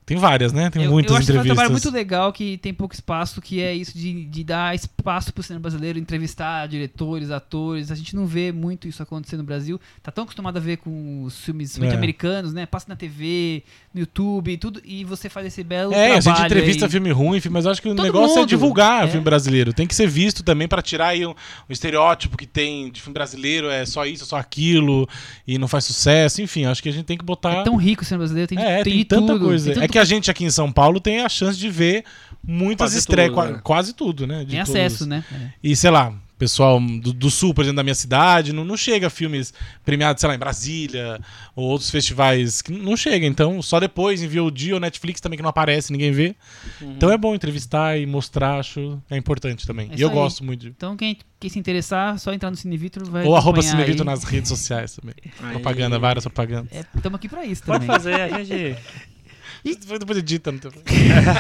E: Tem várias, né? Tem
B: Eu,
E: muitas
B: eu acho que é um
E: entrevistas.
B: trabalho muito legal que tem pouco espaço, que é isso de, de dar espaço pro cinema brasileiro, entrevistar diretores, atores. A gente não vê muito isso acontecer no Brasil. Tá tão acostumado a ver com os filmes
E: É.
B: muito americanos, né? Passa na TV, no YouTube e tudo. E você faz esse belo
E: É,
B: trabalho
E: a gente entrevista
B: aí.
E: filme ruim, enfim, mas eu acho que o
B: Todo
E: negócio é
B: mundo.
E: divulgar o
B: É.
E: filme brasileiro. Tem que ser visto também pra tirar aí um, um estereótipo que tem de filme brasileiro, é só isso, é só aquilo, e não faz sucesso. Enfim, acho que a gente tem que botar.
B: É tão rico o cinema brasileiro, tem, de-
E: É,
B: tem,
E: tem
B: de
E: tanta
B: tudo.
E: coisa.
B: Tem tanto
E: É que a gente aqui em São Paulo tem a chance de ver muitas
C: Quase
E: estreias,
C: tudo,
E: qua-
C: né?
E: quase tudo, né? de
B: Tem
E: todos.
B: acesso, né? É.
E: E sei lá, pessoal do, do sul, por exemplo, da minha cidade, não, não chega filmes premiados, sei lá, em Brasília ou outros festivais que não chega. Então, só depois envia o dia ou Netflix também que não aparece, ninguém vê. Então é bom entrevistar e mostrar, acho é importante também.
B: Uhum. É
E: e
B: isso
E: eu
B: aí.
E: gosto muito. De...
B: Então, quem, quem se interessar, é só entrar no Cinevitro vai.
E: Ou arroba
B: acompanhar
E: Cinevito
B: aí.
E: nas redes sociais também.
C: Aí.
E: Propaganda, várias propagandas.
B: Estamos aqui pra isso
C: Pode
B: também.
C: fazer, a gente.
E: Depois edita, não tem problema.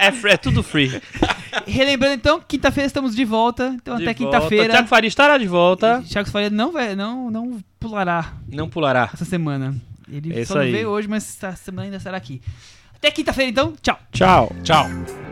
C: é, fr- é tudo free.
B: Relembrando, então, quinta-feira estamos de volta. Então,
C: De
B: até
C: volta.
B: quinta-feira.
C: Tiago Faria estará de volta.
B: Thiago Faria não, vai, não, não pulará
C: Não pulará.
B: essa semana. Ele
C: É
B: só
C: isso
B: não
C: aí.
B: veio hoje, mas essa semana ainda estará aqui. Até quinta-feira, então. Tchau.
C: Tchau.
E: Tchau.